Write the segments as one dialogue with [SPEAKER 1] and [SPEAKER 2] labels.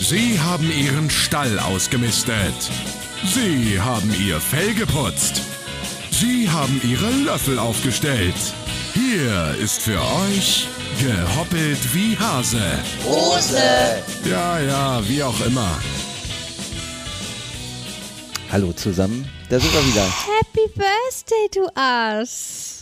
[SPEAKER 1] Sie haben Ihren Stall ausgemistet. Sie haben Ihr Fell geputzt. Sie haben Ihre Löffel aufgestellt. Hier ist für euch gehoppelt wie Hase.
[SPEAKER 2] Hose.
[SPEAKER 1] Ja, ja, wie auch immer.
[SPEAKER 3] Hallo zusammen, da sind wir wieder.
[SPEAKER 4] Happy Birthday to us.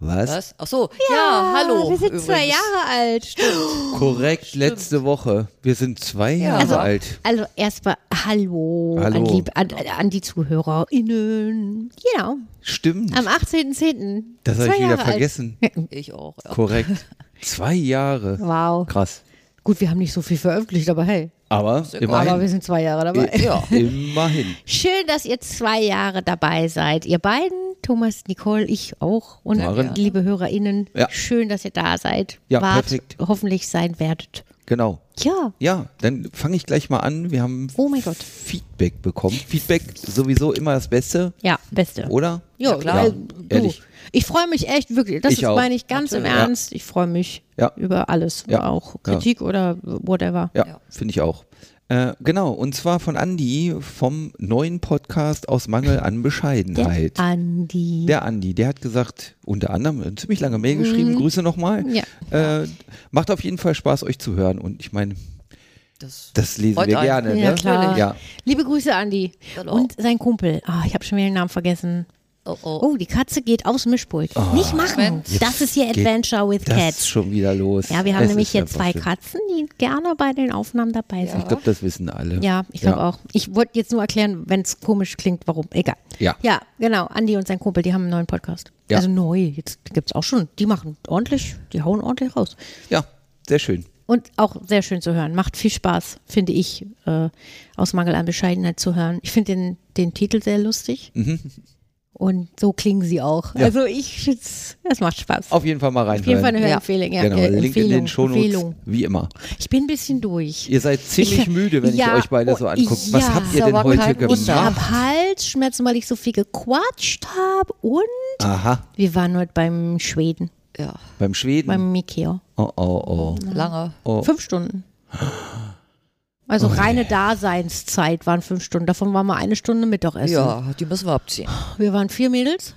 [SPEAKER 3] Was?
[SPEAKER 2] Was? Ach so. Ja, hallo.
[SPEAKER 4] Wir sind zwei
[SPEAKER 2] übrigens.
[SPEAKER 4] Jahre alt. Stimmt.
[SPEAKER 3] Korrekt, letzte Woche. Wir sind zwei Jahre
[SPEAKER 4] Also-
[SPEAKER 3] alt.
[SPEAKER 4] Also erstmal Hallo, An,
[SPEAKER 3] Hallo.
[SPEAKER 4] lieb, an, an die ZuhörerInnen. Genau.
[SPEAKER 3] Stimmt,
[SPEAKER 4] Am 18.10.
[SPEAKER 3] das habe
[SPEAKER 4] Zwei
[SPEAKER 3] ich wieder
[SPEAKER 4] Jahre alt.
[SPEAKER 3] vergessen.
[SPEAKER 2] Ich auch. Ja.
[SPEAKER 3] Korrekt. Zwei Jahre.
[SPEAKER 4] Wow.
[SPEAKER 3] Krass.
[SPEAKER 4] Gut, wir haben nicht so viel veröffentlicht, aber hey.
[SPEAKER 3] Aber
[SPEAKER 4] Aber wir
[SPEAKER 3] immerhin.
[SPEAKER 4] sind zwei Jahre dabei.
[SPEAKER 3] I- Immerhin.
[SPEAKER 4] Schön, dass ihr zwei Jahre dabei seid. Ihr beiden, Thomas, Nicole, ich auch und
[SPEAKER 3] Maren.
[SPEAKER 4] liebe HörerInnen.
[SPEAKER 3] Ja.
[SPEAKER 4] Schön, dass ihr da seid.
[SPEAKER 3] Ja,
[SPEAKER 4] Wart,
[SPEAKER 3] perfekt.
[SPEAKER 4] Hoffentlich sein werdet.
[SPEAKER 3] Genau.
[SPEAKER 4] Ja.
[SPEAKER 3] Ja, dann fange ich gleich mal an. Wir haben
[SPEAKER 4] Oh mein Gott.
[SPEAKER 3] Feedback bekommen. Feedback sowieso immer das Beste,
[SPEAKER 4] Ja, beste.
[SPEAKER 3] oder?
[SPEAKER 4] Ja,
[SPEAKER 2] klar.
[SPEAKER 4] klar.
[SPEAKER 3] ehrlich.
[SPEAKER 4] Ich freue mich echt wirklich. Das
[SPEAKER 3] Ich
[SPEAKER 4] ist,
[SPEAKER 3] auch.
[SPEAKER 4] meine ich ganz im
[SPEAKER 3] Natürlich. Ja.
[SPEAKER 4] Ernst. Ich freue mich
[SPEAKER 3] Ja.
[SPEAKER 4] über alles.
[SPEAKER 3] Ja.
[SPEAKER 4] Auch
[SPEAKER 3] Ja.
[SPEAKER 4] Kritik oder whatever.
[SPEAKER 3] Ja,
[SPEAKER 2] Ja.
[SPEAKER 3] finde ich auch. Äh, genau, und zwar von Andi vom neuen Podcast aus Mangel an
[SPEAKER 4] Der
[SPEAKER 3] Bescheidenheit.
[SPEAKER 4] Andi.
[SPEAKER 3] Der Andi, der hat gesagt, unter anderem eine ziemlich lange Mail geschrieben,
[SPEAKER 4] Mhm.
[SPEAKER 3] Grüße nochmal. Äh, macht auf jeden Fall Spaß, euch zu hören. Und ich meine,
[SPEAKER 2] Das
[SPEAKER 3] das lesen
[SPEAKER 2] Freut
[SPEAKER 3] wir
[SPEAKER 2] einen.
[SPEAKER 3] gerne.
[SPEAKER 4] ja,
[SPEAKER 3] ne?
[SPEAKER 4] klar.
[SPEAKER 3] Ja.
[SPEAKER 4] Liebe Grüße, Andi.
[SPEAKER 2] Hallo.
[SPEAKER 4] Und sein Kumpel. Ah, ich habe schon wieder den Namen vergessen.
[SPEAKER 2] oh, oh.
[SPEAKER 4] Oh, die Katze geht aufs Mischpult. Nicht machen.
[SPEAKER 2] Moment.
[SPEAKER 4] Das ist hier
[SPEAKER 3] Oh. geht
[SPEAKER 4] Adventure with
[SPEAKER 3] Das ist
[SPEAKER 4] Cats.
[SPEAKER 3] schon wieder los.
[SPEAKER 4] Ja, wir haben
[SPEAKER 3] Es
[SPEAKER 4] nämlich
[SPEAKER 3] ist
[SPEAKER 4] hier
[SPEAKER 3] einfach
[SPEAKER 4] zwei
[SPEAKER 3] schlimm.
[SPEAKER 4] Katzen, die gerne bei den Aufnahmen dabei sind.
[SPEAKER 3] Ich glaube, das wissen alle.
[SPEAKER 4] Ja, ich glaube auch. Ich wollte jetzt nur erklären, wenn es komisch klingt, warum. Egal.
[SPEAKER 3] Ja.
[SPEAKER 4] Ja, genau. Andi und sein Kumpel, die haben einen neuen Podcast.
[SPEAKER 3] Ja.
[SPEAKER 4] Also neu. Jetzt gibt es auch schon. Die machen ordentlich, die hauen ordentlich raus.
[SPEAKER 3] Ja, sehr schön.
[SPEAKER 4] Und auch sehr schön zu hören. Macht viel Spaß, finde ich, äh, aus Mangel an Bescheidenheit zu hören. Ich finde den, den Titel sehr lustig. Und so klingen sie auch.
[SPEAKER 3] Mhm. Ja.
[SPEAKER 4] Also ich, es es macht Spaß.
[SPEAKER 3] Auf jeden Fall mal rein.
[SPEAKER 4] Auf jeden Fall eine Hörempfehlung. Ja.
[SPEAKER 3] Genau,
[SPEAKER 4] äh,
[SPEAKER 3] Link in den
[SPEAKER 4] Empfehlung,
[SPEAKER 3] Shownotes,
[SPEAKER 4] Empfehlung.
[SPEAKER 3] wie immer.
[SPEAKER 4] Ich bin ein bisschen durch.
[SPEAKER 3] Ihr seid ziemlich
[SPEAKER 4] Ich-
[SPEAKER 3] müde, wenn
[SPEAKER 4] ja,
[SPEAKER 3] ich euch beide so
[SPEAKER 4] oh,
[SPEAKER 3] angucke. Was
[SPEAKER 4] ja.
[SPEAKER 3] habt
[SPEAKER 4] Ist
[SPEAKER 3] ihr denn
[SPEAKER 2] aber
[SPEAKER 3] heute
[SPEAKER 2] kein
[SPEAKER 4] Ich
[SPEAKER 2] Wunder.
[SPEAKER 3] gemacht?
[SPEAKER 4] habe Halsschmerzen, weil ich so viel gequatscht habe. Und
[SPEAKER 3] Aha,
[SPEAKER 4] wir waren heute beim Schweden,
[SPEAKER 2] Ja,
[SPEAKER 3] beim Schweden.
[SPEAKER 4] beim Mikeo.
[SPEAKER 3] oh, oh, oh.
[SPEAKER 2] lange.
[SPEAKER 4] Fünf Stunden. Also reine Daseinszeit waren fünf Stunden. Davon waren wir eine Stunde Mittagessen.
[SPEAKER 2] Ja, die müssen wir abziehen.
[SPEAKER 4] Wir waren vier Mädels.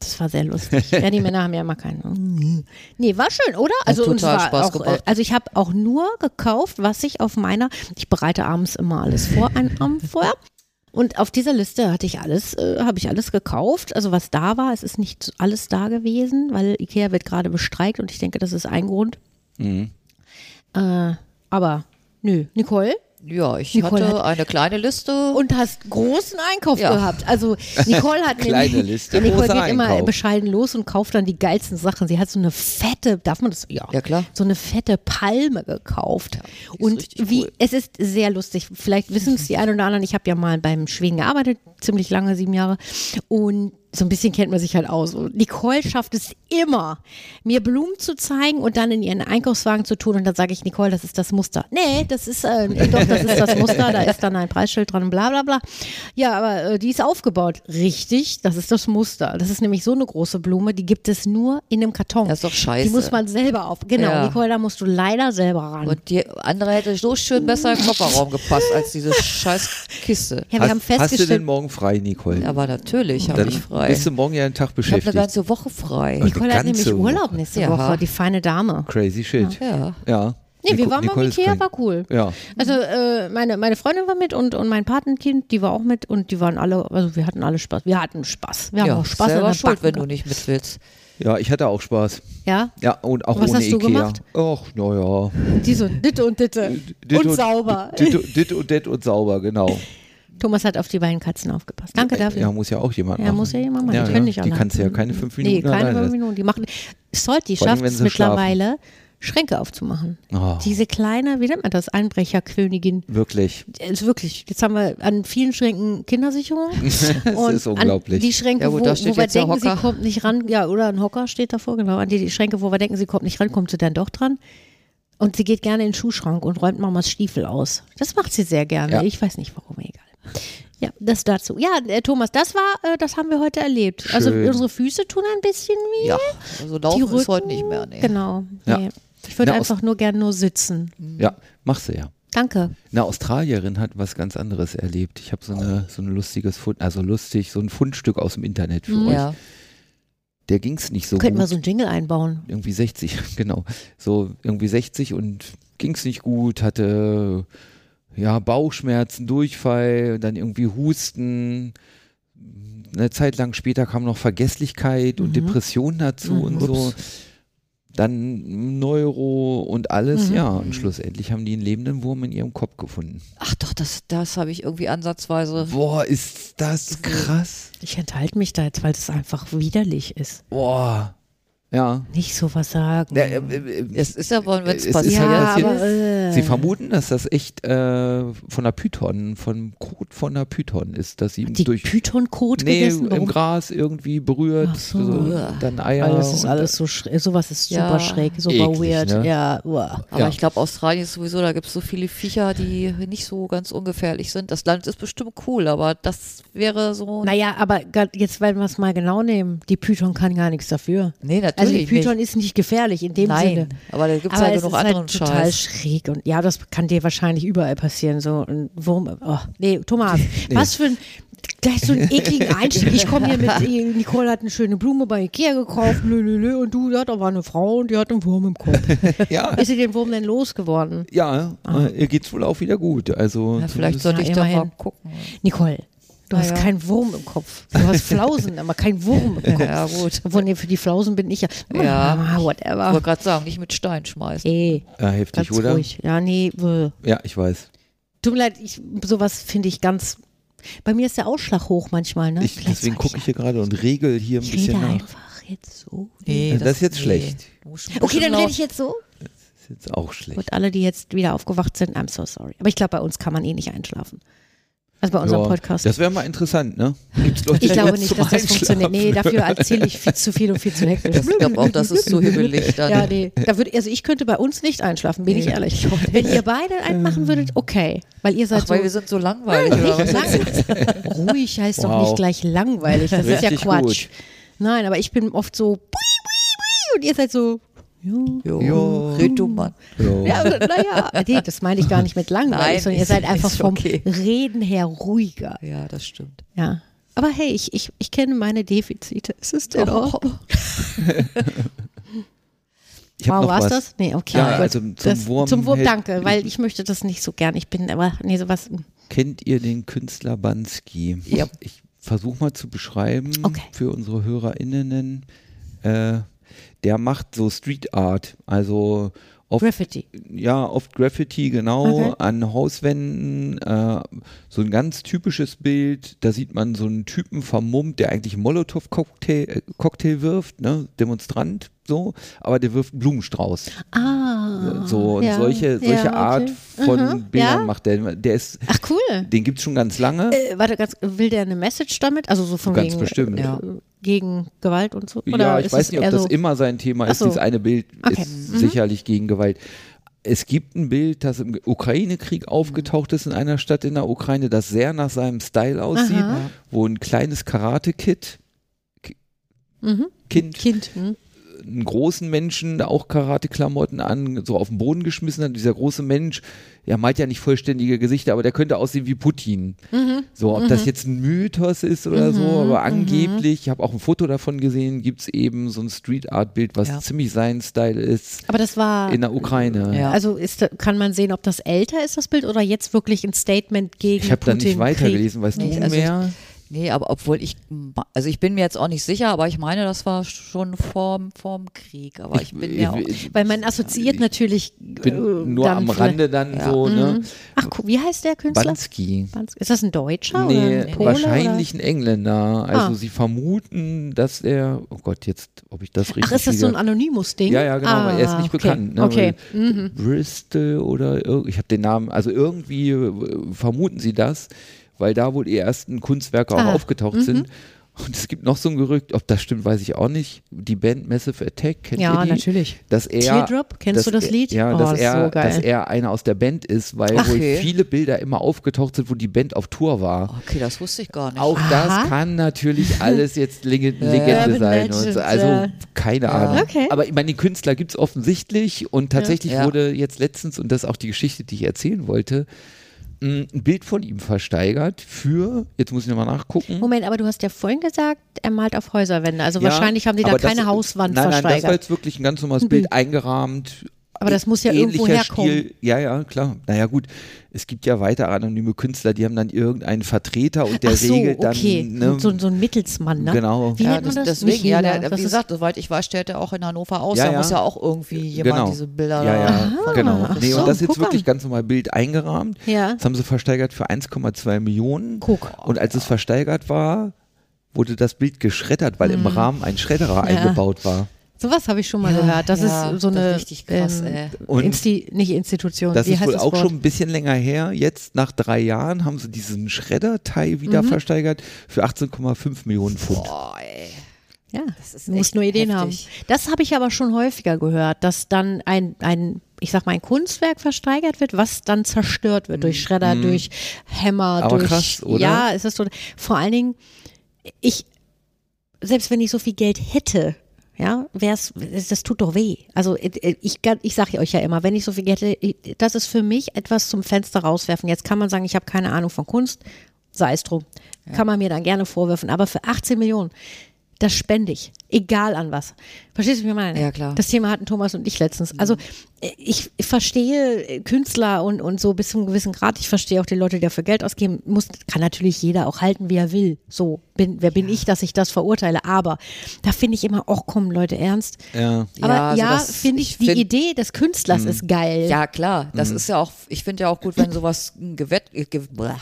[SPEAKER 4] Das war sehr lustig. ja, die Männer haben ja immer keinen. Nee, war schön, oder? Also, uns
[SPEAKER 2] total
[SPEAKER 4] war
[SPEAKER 2] Spaß
[SPEAKER 4] auch, äh,
[SPEAKER 2] gemacht.
[SPEAKER 4] also ich habe auch nur gekauft, was ich auf meiner, ich bereite abends immer alles vor, an Abend vorher. Und auf dieser Liste hatte ich alles, äh, habe ich alles gekauft. Also was da war, es ist nicht alles da gewesen, weil Ikea wird gerade bestreikt und ich denke, das ist ein Grund.
[SPEAKER 2] Mhm.
[SPEAKER 4] Äh, aber nö, Nicole,
[SPEAKER 2] Ja, ich
[SPEAKER 4] Nicole
[SPEAKER 2] hatte
[SPEAKER 4] hat-
[SPEAKER 2] eine kleine Liste.
[SPEAKER 4] und hast großen Einkauf
[SPEAKER 2] Ja.
[SPEAKER 4] gehabt. Also Nicole hat
[SPEAKER 3] Kleine
[SPEAKER 4] nämlich,
[SPEAKER 3] Liste,
[SPEAKER 4] Ja, Nicole
[SPEAKER 3] großer
[SPEAKER 4] geht immer
[SPEAKER 3] Einkauf.
[SPEAKER 4] bescheiden los und kauft dann die geilsten Sachen. Sie hat so eine fette, darf man das? Ja,
[SPEAKER 2] Ja, klar.
[SPEAKER 4] So eine fette Palme gekauft.
[SPEAKER 2] ist
[SPEAKER 4] und
[SPEAKER 2] richtig
[SPEAKER 4] wie,
[SPEAKER 2] cool.
[SPEAKER 4] es ist sehr lustig. Vielleicht wissen es die einen oder anderen. Ich habe ja mal beim Schweden gearbeitet, ziemlich lange, sieben Jahre. Und so ein bisschen kennt man sich halt aus. Und Nicole schafft es immer, mir Blumen zu zeigen und dann in ihren Einkaufswagen zu tun. Und dann sage ich, Nicole, das ist das Muster. Nee, das ist, äh, doch, das ist das Muster. Da ist dann ein Preisschild dran, bla, bla, bla. Ja, aber äh, die ist aufgebaut. Richtig, das ist das Muster. Das ist nämlich so eine große Blume, die gibt es nur in einem Karton.
[SPEAKER 2] Das ist doch scheiße.
[SPEAKER 4] Die muss man selber auf. Genau,
[SPEAKER 2] Ja.
[SPEAKER 4] Nicole, da musst du leider selber ran.
[SPEAKER 2] Und die andere hätte so schön besser im Kofferraum gepasst als diese scheiß Kiste.
[SPEAKER 4] ja, wir
[SPEAKER 3] hast,
[SPEAKER 4] haben
[SPEAKER 3] hast du
[SPEAKER 4] festgestellt,
[SPEAKER 3] denn morgen frei, Nicole?
[SPEAKER 2] Aber natürlich habe
[SPEAKER 3] Dann
[SPEAKER 2] ich frei.
[SPEAKER 3] bist du morgen ja einen Tag
[SPEAKER 2] Ich habe eine
[SPEAKER 3] beschäftigt.
[SPEAKER 2] ganze Woche frei.
[SPEAKER 3] Und-
[SPEAKER 4] Nicole hat
[SPEAKER 3] ganze
[SPEAKER 4] nämlich Urlaub nächste
[SPEAKER 2] Ja.
[SPEAKER 4] Woche, die feine Dame.
[SPEAKER 3] Crazy shit.
[SPEAKER 2] Ja.
[SPEAKER 3] Ja.
[SPEAKER 4] Nee, wir
[SPEAKER 3] Nico-
[SPEAKER 4] waren
[SPEAKER 3] Nicole
[SPEAKER 4] beim
[SPEAKER 3] ist
[SPEAKER 4] Ikea,
[SPEAKER 3] crazy.
[SPEAKER 4] war cool.
[SPEAKER 3] Ja.
[SPEAKER 4] Also äh, meine, meine Freundin war mit und, und mein Patenkind, die war auch mit und die waren alle, also wir hatten alle Spaß. Wir hatten Spaß. Wir haben
[SPEAKER 2] Ja,
[SPEAKER 4] auch Spaß an
[SPEAKER 2] selber
[SPEAKER 4] der
[SPEAKER 2] schuld,
[SPEAKER 4] Backen
[SPEAKER 2] wenn du
[SPEAKER 4] gehabt.
[SPEAKER 2] nicht mit willst.
[SPEAKER 3] ja, ich hatte auch Spaß.
[SPEAKER 4] Ja,
[SPEAKER 3] Ja, oh. und auch
[SPEAKER 4] Was
[SPEAKER 3] ohne
[SPEAKER 4] hast du
[SPEAKER 3] Ikea.
[SPEAKER 4] gemacht?
[SPEAKER 3] Och, naja.
[SPEAKER 4] die so ditte und ditte und sauber.
[SPEAKER 3] Dit, dit und dit und sauber, genau.
[SPEAKER 4] Thomas hat auf die beiden Katzen aufgepasst. Danke dafür.
[SPEAKER 3] Ja, muss ja auch jemand
[SPEAKER 4] Ja,
[SPEAKER 3] machen.
[SPEAKER 4] muss ja jemand machen. Die können nicht
[SPEAKER 3] Die
[SPEAKER 4] allein.
[SPEAKER 3] kannst du ja keine fünf Minuten
[SPEAKER 4] nee, keine
[SPEAKER 3] alleine
[SPEAKER 4] fünf
[SPEAKER 3] lassen.
[SPEAKER 4] Minuten. Die machen. Solti
[SPEAKER 3] Vor allem,
[SPEAKER 4] schafft
[SPEAKER 3] wenn
[SPEAKER 4] es
[SPEAKER 3] sie
[SPEAKER 4] mittlerweile, Schränke aufzumachen.
[SPEAKER 3] Oh.
[SPEAKER 4] Diese kleine, wie nennt man das, Einbrecherkönigin.
[SPEAKER 3] Wirklich.
[SPEAKER 4] Also wirklich, jetzt haben wir an vielen Schränken Kindersicherung. und
[SPEAKER 3] ist unglaublich.
[SPEAKER 4] An die Schränke,
[SPEAKER 2] Ja,
[SPEAKER 4] wo,
[SPEAKER 2] gut,
[SPEAKER 4] wo
[SPEAKER 2] da steht
[SPEAKER 4] wir
[SPEAKER 2] jetzt der
[SPEAKER 4] denken, sie
[SPEAKER 2] Hocker.
[SPEAKER 4] kommt nicht ran. Ja, oder ein Hocker steht davor, genau. An die, die Schränke, wo wir denken, sie kommt nicht ran, kommt sie dann doch dran. Und sie geht gerne in den Schuhschrank und räumt Mamas Stiefel aus. Das macht sie sehr gerne.
[SPEAKER 3] Ja.
[SPEAKER 4] Ich weiß nicht warum, egal. Ja, das dazu. Ja, äh, Thomas, das war, äh, das haben wir heute erlebt. Also
[SPEAKER 3] Schön.
[SPEAKER 4] unsere Füße tun ein bisschen weh.
[SPEAKER 2] Ja, also
[SPEAKER 4] die
[SPEAKER 2] laufen
[SPEAKER 4] Rücken,
[SPEAKER 2] ist heute nicht mehr. Nee.
[SPEAKER 4] Genau.
[SPEAKER 3] Ja.
[SPEAKER 4] Nee. Ich würde
[SPEAKER 3] Na, aus-
[SPEAKER 4] einfach nur gerne nur sitzen.
[SPEAKER 3] Ja, machst du ja.
[SPEAKER 4] Danke.
[SPEAKER 3] Eine Australierin hat was ganz anderes erlebt. Ich habe so, eine, so ein lustiges Fund, also lustig, so ein Fundstück aus dem Internet für euch.
[SPEAKER 2] Ja.
[SPEAKER 3] Der ging es nicht so
[SPEAKER 4] Könnten wir
[SPEAKER 3] gut.
[SPEAKER 4] so einen Jingle einbauen.
[SPEAKER 3] irgendwie 60, genau. So irgendwie 60 und ging es nicht gut, hatte ja Bauchschmerzen, Durchfall, dann irgendwie Husten. Eine Zeit lang später kam noch Vergesslichkeit und Depression dazu
[SPEAKER 4] Mhm.
[SPEAKER 3] und so. Dann Neuro und alles, ja. Und schlussendlich haben die einen lebenden Wurm in ihrem Kopf gefunden.
[SPEAKER 2] Ach doch, das, das habe ich irgendwie ansatzweise.
[SPEAKER 3] Boah, ist das krass.
[SPEAKER 4] Ich enthalte mich da jetzt, weil es einfach widerlich ist.
[SPEAKER 3] Boah. Ja.
[SPEAKER 4] Nicht sowas sagen.
[SPEAKER 3] Ja, äh, äh, äh,
[SPEAKER 2] Es ist ja wohl, wenn es
[SPEAKER 3] Es ist halt
[SPEAKER 2] passiert.
[SPEAKER 3] passiert.
[SPEAKER 4] aber, äh,
[SPEAKER 3] Sie vermuten, dass das echt äh, von der Python, von Kot von der Python ist, dass sie
[SPEAKER 4] die
[SPEAKER 3] durch
[SPEAKER 4] Python-Kot
[SPEAKER 3] nee,
[SPEAKER 4] gegessen.
[SPEAKER 3] im
[SPEAKER 4] Warum?
[SPEAKER 3] Gras irgendwie berührt,
[SPEAKER 4] Ach so.
[SPEAKER 3] dann Eier.
[SPEAKER 4] Weil das ist
[SPEAKER 3] und-
[SPEAKER 4] alles so schräg. Sowas ist
[SPEAKER 2] Ja.
[SPEAKER 4] super schräg, super
[SPEAKER 3] Eklig,
[SPEAKER 4] weird.
[SPEAKER 3] ne?
[SPEAKER 4] Ja, uah.
[SPEAKER 2] Aber
[SPEAKER 3] Ja.
[SPEAKER 2] ich glaube, Australien ist sowieso, da gibt es so viele Viecher, die nicht so ganz ungefährlich sind. Das Land ist bestimmt cool, aber das wäre so.
[SPEAKER 4] Naja, aber grad jetzt, wenn wir es mal genau nehmen, die Python kann gar nichts dafür.
[SPEAKER 2] nee, natürlich
[SPEAKER 4] Also die Python
[SPEAKER 2] nicht.
[SPEAKER 4] ist nicht gefährlich in dem
[SPEAKER 2] Nein,
[SPEAKER 4] Sinne.
[SPEAKER 2] aber da gibt es
[SPEAKER 4] Aber
[SPEAKER 2] halt
[SPEAKER 4] es
[SPEAKER 2] noch
[SPEAKER 4] ist
[SPEAKER 2] anderen
[SPEAKER 4] halt total
[SPEAKER 2] Scheiß.
[SPEAKER 4] schräg und ja, das kann dir wahrscheinlich überall passieren. So ein Wurm. Oh, nee, Thomas, was für ein gleich so einen ekligen Einstieg. Ich komme hier mit eh, Nicole hat eine schöne Blume bei Ikea gekauft, lö, lö, lö, und du, ja, da war eine Frau und die hat einen Wurm im Kopf.
[SPEAKER 3] Ja,
[SPEAKER 4] Ist sie den Wurm denn losgeworden?
[SPEAKER 3] ja
[SPEAKER 4] Ah.
[SPEAKER 3] äh, ihr geht's wohl auch wieder gut. Also
[SPEAKER 2] Ja, vielleicht
[SPEAKER 3] zumindest-
[SPEAKER 2] sollte
[SPEAKER 4] Na,
[SPEAKER 2] ich da mal
[SPEAKER 4] immerhin.
[SPEAKER 2] gucken.
[SPEAKER 4] Nicole, du
[SPEAKER 2] Na
[SPEAKER 4] hast
[SPEAKER 2] Ah ja.
[SPEAKER 4] keinen Wurm im Kopf. Du hast Flausen, aber kein Wurm im Kopf.
[SPEAKER 2] Ja, gut.
[SPEAKER 4] Obwohl, nee, für die Flausen bin ich ja.
[SPEAKER 2] Ja.
[SPEAKER 4] Ah,
[SPEAKER 2] Ich
[SPEAKER 4] whatever.
[SPEAKER 2] wollte gerade sagen, nicht mit Stein schmeißen.
[SPEAKER 4] Ey,
[SPEAKER 3] ja, Ah, heftig,
[SPEAKER 4] ganz
[SPEAKER 3] oder?
[SPEAKER 4] ruhig. Ja, nee, äh, bäh.
[SPEAKER 3] Ja, ich weiß.
[SPEAKER 4] Tut mir leid, ich, sowas finde ich ganz. Bei mir ist der Ausschlag hoch manchmal, ne?
[SPEAKER 3] Ich, deswegen gucke ich hier gerade und regel hier ein
[SPEAKER 4] Ich
[SPEAKER 3] bisschen
[SPEAKER 4] rede
[SPEAKER 3] nach.
[SPEAKER 4] einfach jetzt so.
[SPEAKER 2] Nee,
[SPEAKER 3] Das ist jetzt schlecht.
[SPEAKER 2] Du musst ein
[SPEAKER 4] Okay,
[SPEAKER 2] bisschen
[SPEAKER 4] dann rede
[SPEAKER 2] laut-
[SPEAKER 4] ich jetzt so.
[SPEAKER 3] Ist jetzt auch schlecht.
[SPEAKER 4] Gut, alle, die jetzt wieder aufgewacht sind, I'm so sorry. Aber ich glaube, bei uns kann man eh nicht einschlafen. Also bei unserem
[SPEAKER 3] Ja,
[SPEAKER 4] Podcast.
[SPEAKER 3] Das wäre mal interessant, ne? Gibt's Leute, die
[SPEAKER 4] ich glaube
[SPEAKER 3] jetzt
[SPEAKER 4] nicht,
[SPEAKER 3] zum
[SPEAKER 4] dass das funktioniert. Nee,
[SPEAKER 3] Einschlafen-
[SPEAKER 4] dafür erzähle ich viel zu viel und viel zu hektisch.
[SPEAKER 2] Ich glaube auch, das ist zu hibbelig dann.
[SPEAKER 4] Ja, nee. Da würde, also ich könnte bei uns nicht einschlafen, bin ich
[SPEAKER 2] Nee.
[SPEAKER 4] ehrlich. Wenn ihr beide einen machen würdet, okay. Weil ihr seid
[SPEAKER 2] Ach, weil wir
[SPEAKER 4] so.
[SPEAKER 2] sind so langweilig. oder was?
[SPEAKER 4] Lang- Ruhig heißt doch
[SPEAKER 3] Wow.
[SPEAKER 4] nicht gleich langweilig. Das ist ja
[SPEAKER 3] Richtig
[SPEAKER 4] Quatsch.
[SPEAKER 3] gut.
[SPEAKER 4] Nein, aber ich bin oft so bui, bui, bui, und ihr seid so. Jo.
[SPEAKER 2] Jo,
[SPEAKER 3] Jo.
[SPEAKER 2] red du, Mann.
[SPEAKER 3] Ja.
[SPEAKER 4] Ja, naja. Nee, das meine ich gar nicht mit langweilig,
[SPEAKER 2] Nein,
[SPEAKER 4] sondern ihr
[SPEAKER 2] ist-
[SPEAKER 4] seid einfach
[SPEAKER 2] ist
[SPEAKER 4] vom
[SPEAKER 2] okay.
[SPEAKER 4] Reden her ruhiger.
[SPEAKER 2] Ja, das stimmt.
[SPEAKER 4] Ja. Aber hey, ich, ich, ich kenne meine Defizite. Es ist in
[SPEAKER 2] Oh.
[SPEAKER 4] Ordnung.
[SPEAKER 3] Ich hab
[SPEAKER 4] wow,
[SPEAKER 3] noch
[SPEAKER 4] war's
[SPEAKER 3] was.
[SPEAKER 4] das? Nee, okay.
[SPEAKER 3] Ja,
[SPEAKER 4] gut.
[SPEAKER 3] also zum
[SPEAKER 4] das,
[SPEAKER 3] Wurm
[SPEAKER 4] Zum Wurm,
[SPEAKER 3] hält-
[SPEAKER 4] danke, weil ich möchte das nicht so gern. Ich bin aber, nee, sowas, mm,
[SPEAKER 3] Kennt ihr den Künstler Bansky?
[SPEAKER 2] Ja.
[SPEAKER 3] Ich versuche mal zu beschreiben
[SPEAKER 4] Okay.
[SPEAKER 3] für unsere HörerInnen. Äh, der macht so Street Art, also oft,
[SPEAKER 4] Graffiti.
[SPEAKER 3] ja, oft Graffiti, genau,
[SPEAKER 4] Okay.
[SPEAKER 3] an Hauswänden. Äh, so ein ganz typisches Bild, da sieht man so einen Typen vermummt, der eigentlich einen Molotow-Cocktail äh, Cocktail wirft, ne? Demonstrant, so, aber der wirft einen Blumenstrauß. Äh,
[SPEAKER 4] Ah.
[SPEAKER 3] Oh. so, und
[SPEAKER 4] ja,
[SPEAKER 3] solche, solche
[SPEAKER 4] ja,
[SPEAKER 3] Art
[SPEAKER 4] okay.
[SPEAKER 3] von
[SPEAKER 4] Aha,
[SPEAKER 3] Bildern
[SPEAKER 4] ja?
[SPEAKER 3] macht der. Der ist,
[SPEAKER 4] Ach, cool.
[SPEAKER 3] den gibt es schon ganz lange.
[SPEAKER 4] Äh, warte, ganz, will der eine Message damit? Also so von
[SPEAKER 3] Ganz
[SPEAKER 4] wegen,
[SPEAKER 3] bestimmt.
[SPEAKER 4] äh,
[SPEAKER 2] Ja.
[SPEAKER 4] gegen Gewalt und so? Äh, Oder
[SPEAKER 3] ja, ich
[SPEAKER 4] ist es
[SPEAKER 3] weiß nicht, ob
[SPEAKER 4] eher
[SPEAKER 3] das
[SPEAKER 4] so,
[SPEAKER 3] immer sein Thema
[SPEAKER 4] Ach
[SPEAKER 3] ist.
[SPEAKER 4] so.
[SPEAKER 3] Dieses eine Bild
[SPEAKER 4] Okay. Mhm.
[SPEAKER 3] ist sicherlich gegen Gewalt. Es gibt ein Bild, das im Ukraine-Krieg
[SPEAKER 4] Mhm.
[SPEAKER 3] aufgetaucht ist in einer Stadt in der Ukraine, das sehr nach seinem Style aussieht,
[SPEAKER 4] Aha.
[SPEAKER 3] wo ein kleines Karate-Kid, Ki-
[SPEAKER 4] Mhm.
[SPEAKER 3] Kind,
[SPEAKER 4] Kind. Hm?
[SPEAKER 3] einen großen Menschen, auch Karate-Klamotten an, so auf den Boden geschmissen hat. Dieser große Mensch, der malt ja nicht vollständige Gesichter, aber der könnte aussehen wie Putin.
[SPEAKER 2] Mhm.
[SPEAKER 3] So, ob das jetzt ein Mythos ist oder so, aber angeblich, ich habe auch ein Foto davon gesehen, gibt es eben so ein Street-Art-Bild, was
[SPEAKER 2] Ja.
[SPEAKER 3] ziemlich sein Style ist
[SPEAKER 4] Aber das war,
[SPEAKER 3] in der Ukraine.
[SPEAKER 2] Ja.
[SPEAKER 4] also ist, da- kann man sehen, ob das älter ist, das Bild, oder jetzt wirklich ein Statement gegen
[SPEAKER 3] Ich habe da
[SPEAKER 4] Putin
[SPEAKER 3] nicht
[SPEAKER 4] Krieg?
[SPEAKER 3] weitergelesen, weißt
[SPEAKER 2] Nee,
[SPEAKER 3] du
[SPEAKER 2] also ich-
[SPEAKER 3] mehr?
[SPEAKER 2] Nee, aber obwohl ich, ma- also ich bin mir jetzt auch nicht sicher, aber ich meine, das war schon vorm, vorm Krieg. Aber ich bin ja auch.
[SPEAKER 4] Weil man assoziiert natürlich äh,
[SPEAKER 3] bin nur
[SPEAKER 4] dann
[SPEAKER 3] am
[SPEAKER 4] vielleicht-
[SPEAKER 3] Rande dann so,
[SPEAKER 2] Mhm.
[SPEAKER 3] ne?
[SPEAKER 4] Ach, gu- wie heißt der Künstler?
[SPEAKER 3] Bansky.
[SPEAKER 4] Banz- Ist das ein Deutscher
[SPEAKER 3] Nee,
[SPEAKER 4] Ah, oder ein Pole?
[SPEAKER 3] wahrscheinlich ein Engländer. Also
[SPEAKER 4] Ah.
[SPEAKER 3] sie vermuten, dass er, oh Gott, jetzt, ob ich das richtig
[SPEAKER 4] Oder? Ach, ist das so ein
[SPEAKER 3] liege.
[SPEAKER 4] Anonymous-Ding?
[SPEAKER 3] Ja, ja, genau,
[SPEAKER 4] ah,
[SPEAKER 3] aber er ist nicht
[SPEAKER 4] okay.
[SPEAKER 3] bekannt. Ne?
[SPEAKER 4] Okay. Mhm.
[SPEAKER 3] Weil Bristol oder irg- ich habe den Namen, also irgendwie äh, vermuten sie das, weil da wohl die ersten Kunstwerke auch
[SPEAKER 4] Ah, mhm.
[SPEAKER 3] aufgetaucht sind. Und es gibt noch so ein Gerücht, ob das stimmt, weiß ich auch nicht. Die Band Massive Attack, kennt
[SPEAKER 4] Ja,
[SPEAKER 3] ihr die?
[SPEAKER 4] natürlich.
[SPEAKER 3] Dass er,
[SPEAKER 4] Teardrop, kennst
[SPEAKER 3] dass
[SPEAKER 4] du das
[SPEAKER 3] er-
[SPEAKER 4] Lied?
[SPEAKER 3] Ja,
[SPEAKER 4] Oh,
[SPEAKER 3] dass,
[SPEAKER 4] das ist
[SPEAKER 3] er,
[SPEAKER 4] so geil.
[SPEAKER 3] dass er einer aus der Band ist, weil
[SPEAKER 2] Ach,
[SPEAKER 3] wohl
[SPEAKER 2] okay.
[SPEAKER 3] viele Bilder immer aufgetaucht sind, wo die Band auf Tour war.
[SPEAKER 2] Okay, das wusste ich gar nicht.
[SPEAKER 3] Auch
[SPEAKER 4] Aha.
[SPEAKER 3] das kann natürlich alles jetzt Lege- Legende
[SPEAKER 4] Urban
[SPEAKER 3] sein. und
[SPEAKER 4] Legend,
[SPEAKER 3] so. Also
[SPEAKER 4] ja.
[SPEAKER 3] keine Ahnung.
[SPEAKER 4] Okay.
[SPEAKER 3] Aber ich meine, die Künstler gibt es offensichtlich und tatsächlich
[SPEAKER 2] Ja.
[SPEAKER 3] wurde jetzt letztens, und das ist auch die Geschichte, die ich erzählen wollte, m, ein Bild von ihm versteigert für, jetzt muss ich nochmal nachgucken.
[SPEAKER 4] Moment, aber du hast ja vorhin gesagt, er malt auf Häuserwände. Also wahrscheinlich haben die da
[SPEAKER 3] aber das-
[SPEAKER 4] keine Hauswand
[SPEAKER 3] nein, Nein, das war
[SPEAKER 4] versteigert. Mhm.
[SPEAKER 3] jetzt wirklich ein ganz normales Bild eingerahmt.
[SPEAKER 4] Aber das muss ja irgendwo
[SPEAKER 3] ähnlicher
[SPEAKER 4] herkommen.
[SPEAKER 3] Stil. Ja, ja, klar. Naja, gut. Es gibt ja weiter anonyme Künstler, die haben dann irgendeinen Vertreter und der
[SPEAKER 4] Ach so,
[SPEAKER 3] regelt dann.
[SPEAKER 4] okay.
[SPEAKER 3] Ne,
[SPEAKER 4] so, so ein Mittelsmann, ne?
[SPEAKER 3] Genau.
[SPEAKER 4] Wie
[SPEAKER 2] ja,
[SPEAKER 4] nennt man das?
[SPEAKER 2] Deswegen, ja,
[SPEAKER 4] Michela.
[SPEAKER 2] der,
[SPEAKER 4] Das
[SPEAKER 2] wie
[SPEAKER 4] ist-
[SPEAKER 2] gesagt, soweit ich weiß, stellt er auch in Hannover aus.
[SPEAKER 3] Ja,
[SPEAKER 2] da
[SPEAKER 3] ja.
[SPEAKER 2] muss ja auch irgendwie jemand
[SPEAKER 3] genau.
[SPEAKER 2] diese Bilder
[SPEAKER 3] Ja, ja,
[SPEAKER 2] da. Ah.
[SPEAKER 3] genau.
[SPEAKER 4] ach
[SPEAKER 3] Nee,
[SPEAKER 4] so,
[SPEAKER 3] und das ist
[SPEAKER 4] guck
[SPEAKER 3] jetzt
[SPEAKER 4] an.
[SPEAKER 3] wirklich ganz normal Bild eingerahmt.
[SPEAKER 4] Ja.
[SPEAKER 3] Das haben sie versteigert für 1,2 Millionen.
[SPEAKER 4] Guck.
[SPEAKER 3] Und als es versteigert war, wurde das Bild geschreddert, weil
[SPEAKER 2] Hm.
[SPEAKER 3] im Rahmen ein Schredderer
[SPEAKER 4] Ja.
[SPEAKER 3] eingebaut war.
[SPEAKER 4] Sowas habe ich schon mal
[SPEAKER 2] Ja,
[SPEAKER 4] gehört. Das
[SPEAKER 2] ja,
[SPEAKER 4] ist so
[SPEAKER 2] das
[SPEAKER 4] eine
[SPEAKER 2] ist ähm, richtig krass, ey.
[SPEAKER 3] Und-
[SPEAKER 4] Insti nicht Institution.
[SPEAKER 3] Das
[SPEAKER 4] Wie
[SPEAKER 3] ist
[SPEAKER 4] heißt
[SPEAKER 3] wohl
[SPEAKER 4] das
[SPEAKER 3] auch
[SPEAKER 4] Wort?
[SPEAKER 3] schon ein bisschen länger her. Jetzt nach drei Jahren haben sie diesen Schredderteil wieder versteigert für 18,5 Millionen Pfund.
[SPEAKER 2] Mhm. Boah, ey.
[SPEAKER 4] Ja,
[SPEAKER 2] ist
[SPEAKER 4] du musst
[SPEAKER 2] echt
[SPEAKER 4] nur Ideen
[SPEAKER 2] heftig.
[SPEAKER 4] haben. Das habe ich aber schon häufiger gehört, dass dann ein, ein, ich sag mal, ein Kunstwerk versteigert wird, was dann zerstört wird durch Schredder, durch Hämmer,
[SPEAKER 3] Aber
[SPEAKER 4] durch.
[SPEAKER 3] krass, oder?
[SPEAKER 4] Ja, es ist so. Vor allen Dingen, ich, selbst wenn ich so viel Geld hätte, ja, wär's, das das tut doch weh. Also äh, ich, kann- ich sage euch ja immer, wenn ich so viel Geld hätte, ich- das ist für mich etwas zum Fenster rauswerfen. Jetzt kann man sagen, ich habe keine Ahnung von Kunst, sei es drum. Kann man mir dann gerne vorwerfen, aber für 18 Millionen, das spende ich, egal an was. Verstehst du, wie ich meine?
[SPEAKER 2] Ja, klar.
[SPEAKER 4] Das Thema hatten Thomas und ich letztens.
[SPEAKER 2] Mhm.
[SPEAKER 4] Also äh, ich ich verstehe äh, Künstler und, und so bis zu einem gewissen Grad. Ich verstehe auch die Leute, die dafür Geld ausgeben. Muss, kann natürlich jeder auch halten, wie er will. So, bin, wer bin ich, dass ich das verurteile? Aber da finde ich immer, auch kommen Leute ernst.
[SPEAKER 3] Ja.
[SPEAKER 4] Aber
[SPEAKER 2] Ja,
[SPEAKER 4] ja,
[SPEAKER 2] also das-
[SPEAKER 4] finde ich,
[SPEAKER 2] ich
[SPEAKER 4] die
[SPEAKER 2] find- Mhm.
[SPEAKER 4] Idee des Künstlers ist geil.
[SPEAKER 2] Ja, klar.
[SPEAKER 3] Mhm.
[SPEAKER 2] Das ist ja auch, ich finde ja auch gut, wenn sowas gewert, äh, ge, blah,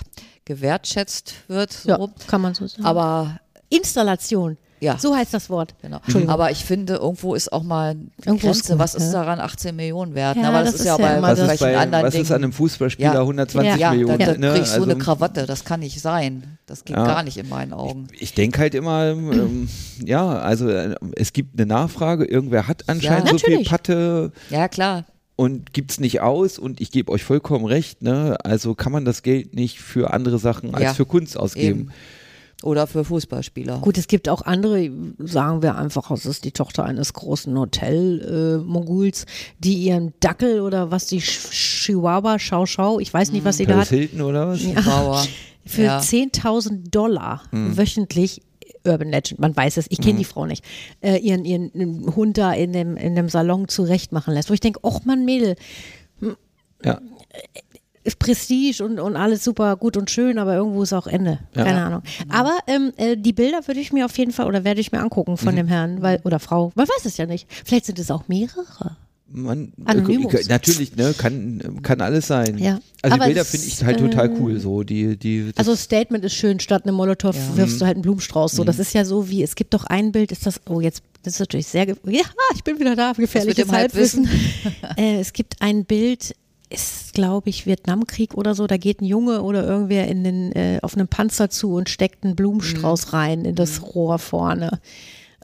[SPEAKER 2] gewertschätzt wird. So.
[SPEAKER 4] Ja, kann man so sagen.
[SPEAKER 2] Aber
[SPEAKER 4] Installation.
[SPEAKER 2] Ja.
[SPEAKER 4] So heißt das Wort.
[SPEAKER 2] Genau. Aber ich finde, irgendwo ist auch mal die
[SPEAKER 4] Irgendwo ist
[SPEAKER 2] Grenze. was
[SPEAKER 4] gut,
[SPEAKER 2] ist
[SPEAKER 4] ne?
[SPEAKER 2] daran 18 Millionen wert?
[SPEAKER 4] Ja,
[SPEAKER 2] ne? aber das, ist ja, bei,
[SPEAKER 4] immer
[SPEAKER 2] bei
[SPEAKER 3] Was,
[SPEAKER 4] das.
[SPEAKER 3] ist,
[SPEAKER 2] solchen
[SPEAKER 3] bei,
[SPEAKER 2] anderen
[SPEAKER 3] was ist an
[SPEAKER 2] Dingen.
[SPEAKER 3] einem Fußballspieler
[SPEAKER 2] Ja.
[SPEAKER 3] 120
[SPEAKER 2] ja,
[SPEAKER 3] Millionen?
[SPEAKER 2] dann
[SPEAKER 3] ne?
[SPEAKER 2] kriegst du
[SPEAKER 3] Also-
[SPEAKER 2] eine Krawatte. Das kann nicht sein. Das geht gar nicht in meinen Augen.
[SPEAKER 3] Ich denke halt immer, ähm, ja, also äh, es gibt eine Nachfrage, irgendwer hat anscheinend so viel
[SPEAKER 4] Natürlich.
[SPEAKER 3] Patte
[SPEAKER 2] Ja, klar.
[SPEAKER 3] und gibt es nicht aus und ich gebe euch vollkommen recht, ne? also kann man das Geld nicht für andere Sachen als
[SPEAKER 2] Ja.
[SPEAKER 3] für Kunst ausgeben.
[SPEAKER 2] Eben. Oder für Fußballspieler.
[SPEAKER 4] Gut, es gibt auch andere, sagen wir einfach, es ist die Tochter eines großen Hotel-Moguls, die ihren Dackel oder was, die Sch- Chihuahua, Schau, Schau, ich weiß nicht, was sie da
[SPEAKER 3] Paris
[SPEAKER 4] hat,
[SPEAKER 3] Hilton oder was?
[SPEAKER 2] Bauer.
[SPEAKER 4] für
[SPEAKER 2] ja.
[SPEAKER 4] 10.000 Dollar wöchentlich, äh, Urban Legend, man weiß es, ich kenne die Frau nicht, äh, ihren, ihren Hund da in dem, in dem Salon zurechtmachen lässt, wo ich denke, och Mann, Mädel,
[SPEAKER 3] Ja.
[SPEAKER 4] Prestige und, und alles super gut und schön, aber irgendwo ist auch Ende.
[SPEAKER 3] Ja.
[SPEAKER 4] Keine Ahnung. Aber ähm, äh, die Bilder würde ich mir auf jeden Fall oder werde ich mir angucken von dem Herrn weil, oder Frau. Man weiß es ja nicht. Vielleicht sind es auch mehrere.
[SPEAKER 3] Man,
[SPEAKER 4] Anonymous.
[SPEAKER 3] äh, natürlich, ne, kann, kann alles sein.
[SPEAKER 4] Ja.
[SPEAKER 3] Also
[SPEAKER 4] Aber
[SPEAKER 3] die Bilder
[SPEAKER 4] es, äh,
[SPEAKER 3] finde ich halt total cool, so die, die, das-
[SPEAKER 4] Also Statement ist schön, statt einem Molotow wirfst du halt einen Blumenstrauß.
[SPEAKER 2] Mhm.
[SPEAKER 4] So, das ist ja so wie, es gibt doch ein Bild, ist das, oh jetzt, das ist natürlich sehr, ge- ja, ich bin wieder da, gefährliches
[SPEAKER 2] dem Halbwissen.
[SPEAKER 4] Halbwissen. äh, es gibt ein Bild, ist glaube ich Vietnamkrieg oder so, da geht ein Junge oder irgendwer in den, äh, auf einem Panzer zu und steckt einen Blumenstrauß
[SPEAKER 2] Mhm.
[SPEAKER 4] rein in das Rohr vorne.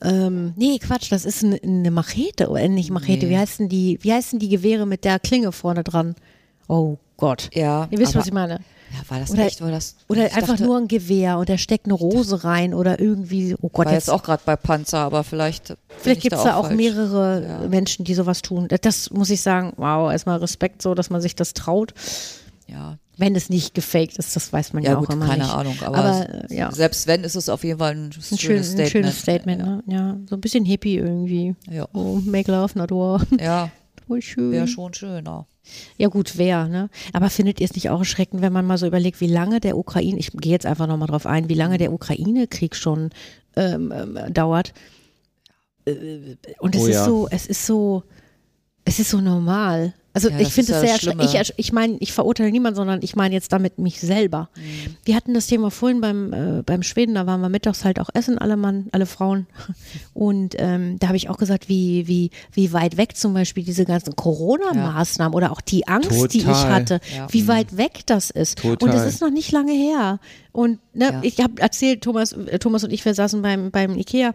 [SPEAKER 4] Ähm, nee, Quatsch, das ist ein, eine Machete, oder nicht Machete, wie heißen die, wie heißen die Gewehre mit der Klinge vorne dran? Oh Gott.
[SPEAKER 2] Ja,
[SPEAKER 4] Ihr wisst,
[SPEAKER 2] aber-
[SPEAKER 4] was ich meine.
[SPEAKER 2] Ja, war das
[SPEAKER 4] Oder-
[SPEAKER 2] echt? War das,
[SPEAKER 4] Oder
[SPEAKER 2] ich
[SPEAKER 4] einfach
[SPEAKER 2] dachte,
[SPEAKER 4] nur ein Gewehr und da steckt eine Rose rein oder irgendwie, oh Gott,
[SPEAKER 2] War jetzt
[SPEAKER 4] jetzt,
[SPEAKER 2] auch gerade bei Panzer, aber vielleicht. bin
[SPEAKER 4] vielleicht
[SPEAKER 2] ich
[SPEAKER 4] gibt es da auch
[SPEAKER 2] falsch.
[SPEAKER 4] mehrere Menschen, die sowas tun. Das muss ich sagen, wow, erstmal Respekt so, dass man sich das traut.
[SPEAKER 2] Ja,
[SPEAKER 4] Wenn es nicht gefaked ist, das weiß man ja,
[SPEAKER 2] ja,
[SPEAKER 4] auch
[SPEAKER 2] gut,
[SPEAKER 4] immer
[SPEAKER 2] keine
[SPEAKER 4] nicht.
[SPEAKER 2] Ahnung. Aber,
[SPEAKER 4] aber äh, ja, ein,
[SPEAKER 2] selbst wenn, ist es auf jeden Fall ein, schönes
[SPEAKER 4] schön,
[SPEAKER 2] Statement.
[SPEAKER 4] ein schönes Statement. Ne? Ja, so ein bisschen hippie irgendwie.
[SPEAKER 2] Ja.
[SPEAKER 4] Oh, make love, not war.
[SPEAKER 2] Ja,
[SPEAKER 4] Voll schön.
[SPEAKER 2] wäre schon schöner.
[SPEAKER 4] Ja gut, wer, ne? Aber findet ihr es nicht auch erschreckend, wenn man mal so überlegt, wie lange der Ukraine, ich gehe jetzt einfach nochmal drauf ein, wie lange der Ukraine-Krieg schon ähm, ähm, dauert. Äh, Und es
[SPEAKER 3] Oh
[SPEAKER 4] ist
[SPEAKER 3] ja.
[SPEAKER 4] so, es ist so, es ist so normal. Also
[SPEAKER 2] Ja,
[SPEAKER 4] ich
[SPEAKER 2] das
[SPEAKER 4] finde
[SPEAKER 2] ist
[SPEAKER 4] es
[SPEAKER 2] ja
[SPEAKER 4] sehr
[SPEAKER 2] das
[SPEAKER 4] schlimm.
[SPEAKER 2] Schlimme.
[SPEAKER 4] Ich, ersch- ich meine, ich verurteile niemanden, sondern ich meine jetzt damit mich selber.
[SPEAKER 2] Mhm.
[SPEAKER 4] Wir hatten das Thema vorhin beim, äh, beim Schweden, da waren wir mittags halt auch essen, alle Mann, alle Frauen. Und ähm, da habe ich auch gesagt, wie, wie, wie weit weg zum Beispiel diese ganzen Corona-Maßnahmen oder auch die Angst, die ich
[SPEAKER 3] Total.
[SPEAKER 4] hatte,
[SPEAKER 2] Ja. Mhm.
[SPEAKER 4] wie weit weg das ist. Und
[SPEAKER 3] Total.
[SPEAKER 4] das ist noch nicht lange her. Und ne,
[SPEAKER 2] Ja.
[SPEAKER 4] ich habe erzählt, Thomas, äh, Thomas und ich, wir saßen beim, beim Ikea.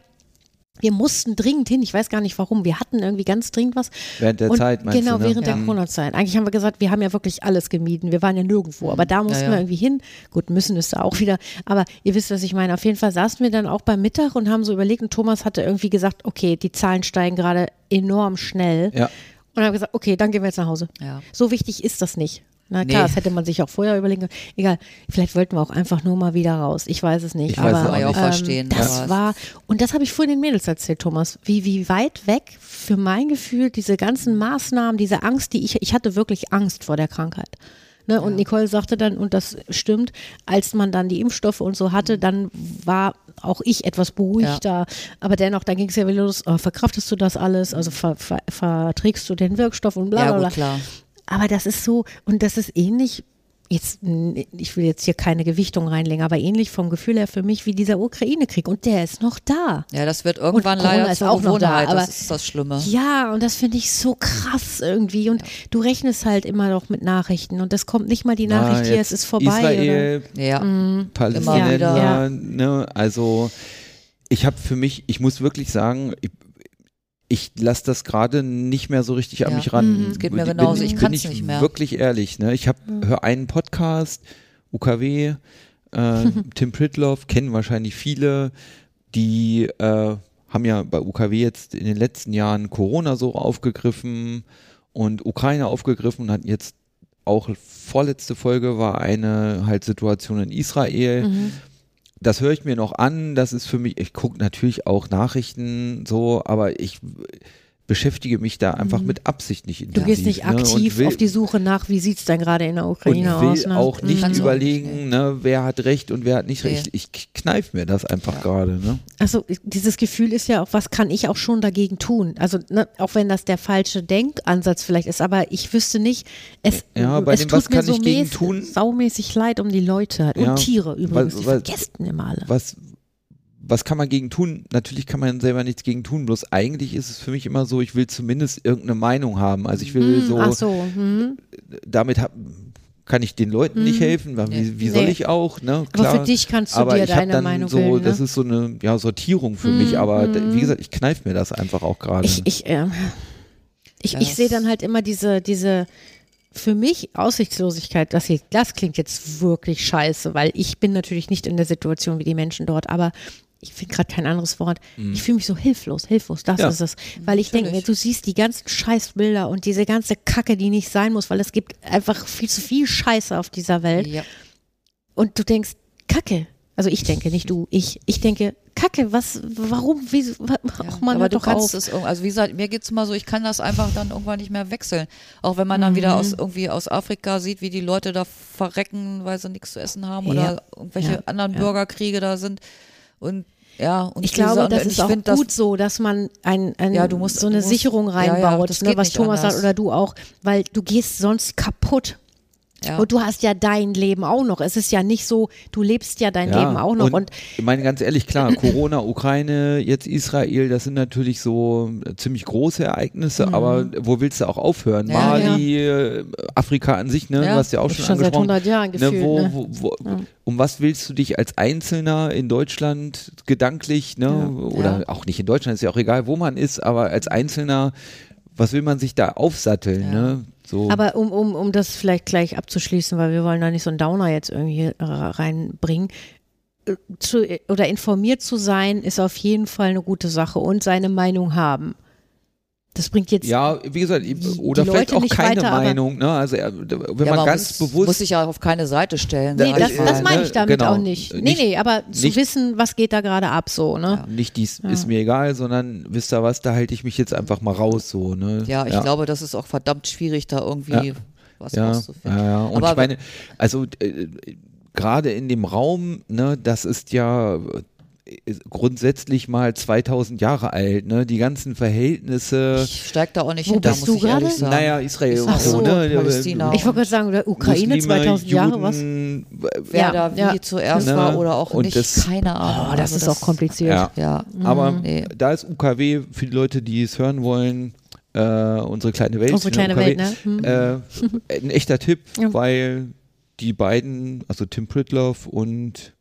[SPEAKER 4] Wir mussten dringend hin, ich weiß gar nicht warum. Wir hatten irgendwie ganz dringend was.
[SPEAKER 3] Während der
[SPEAKER 4] und
[SPEAKER 3] Zeit, meinst
[SPEAKER 4] Genau,
[SPEAKER 3] du, ne?
[SPEAKER 4] während der
[SPEAKER 3] Ja.
[SPEAKER 4] Corona-Zeit. Eigentlich haben wir gesagt, wir haben ja wirklich alles gemieden. Wir waren ja nirgendwo, aber da mussten
[SPEAKER 2] Ja, ja.
[SPEAKER 4] wir irgendwie hin. Gut, müssen ist da auch wieder. Aber ihr wisst, was ich meine. Auf jeden Fall saßen wir dann auch beim Mittag und haben so überlegt und Thomas hatte irgendwie gesagt, okay, die Zahlen steigen gerade enorm schnell.
[SPEAKER 3] Ja.
[SPEAKER 4] Und haben gesagt, okay, dann gehen wir jetzt nach Hause.
[SPEAKER 2] Ja.
[SPEAKER 4] So wichtig ist das nicht. Na
[SPEAKER 2] Nee.
[SPEAKER 4] klar, das hätte man sich auch vorher überlegen können. Egal, vielleicht wollten wir auch einfach nur mal wieder raus. Ich weiß es nicht.
[SPEAKER 3] Ich weiß
[SPEAKER 4] aber
[SPEAKER 3] es auch Kann man ja auch nicht.
[SPEAKER 2] verstehen,
[SPEAKER 4] Ähm, das
[SPEAKER 2] aber es-
[SPEAKER 4] war, und das habe ich vorhin den Mädels erzählt, Thomas, wie, wie weit weg für mein Gefühl diese ganzen Maßnahmen, diese Angst, die ich, ich hatte wirklich Angst vor der Krankheit. Ne, und Nicole sagte dann, und das stimmt, als man dann die Impfstoffe und so hatte, dann war auch ich etwas beruhigter. Aber dennoch, dann ging es ja wieder los, oh, verkraftest du das alles, also ver, ver, verträgst du den Wirkstoff und
[SPEAKER 2] Ja,
[SPEAKER 4] bla bla bla.
[SPEAKER 2] gut, klar.
[SPEAKER 4] Aber das ist so, und das ist ähnlich, jetzt, n- ich will jetzt hier keine Gewichtung reinlegen, aber ähnlich vom Gefühl her für mich wie dieser Ukraine-Krieg. Und der ist noch da.
[SPEAKER 2] Ja, das wird irgendwann
[SPEAKER 4] Und Corona
[SPEAKER 2] leider
[SPEAKER 4] ist
[SPEAKER 2] zur
[SPEAKER 4] auch noch da,
[SPEAKER 2] Gewohnheit.
[SPEAKER 4] aber-
[SPEAKER 2] das ist das Schlimme.
[SPEAKER 4] Ja, und das finde ich so krass irgendwie. Und du rechnest halt immer noch mit Nachrichten und das kommt nicht mal die Nachricht
[SPEAKER 3] Ah,
[SPEAKER 4] hier,
[SPEAKER 3] jetzt
[SPEAKER 4] es ist vorbei. Oder?
[SPEAKER 3] Israel,
[SPEAKER 2] Ja. Immer
[SPEAKER 3] Palästinenser,
[SPEAKER 4] wieder.
[SPEAKER 3] ne? also ich habe für mich, ich muss wirklich sagen, ich, ich lasse das gerade nicht mehr so richtig
[SPEAKER 2] Ja.
[SPEAKER 3] an
[SPEAKER 2] Mhm,
[SPEAKER 3] mich ran.
[SPEAKER 2] geht mir
[SPEAKER 3] Bin-
[SPEAKER 2] genauso. Ich
[SPEAKER 3] bin
[SPEAKER 2] kann's nicht mehr. Mhm.
[SPEAKER 3] Wirklich ehrlich, ne? Ich habe höre einen Podcast, UKW, äh, Tim Pritloff, kennen wahrscheinlich viele, die äh, haben ja bei UKW jetzt in den letzten Jahren Corona so aufgegriffen und Ukraine aufgegriffen und hatten jetzt auch vorletzte Folge war eine halt Situation in Israel.
[SPEAKER 4] Mhm.
[SPEAKER 3] Das höre ich mir noch an. Das ist für mich, ich gucke natürlich auch Nachrichten so, aber ich beschäftige mich da einfach mit Absicht nicht
[SPEAKER 4] Mhm. Du
[SPEAKER 3] intensiv.
[SPEAKER 4] gehst nicht
[SPEAKER 3] ne, und
[SPEAKER 4] aktiv
[SPEAKER 3] will-
[SPEAKER 4] auf die Suche nach, wie sieht es denn gerade in der
[SPEAKER 3] und
[SPEAKER 4] Ukraine aus.
[SPEAKER 3] will
[SPEAKER 4] Ne?
[SPEAKER 3] auch nicht
[SPEAKER 2] Kannst du auch nicht,
[SPEAKER 3] überlegen, ne, wer hat recht und wer hat nicht
[SPEAKER 2] Nee.
[SPEAKER 3] recht. Ich ich kneif mir das einfach gerade. Ne?
[SPEAKER 4] Also dieses Gefühl ist ja auch, was kann ich auch schon dagegen tun? Also ne, auch wenn das der falsche Denkansatz vielleicht ist, aber ich wüsste nicht, es,
[SPEAKER 3] Ja, bei
[SPEAKER 4] es
[SPEAKER 3] dem,
[SPEAKER 4] tut
[SPEAKER 3] was
[SPEAKER 4] mir
[SPEAKER 3] kann
[SPEAKER 4] so
[SPEAKER 3] ich gegen
[SPEAKER 4] mäß-
[SPEAKER 3] tun?
[SPEAKER 4] saumäßig leid um die Leute halt. und
[SPEAKER 3] Ja,
[SPEAKER 4] Tiere übrigens,
[SPEAKER 3] weil-
[SPEAKER 4] die
[SPEAKER 3] weil-
[SPEAKER 4] vergessen immer alle.
[SPEAKER 3] was, was kann man gegen tun? Natürlich kann man selber nichts gegen tun, bloß eigentlich ist es für mich immer so, ich will zumindest irgendeine Meinung haben. Also ich will
[SPEAKER 4] Hm,
[SPEAKER 3] so,
[SPEAKER 4] Ach so, hm.
[SPEAKER 3] damit hab, kann ich den Leuten nicht helfen, weil wie, wie soll
[SPEAKER 4] Mhm. Nee.
[SPEAKER 3] ich auch? Ne?
[SPEAKER 4] Aber
[SPEAKER 3] Klar,
[SPEAKER 4] für dich kannst du
[SPEAKER 3] aber
[SPEAKER 4] dir
[SPEAKER 3] ich hab
[SPEAKER 4] deine
[SPEAKER 3] dann
[SPEAKER 4] Meinung
[SPEAKER 3] so,
[SPEAKER 4] bilden,
[SPEAKER 3] Das
[SPEAKER 4] ne? Mhm.
[SPEAKER 3] ist so eine ja, Sortierung für mich, aber d- wie gesagt, ich kneife mir das einfach auch gerade.
[SPEAKER 4] ich, ich, ähm, ich,
[SPEAKER 2] Ja,
[SPEAKER 4] ich
[SPEAKER 2] das-
[SPEAKER 4] sehe dann halt immer diese, diese für mich Aussichtslosigkeit, das, hier, das klingt jetzt wirklich scheiße, weil ich bin natürlich nicht in der Situation wie die Menschen dort, aber ich finde gerade kein anderes Wort. Ich fühle mich so hilflos, hilflos, das
[SPEAKER 3] Ja.
[SPEAKER 4] ist es. Weil ich denke mir, du siehst die ganzen Scheißbilder und diese ganze Kacke, die nicht sein muss, weil es gibt einfach viel zu viel Scheiße auf dieser Welt.
[SPEAKER 2] Ja.
[SPEAKER 4] Und du denkst, Kacke. Also ich denke, nicht du, ich. Ich denke, Kacke, was, warum, wieso, wa- ach man,
[SPEAKER 2] aber
[SPEAKER 4] hört
[SPEAKER 2] du
[SPEAKER 4] doch
[SPEAKER 2] kannst
[SPEAKER 4] auf.
[SPEAKER 2] es irgendwie, also wie gesagt, mir geht's immer so, ich kann das einfach dann irgendwann nicht mehr wechseln. Auch wenn man dann wieder
[SPEAKER 4] Mhm.
[SPEAKER 2] aus irgendwie aus Afrika sieht, wie die Leute da verrecken, weil sie nichts zu essen haben
[SPEAKER 4] Ja.
[SPEAKER 2] oder irgendwelche
[SPEAKER 4] Ja.
[SPEAKER 2] anderen
[SPEAKER 4] Ja.
[SPEAKER 2] Bürgerkriege da sind. Und ja, und
[SPEAKER 4] Ich
[SPEAKER 2] diese-
[SPEAKER 4] glaube,
[SPEAKER 2] und
[SPEAKER 4] das
[SPEAKER 2] ich
[SPEAKER 4] ist auch
[SPEAKER 2] find das-
[SPEAKER 4] gut so, dass man ein, ein,
[SPEAKER 2] Ja, du musst-
[SPEAKER 4] so eine
[SPEAKER 2] du musst-
[SPEAKER 4] Sicherung
[SPEAKER 2] ja, ja,
[SPEAKER 4] reinbaut,
[SPEAKER 2] das
[SPEAKER 4] ne,
[SPEAKER 2] geht
[SPEAKER 4] was
[SPEAKER 2] nicht
[SPEAKER 4] Thomas
[SPEAKER 2] anders.
[SPEAKER 4] sagt oder du auch, weil du gehst sonst kaputt.
[SPEAKER 2] Ja.
[SPEAKER 4] Und du hast ja dein Leben auch noch. Es ist ja nicht so, du lebst ja dein
[SPEAKER 3] Ja,
[SPEAKER 4] Leben auch noch. Und,
[SPEAKER 3] ich meine ganz ehrlich, klar, Corona, Ukraine, jetzt Israel, das sind natürlich so äh, ziemlich große Ereignisse,
[SPEAKER 4] Mhm.
[SPEAKER 3] aber wo willst du auch aufhören?
[SPEAKER 2] Ja,
[SPEAKER 3] Mali, äh, Afrika an sich, ne?
[SPEAKER 2] Ja,
[SPEAKER 3] du hast ja auch schon,
[SPEAKER 4] schon seit
[SPEAKER 3] angesprochen.
[SPEAKER 4] 100 Jahren gefühlt,
[SPEAKER 3] wo,
[SPEAKER 4] ne?
[SPEAKER 3] Wo, wo, Um was willst du dich als Einzelner in Deutschland gedanklich, ne? Oder auch nicht in Deutschland, ist ja auch egal, wo man ist, aber als Einzelner, was will man sich da aufsatteln, ne? So.
[SPEAKER 4] aber um, um, um das vielleicht gleich abzuschließen, weil wir wollen da nicht so einen Downer jetzt irgendwie äh, reinbringen. äh, Zu, oder informiert zu sein, ist auf jeden Fall eine gute Sache und seine Meinung haben. Das bringt jetzt
[SPEAKER 3] ja, wie gesagt, oder
[SPEAKER 4] die
[SPEAKER 3] vielleicht
[SPEAKER 4] Leute
[SPEAKER 3] auch
[SPEAKER 4] nicht
[SPEAKER 3] keine
[SPEAKER 4] weiter, aber-
[SPEAKER 3] Meinung, ne? Also äh, wenn
[SPEAKER 2] ja,
[SPEAKER 3] man
[SPEAKER 2] aber
[SPEAKER 3] ganz
[SPEAKER 2] muss,
[SPEAKER 3] bewusst
[SPEAKER 2] muss ich ja auf keine Seite stellen.
[SPEAKER 3] Nee,
[SPEAKER 4] Nee,
[SPEAKER 2] sag
[SPEAKER 4] das,
[SPEAKER 2] ich
[SPEAKER 3] Also,
[SPEAKER 4] das
[SPEAKER 2] mal.
[SPEAKER 4] meine
[SPEAKER 3] ne,
[SPEAKER 4] ich damit
[SPEAKER 3] genau.
[SPEAKER 4] auch nicht. Nee,
[SPEAKER 3] Nicht-
[SPEAKER 4] nee, aber zu
[SPEAKER 3] nicht-
[SPEAKER 4] wissen, was geht da gerade ab, so, ne?
[SPEAKER 3] nicht dies ist mir egal, sondern wisst ihr was, da halte ich mich jetzt einfach mal raus so, ne?
[SPEAKER 2] Ja, ich glaube, das ist auch verdammt schwierig, da irgendwie
[SPEAKER 3] Ja.
[SPEAKER 2] was
[SPEAKER 3] ja, ja,
[SPEAKER 2] rauszufinden.
[SPEAKER 3] ja. Und
[SPEAKER 2] aber
[SPEAKER 3] ich meine, also äh, gerade in dem Raum, ne, das ist ja ist grundsätzlich mal 2000 Jahre alt, ne? Die ganzen Verhältnisse.
[SPEAKER 2] Ich steig da auch nicht
[SPEAKER 4] Wo
[SPEAKER 2] hinter,
[SPEAKER 4] bist
[SPEAKER 2] muss
[SPEAKER 4] du
[SPEAKER 2] ich ehrlich
[SPEAKER 4] gerade?
[SPEAKER 2] sagen.
[SPEAKER 3] Naja, Israel und
[SPEAKER 2] Ach
[SPEAKER 3] so,
[SPEAKER 2] so,
[SPEAKER 3] ne?
[SPEAKER 2] Palästina.
[SPEAKER 4] Ich wollte gerade sagen, oder Ukraine 2000 Jahre, was?
[SPEAKER 3] Juden, äh,
[SPEAKER 2] Wer
[SPEAKER 4] Ja,
[SPEAKER 2] da wie
[SPEAKER 4] ja.
[SPEAKER 2] zuerst
[SPEAKER 3] Ne?
[SPEAKER 2] war oder auch
[SPEAKER 3] Und
[SPEAKER 2] nicht,
[SPEAKER 3] das-
[SPEAKER 2] keine Ahnung.
[SPEAKER 4] Oh, das
[SPEAKER 2] Also
[SPEAKER 4] ist auch kompliziert.
[SPEAKER 3] Ja. Mhm.
[SPEAKER 2] Ja,
[SPEAKER 4] Mhm.
[SPEAKER 2] Mhm.
[SPEAKER 3] Aber
[SPEAKER 2] Nee.
[SPEAKER 3] da ist UKW für die Leute, die es hören wollen, äh, unsere kleine Welt.
[SPEAKER 4] Unsere kleine
[SPEAKER 3] UKW,
[SPEAKER 4] Welt, ne?
[SPEAKER 3] Äh, ein echter Tipp,
[SPEAKER 4] Ja.
[SPEAKER 3] weil die beiden, also Tim Pritloff und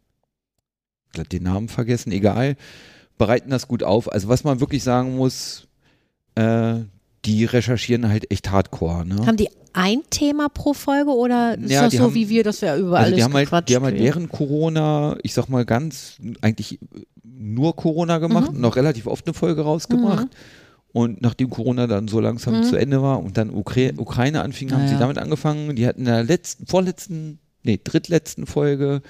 [SPEAKER 3] ich glaub, den Namen vergessen, egal, bereiten das gut auf. Also was man wirklich sagen muss, äh, die recherchieren halt echt hardcore. Ne?
[SPEAKER 4] Haben die ein Thema pro Folge oder ist
[SPEAKER 3] Ja,
[SPEAKER 4] das
[SPEAKER 3] die
[SPEAKER 4] so
[SPEAKER 3] haben-
[SPEAKER 4] wie wir, dass wir über
[SPEAKER 3] Also
[SPEAKER 4] alles
[SPEAKER 3] die haben halt,
[SPEAKER 4] gequatscht
[SPEAKER 3] die haben halt
[SPEAKER 4] kriegen?
[SPEAKER 3] während Corona, ich sag mal ganz, eigentlich äh, nur Corona gemacht
[SPEAKER 4] Mhm.
[SPEAKER 3] und noch relativ oft eine Folge rausgemacht. Und nachdem Corona dann so
[SPEAKER 4] Mhm.
[SPEAKER 3] langsam zu Ende war und dann Ukra Ukraine anfing, haben
[SPEAKER 2] Ah,
[SPEAKER 3] sie
[SPEAKER 2] ja.
[SPEAKER 3] damit angefangen. Die hatten in der letzten, vorletzten, nee, drittletzten Folge,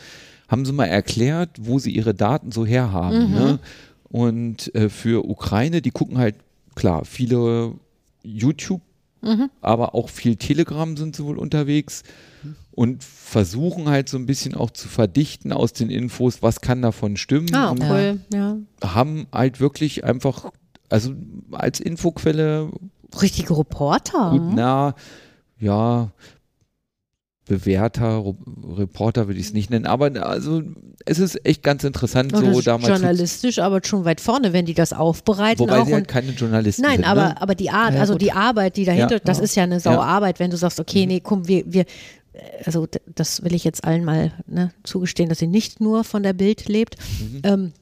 [SPEAKER 3] haben sie mal erklärt, wo sie ihre Daten so
[SPEAKER 4] Mhm.
[SPEAKER 3] herhaben. Ne? Und äh, für Ukraine, die gucken halt, klar, viele YouTube, aber auch viel Telegram sind sie wohl unterwegs und versuchen halt so ein bisschen auch zu verdichten aus den Infos, was kann davon stimmen.
[SPEAKER 4] Ah,
[SPEAKER 3] und
[SPEAKER 4] cool. Ja.
[SPEAKER 3] haben halt wirklich einfach, also als Infoquelle
[SPEAKER 4] Richtige Reporter.
[SPEAKER 3] gut
[SPEAKER 4] hm?
[SPEAKER 3] nah, ja, bewährter Ru- Reporter würde ich es nicht nennen, aber also es ist echt ganz interessant,
[SPEAKER 4] Ja, Oh, das
[SPEAKER 3] so
[SPEAKER 4] ist
[SPEAKER 3] damals. zu-
[SPEAKER 4] journalistisch, aber schon weit vorne, wenn die das aufbereiten
[SPEAKER 3] Wobei
[SPEAKER 4] auch
[SPEAKER 3] sie halt
[SPEAKER 4] und
[SPEAKER 3] keine Journalisten
[SPEAKER 4] Nein,
[SPEAKER 3] sind.
[SPEAKER 4] aber,
[SPEAKER 3] ne?
[SPEAKER 4] aber die Art,
[SPEAKER 3] Ja,
[SPEAKER 4] also
[SPEAKER 3] gut.
[SPEAKER 4] die Arbeit, die dahinter,
[SPEAKER 3] Ja,
[SPEAKER 4] das
[SPEAKER 3] ja. Mhm.
[SPEAKER 4] ist ja eine Sauarbeit,
[SPEAKER 3] Ja.
[SPEAKER 4] Arbeit, wenn du sagst, okay, nee, komm, wir, wir, äh, also d- das will ich jetzt allen mal ne, zugestehen, dass sie nicht nur von der Bild lebt.
[SPEAKER 3] Mhm.
[SPEAKER 4] Ähm,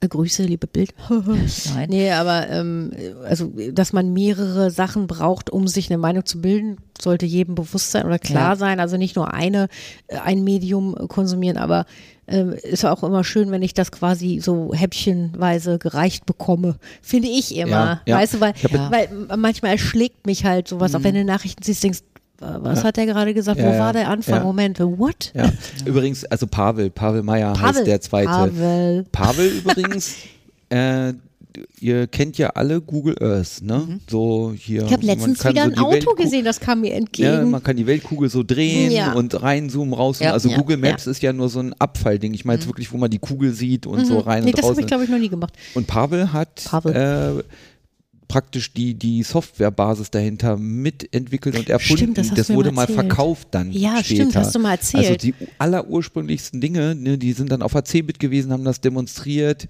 [SPEAKER 4] äh, Grüße, liebe Bild.
[SPEAKER 2] Nein.
[SPEAKER 4] Nee, aber ähm, also, dass man mehrere Sachen braucht, um sich eine Meinung zu bilden, sollte jedem bewusst sein oder klar
[SPEAKER 2] Ja.
[SPEAKER 4] sein. Also nicht nur eine, äh, ein Medium äh, konsumieren, aber ähm, ist auch immer schön, wenn ich das quasi so häppchenweise gereicht bekomme. Finde ich immer.
[SPEAKER 3] Ja, ja.
[SPEAKER 4] Weißt du, weil,
[SPEAKER 3] Ich hab- Mhm.
[SPEAKER 2] Ja.
[SPEAKER 4] weil manchmal erschlägt mich halt sowas, auch wenn du Nachrichten siehst, denkst, äh, was hat der gerade gesagt?
[SPEAKER 3] Ja,
[SPEAKER 4] Wo
[SPEAKER 3] ja.
[SPEAKER 4] war der Anfang?
[SPEAKER 3] Ja.
[SPEAKER 4] Moment, what?
[SPEAKER 3] Ja. Übrigens, also Pavel, Pavel Meyer heißt der zweite.
[SPEAKER 4] Pavel.
[SPEAKER 3] Pavel übrigens, äh, ihr kennt ja alle Google Earth, ne? So hier.
[SPEAKER 4] Mhm. Ich habe
[SPEAKER 3] man
[SPEAKER 4] letztens
[SPEAKER 3] kann
[SPEAKER 4] wieder
[SPEAKER 3] so
[SPEAKER 4] ein
[SPEAKER 3] die
[SPEAKER 4] Auto
[SPEAKER 3] Weltku-
[SPEAKER 4] gesehen, das kam mir
[SPEAKER 3] Ja,
[SPEAKER 4] entgegen.
[SPEAKER 3] man kann die Weltkugel so drehen
[SPEAKER 4] Ja.
[SPEAKER 3] und reinzoomen, rauszoomen.
[SPEAKER 2] Ja,
[SPEAKER 3] also
[SPEAKER 4] ja,
[SPEAKER 3] Google
[SPEAKER 4] ja. Mhm.
[SPEAKER 3] Maps ist ja nur so ein Abfallding. Ich meine jetzt wirklich, wo man die Kugel sieht und so rein
[SPEAKER 4] nee,
[SPEAKER 3] und
[SPEAKER 4] das habe
[SPEAKER 3] raus.
[SPEAKER 4] ich, glaube ich, noch nie gemacht.
[SPEAKER 3] Und Pavel hat
[SPEAKER 4] Pavel.
[SPEAKER 3] Äh, praktisch die, die Softwarebasis dahinter mitentwickelt und erfunden.
[SPEAKER 4] Stimmt, das hast du mir
[SPEAKER 3] wurde
[SPEAKER 4] mal
[SPEAKER 3] mal
[SPEAKER 4] erzählt.
[SPEAKER 3] verkauft dann
[SPEAKER 4] Ja,
[SPEAKER 3] später.
[SPEAKER 4] stimmt, hast du mal erzählt.
[SPEAKER 3] Also die allerursprünglichsten Dinge, ne, die sind dann auf AC-Bit gewesen, haben das demonstriert.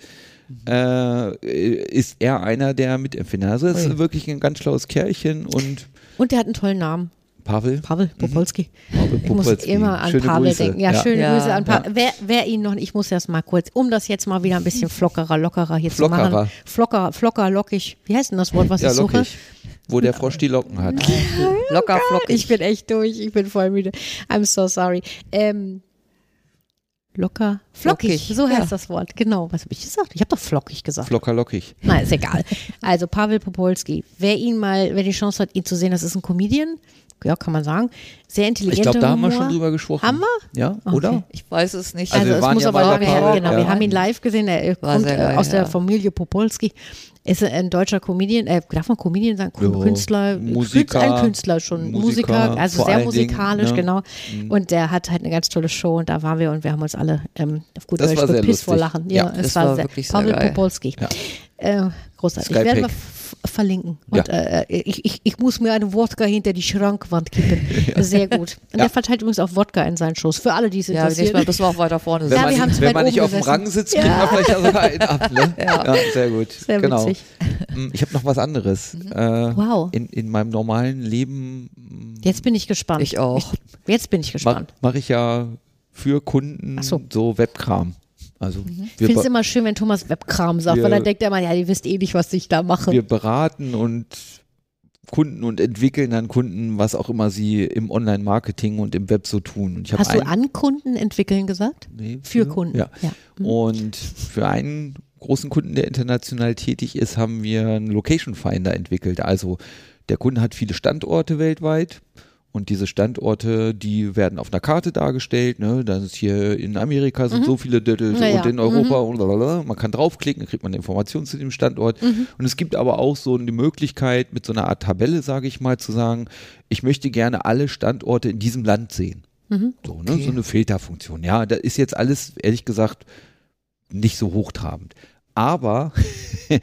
[SPEAKER 4] Mhm.
[SPEAKER 3] Äh, ist er einer der Mitempfinder. Also es ist wirklich ein ganz schlaues Kerlchen und
[SPEAKER 4] Und der hat einen tollen Namen.
[SPEAKER 3] Pavel,
[SPEAKER 4] Pavel Popolski.
[SPEAKER 3] Mhm. Pavel
[SPEAKER 4] Ich muss
[SPEAKER 3] Popolski.
[SPEAKER 4] immer an
[SPEAKER 3] Schöne
[SPEAKER 4] Pavel
[SPEAKER 3] Grüße.
[SPEAKER 4] denken. Ja, schöne
[SPEAKER 2] Ja.
[SPEAKER 4] Grüße an Pavel. Wer, wer ihn noch, ich muss das mal kurz, um das jetzt mal wieder ein bisschen flockerer, lockerer hier
[SPEAKER 3] Flockerer.
[SPEAKER 4] zu machen. Flocker, flocker, lockig. Wie heißt denn das Wort, was
[SPEAKER 3] Ja,
[SPEAKER 4] ich suche?
[SPEAKER 3] lockig. Wo der Frosch die Locken hat.
[SPEAKER 2] Locker flockig.
[SPEAKER 4] Ich bin echt durch, ich bin voll müde. I'm so sorry. Ähm, locker, flockig,
[SPEAKER 2] Flockig,
[SPEAKER 4] so heißt
[SPEAKER 2] ja.
[SPEAKER 4] das Wort. Genau, was habe ich gesagt? Ich habe doch flockig gesagt.
[SPEAKER 3] Flocker lockig.
[SPEAKER 4] Na, ist egal. Also Pavel Popolski, wer ihn mal, wer die Chance hat, ihn zu sehen, das ist ein Comedian. Ja, kann man sagen. Sehr intelligenter
[SPEAKER 3] Ich glaube, da haben wir
[SPEAKER 4] Humor.
[SPEAKER 3] schon drüber gesprochen.
[SPEAKER 4] Haben wir?
[SPEAKER 3] Ja, oder?
[SPEAKER 2] Ich weiß es nicht.
[SPEAKER 3] Also
[SPEAKER 4] Also,
[SPEAKER 3] wir
[SPEAKER 4] es
[SPEAKER 3] waren
[SPEAKER 4] muss
[SPEAKER 3] ja
[SPEAKER 4] aber
[SPEAKER 3] bei
[SPEAKER 4] sagen,
[SPEAKER 3] der
[SPEAKER 4] wir,
[SPEAKER 3] Paul,
[SPEAKER 4] genau,
[SPEAKER 3] ja.
[SPEAKER 4] wir haben ihn live gesehen, er
[SPEAKER 2] War
[SPEAKER 4] kommt
[SPEAKER 2] sehr
[SPEAKER 4] äh,
[SPEAKER 2] geil,
[SPEAKER 4] aus der
[SPEAKER 2] ja.
[SPEAKER 4] Familie Popolski. Ist ein deutscher Comedian, äh, darf man Comedian sagen?
[SPEAKER 3] Ja,
[SPEAKER 4] Künstler,
[SPEAKER 3] Musiker,
[SPEAKER 4] Künstler, ein Künstler schon,
[SPEAKER 3] Musiker,
[SPEAKER 4] Musiker, also
[SPEAKER 3] vor
[SPEAKER 4] sehr
[SPEAKER 3] allen Dingen,
[SPEAKER 4] musikalisch,
[SPEAKER 3] ne?
[SPEAKER 4] genau. Und der hat halt eine ganz tolle Show und da waren wir und wir haben uns alle ähm, auf gut
[SPEAKER 3] Das
[SPEAKER 4] Deutsch
[SPEAKER 3] war sehr
[SPEAKER 4] bepisst vor
[SPEAKER 3] lustig.
[SPEAKER 4] Lachen.
[SPEAKER 3] Ja,
[SPEAKER 4] Ja, es
[SPEAKER 2] das
[SPEAKER 4] war,
[SPEAKER 2] war
[SPEAKER 4] sehr,
[SPEAKER 2] wirklich sehr
[SPEAKER 4] Pavel
[SPEAKER 2] geil.
[SPEAKER 4] Popolski. Äh, großartig. Ich werde
[SPEAKER 3] Skypack.
[SPEAKER 4] mal f- verlinken. Und
[SPEAKER 3] Ja.
[SPEAKER 4] äh, ich, ich, ich muss mir eine Wodka hinter die Schrankwand kippen. Sehr gut. Und er verteilt übrigens auch Wodka in seinen Shows. Für alle, die es
[SPEAKER 2] ja, nächstes
[SPEAKER 4] interessiert.
[SPEAKER 2] Mal müssen wir auch weiter vorne
[SPEAKER 3] Wenn
[SPEAKER 4] Ja,
[SPEAKER 2] sein.
[SPEAKER 3] man,
[SPEAKER 4] wir haben zu
[SPEAKER 3] wenn
[SPEAKER 4] weit
[SPEAKER 3] man nicht
[SPEAKER 4] oben
[SPEAKER 3] auf dem
[SPEAKER 4] gesessen.
[SPEAKER 3] Rang sitzt, kriegt man vielleicht auch sogar einen ab. Ne? Ja. sehr gut.
[SPEAKER 4] Sehr
[SPEAKER 3] genau.
[SPEAKER 4] witzig. Mhm.
[SPEAKER 3] Hm, Ich habe noch was anderes. Äh,
[SPEAKER 4] Wow.
[SPEAKER 3] In, in meinem normalen Leben
[SPEAKER 4] Jetzt bin ich gespannt.
[SPEAKER 2] Ich auch.
[SPEAKER 4] Jetzt bin ich
[SPEAKER 3] mache
[SPEAKER 4] gespannt.
[SPEAKER 3] mach ich ja für Kunden
[SPEAKER 4] Ach
[SPEAKER 3] so.
[SPEAKER 4] so.
[SPEAKER 3] Webkram. Also
[SPEAKER 4] Ich
[SPEAKER 3] wir,
[SPEAKER 4] finde es
[SPEAKER 3] be-
[SPEAKER 4] immer schön, wenn Thomas Webkram sagt,
[SPEAKER 3] Wir-
[SPEAKER 4] weil dann denkt er immer, ja, ihr wisst eh nicht, was ich da mache.
[SPEAKER 3] wir beraten und Kunden und entwickeln dann Kunden, was auch immer sie im Online-Marketing und im Web so tun. Und ich hab
[SPEAKER 4] Hast du
[SPEAKER 3] ein-
[SPEAKER 4] an Kunden entwickeln gesagt?
[SPEAKER 3] Nee,
[SPEAKER 4] Für Kunden.
[SPEAKER 3] Ja.
[SPEAKER 4] Ja.
[SPEAKER 3] Und für einen großen Kunden, der international tätig ist, haben wir einen Location Finder entwickelt. Also der Kunde hat viele Standorte weltweit. Und diese Standorte, die werden auf einer Karte dargestellt. Ne? Das ist hier in Amerika sind so viele Dödel
[SPEAKER 4] Na Mhm. ja. Mhm.
[SPEAKER 3] und in Europa und blablabla. Man kann draufklicken, dann kriegt man Informationen zu dem Standort.
[SPEAKER 4] Mhm.
[SPEAKER 3] Und es gibt aber auch so eine Möglichkeit, mit so einer Art Tabelle, sage ich mal, zu sagen, ich möchte gerne alle Standorte in diesem
[SPEAKER 4] Mhm.
[SPEAKER 3] Land sehen. So, ne? so eine Filterfunktion. Ja, da ist jetzt alles, ehrlich gesagt, nicht so hochtrabend. Aber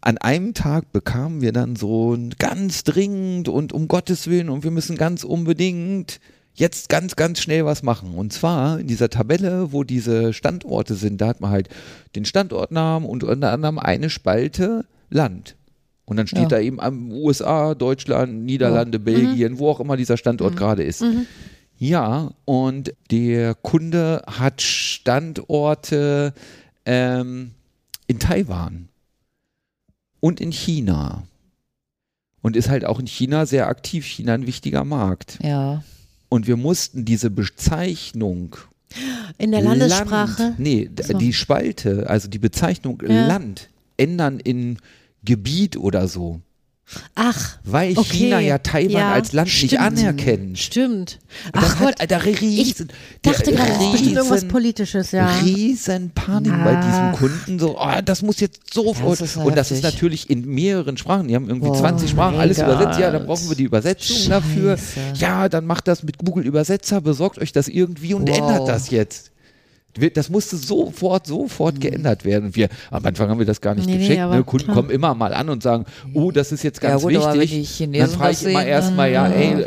[SPEAKER 3] an einem Tag bekamen wir dann so ein ganz dringend und um Gottes Willen und wir müssen ganz unbedingt jetzt ganz, ganz schnell was machen. Und zwar in dieser Tabelle, wo diese Standorte sind, da hat man halt den Standortnamen und unter anderem eine Spalte Land. Und dann steht
[SPEAKER 2] Ja.
[SPEAKER 3] da eben am USA, Deutschland, Niederlande,
[SPEAKER 4] Mhm.
[SPEAKER 3] Belgien, wo auch immer dieser Standort gerade ist. Ja, und der Kunde hat Standorte ähm, in Taiwan und in China. Und ist halt auch in China sehr aktiv. China ein wichtiger Markt.
[SPEAKER 2] Ja.
[SPEAKER 3] Und wir mussten diese Bezeichnung
[SPEAKER 4] In der Landessprache.
[SPEAKER 3] Land, nee, d-
[SPEAKER 4] So.
[SPEAKER 3] die Spalte, also die Bezeichnung
[SPEAKER 4] Ja.
[SPEAKER 3] Land ändern in Gebiet oder so,
[SPEAKER 4] Ach,
[SPEAKER 3] weil
[SPEAKER 4] Okay.
[SPEAKER 3] China ja Taiwan
[SPEAKER 4] Ja,
[SPEAKER 3] als Land nicht
[SPEAKER 4] stimmt.
[SPEAKER 3] anerkennt.
[SPEAKER 4] stimmt.
[SPEAKER 3] Das
[SPEAKER 4] Ach
[SPEAKER 3] hat,
[SPEAKER 4] Gott,
[SPEAKER 3] Alter, riesen,
[SPEAKER 4] ich dachte
[SPEAKER 3] der
[SPEAKER 4] gerade, das ist bestimmt irgendwas
[SPEAKER 3] riesen-
[SPEAKER 4] Politisches, ja.
[SPEAKER 3] Riesen Panik bei diesem Kunden, so, ah, das muss jetzt sofort.
[SPEAKER 2] Das ist
[SPEAKER 3] und das ist
[SPEAKER 2] heftig.
[SPEAKER 3] natürlich in mehreren Sprachen. Die haben irgendwie
[SPEAKER 2] Oh
[SPEAKER 3] 20 Sprachen,
[SPEAKER 2] mein
[SPEAKER 3] alles übersetzt. Ja,
[SPEAKER 2] Gott.
[SPEAKER 3] dann brauchen wir die Übersetzung dafür.
[SPEAKER 2] Scheiße.
[SPEAKER 3] Ja, dann macht das mit Google Übersetzer, besorgt euch das irgendwie und
[SPEAKER 2] Wow.
[SPEAKER 3] ändert das jetzt. Wir- Das musste sofort,
[SPEAKER 2] Hm.
[SPEAKER 3] sofort geändert werden. Und wir, am Anfang haben wir das gar nicht
[SPEAKER 4] Nee, nee,
[SPEAKER 3] gecheckt.
[SPEAKER 4] aber
[SPEAKER 3] ne? Kunden
[SPEAKER 4] klar.
[SPEAKER 3] kommen immer mal an und sagen, oh, das ist jetzt ganz
[SPEAKER 2] Ja, gut,
[SPEAKER 3] wichtig.
[SPEAKER 2] aber wenn die
[SPEAKER 3] dann
[SPEAKER 2] Chinesen
[SPEAKER 3] frage ich
[SPEAKER 2] das
[SPEAKER 3] immer
[SPEAKER 2] sehen,
[SPEAKER 3] erstmal, ja,
[SPEAKER 2] dann-
[SPEAKER 3] ey,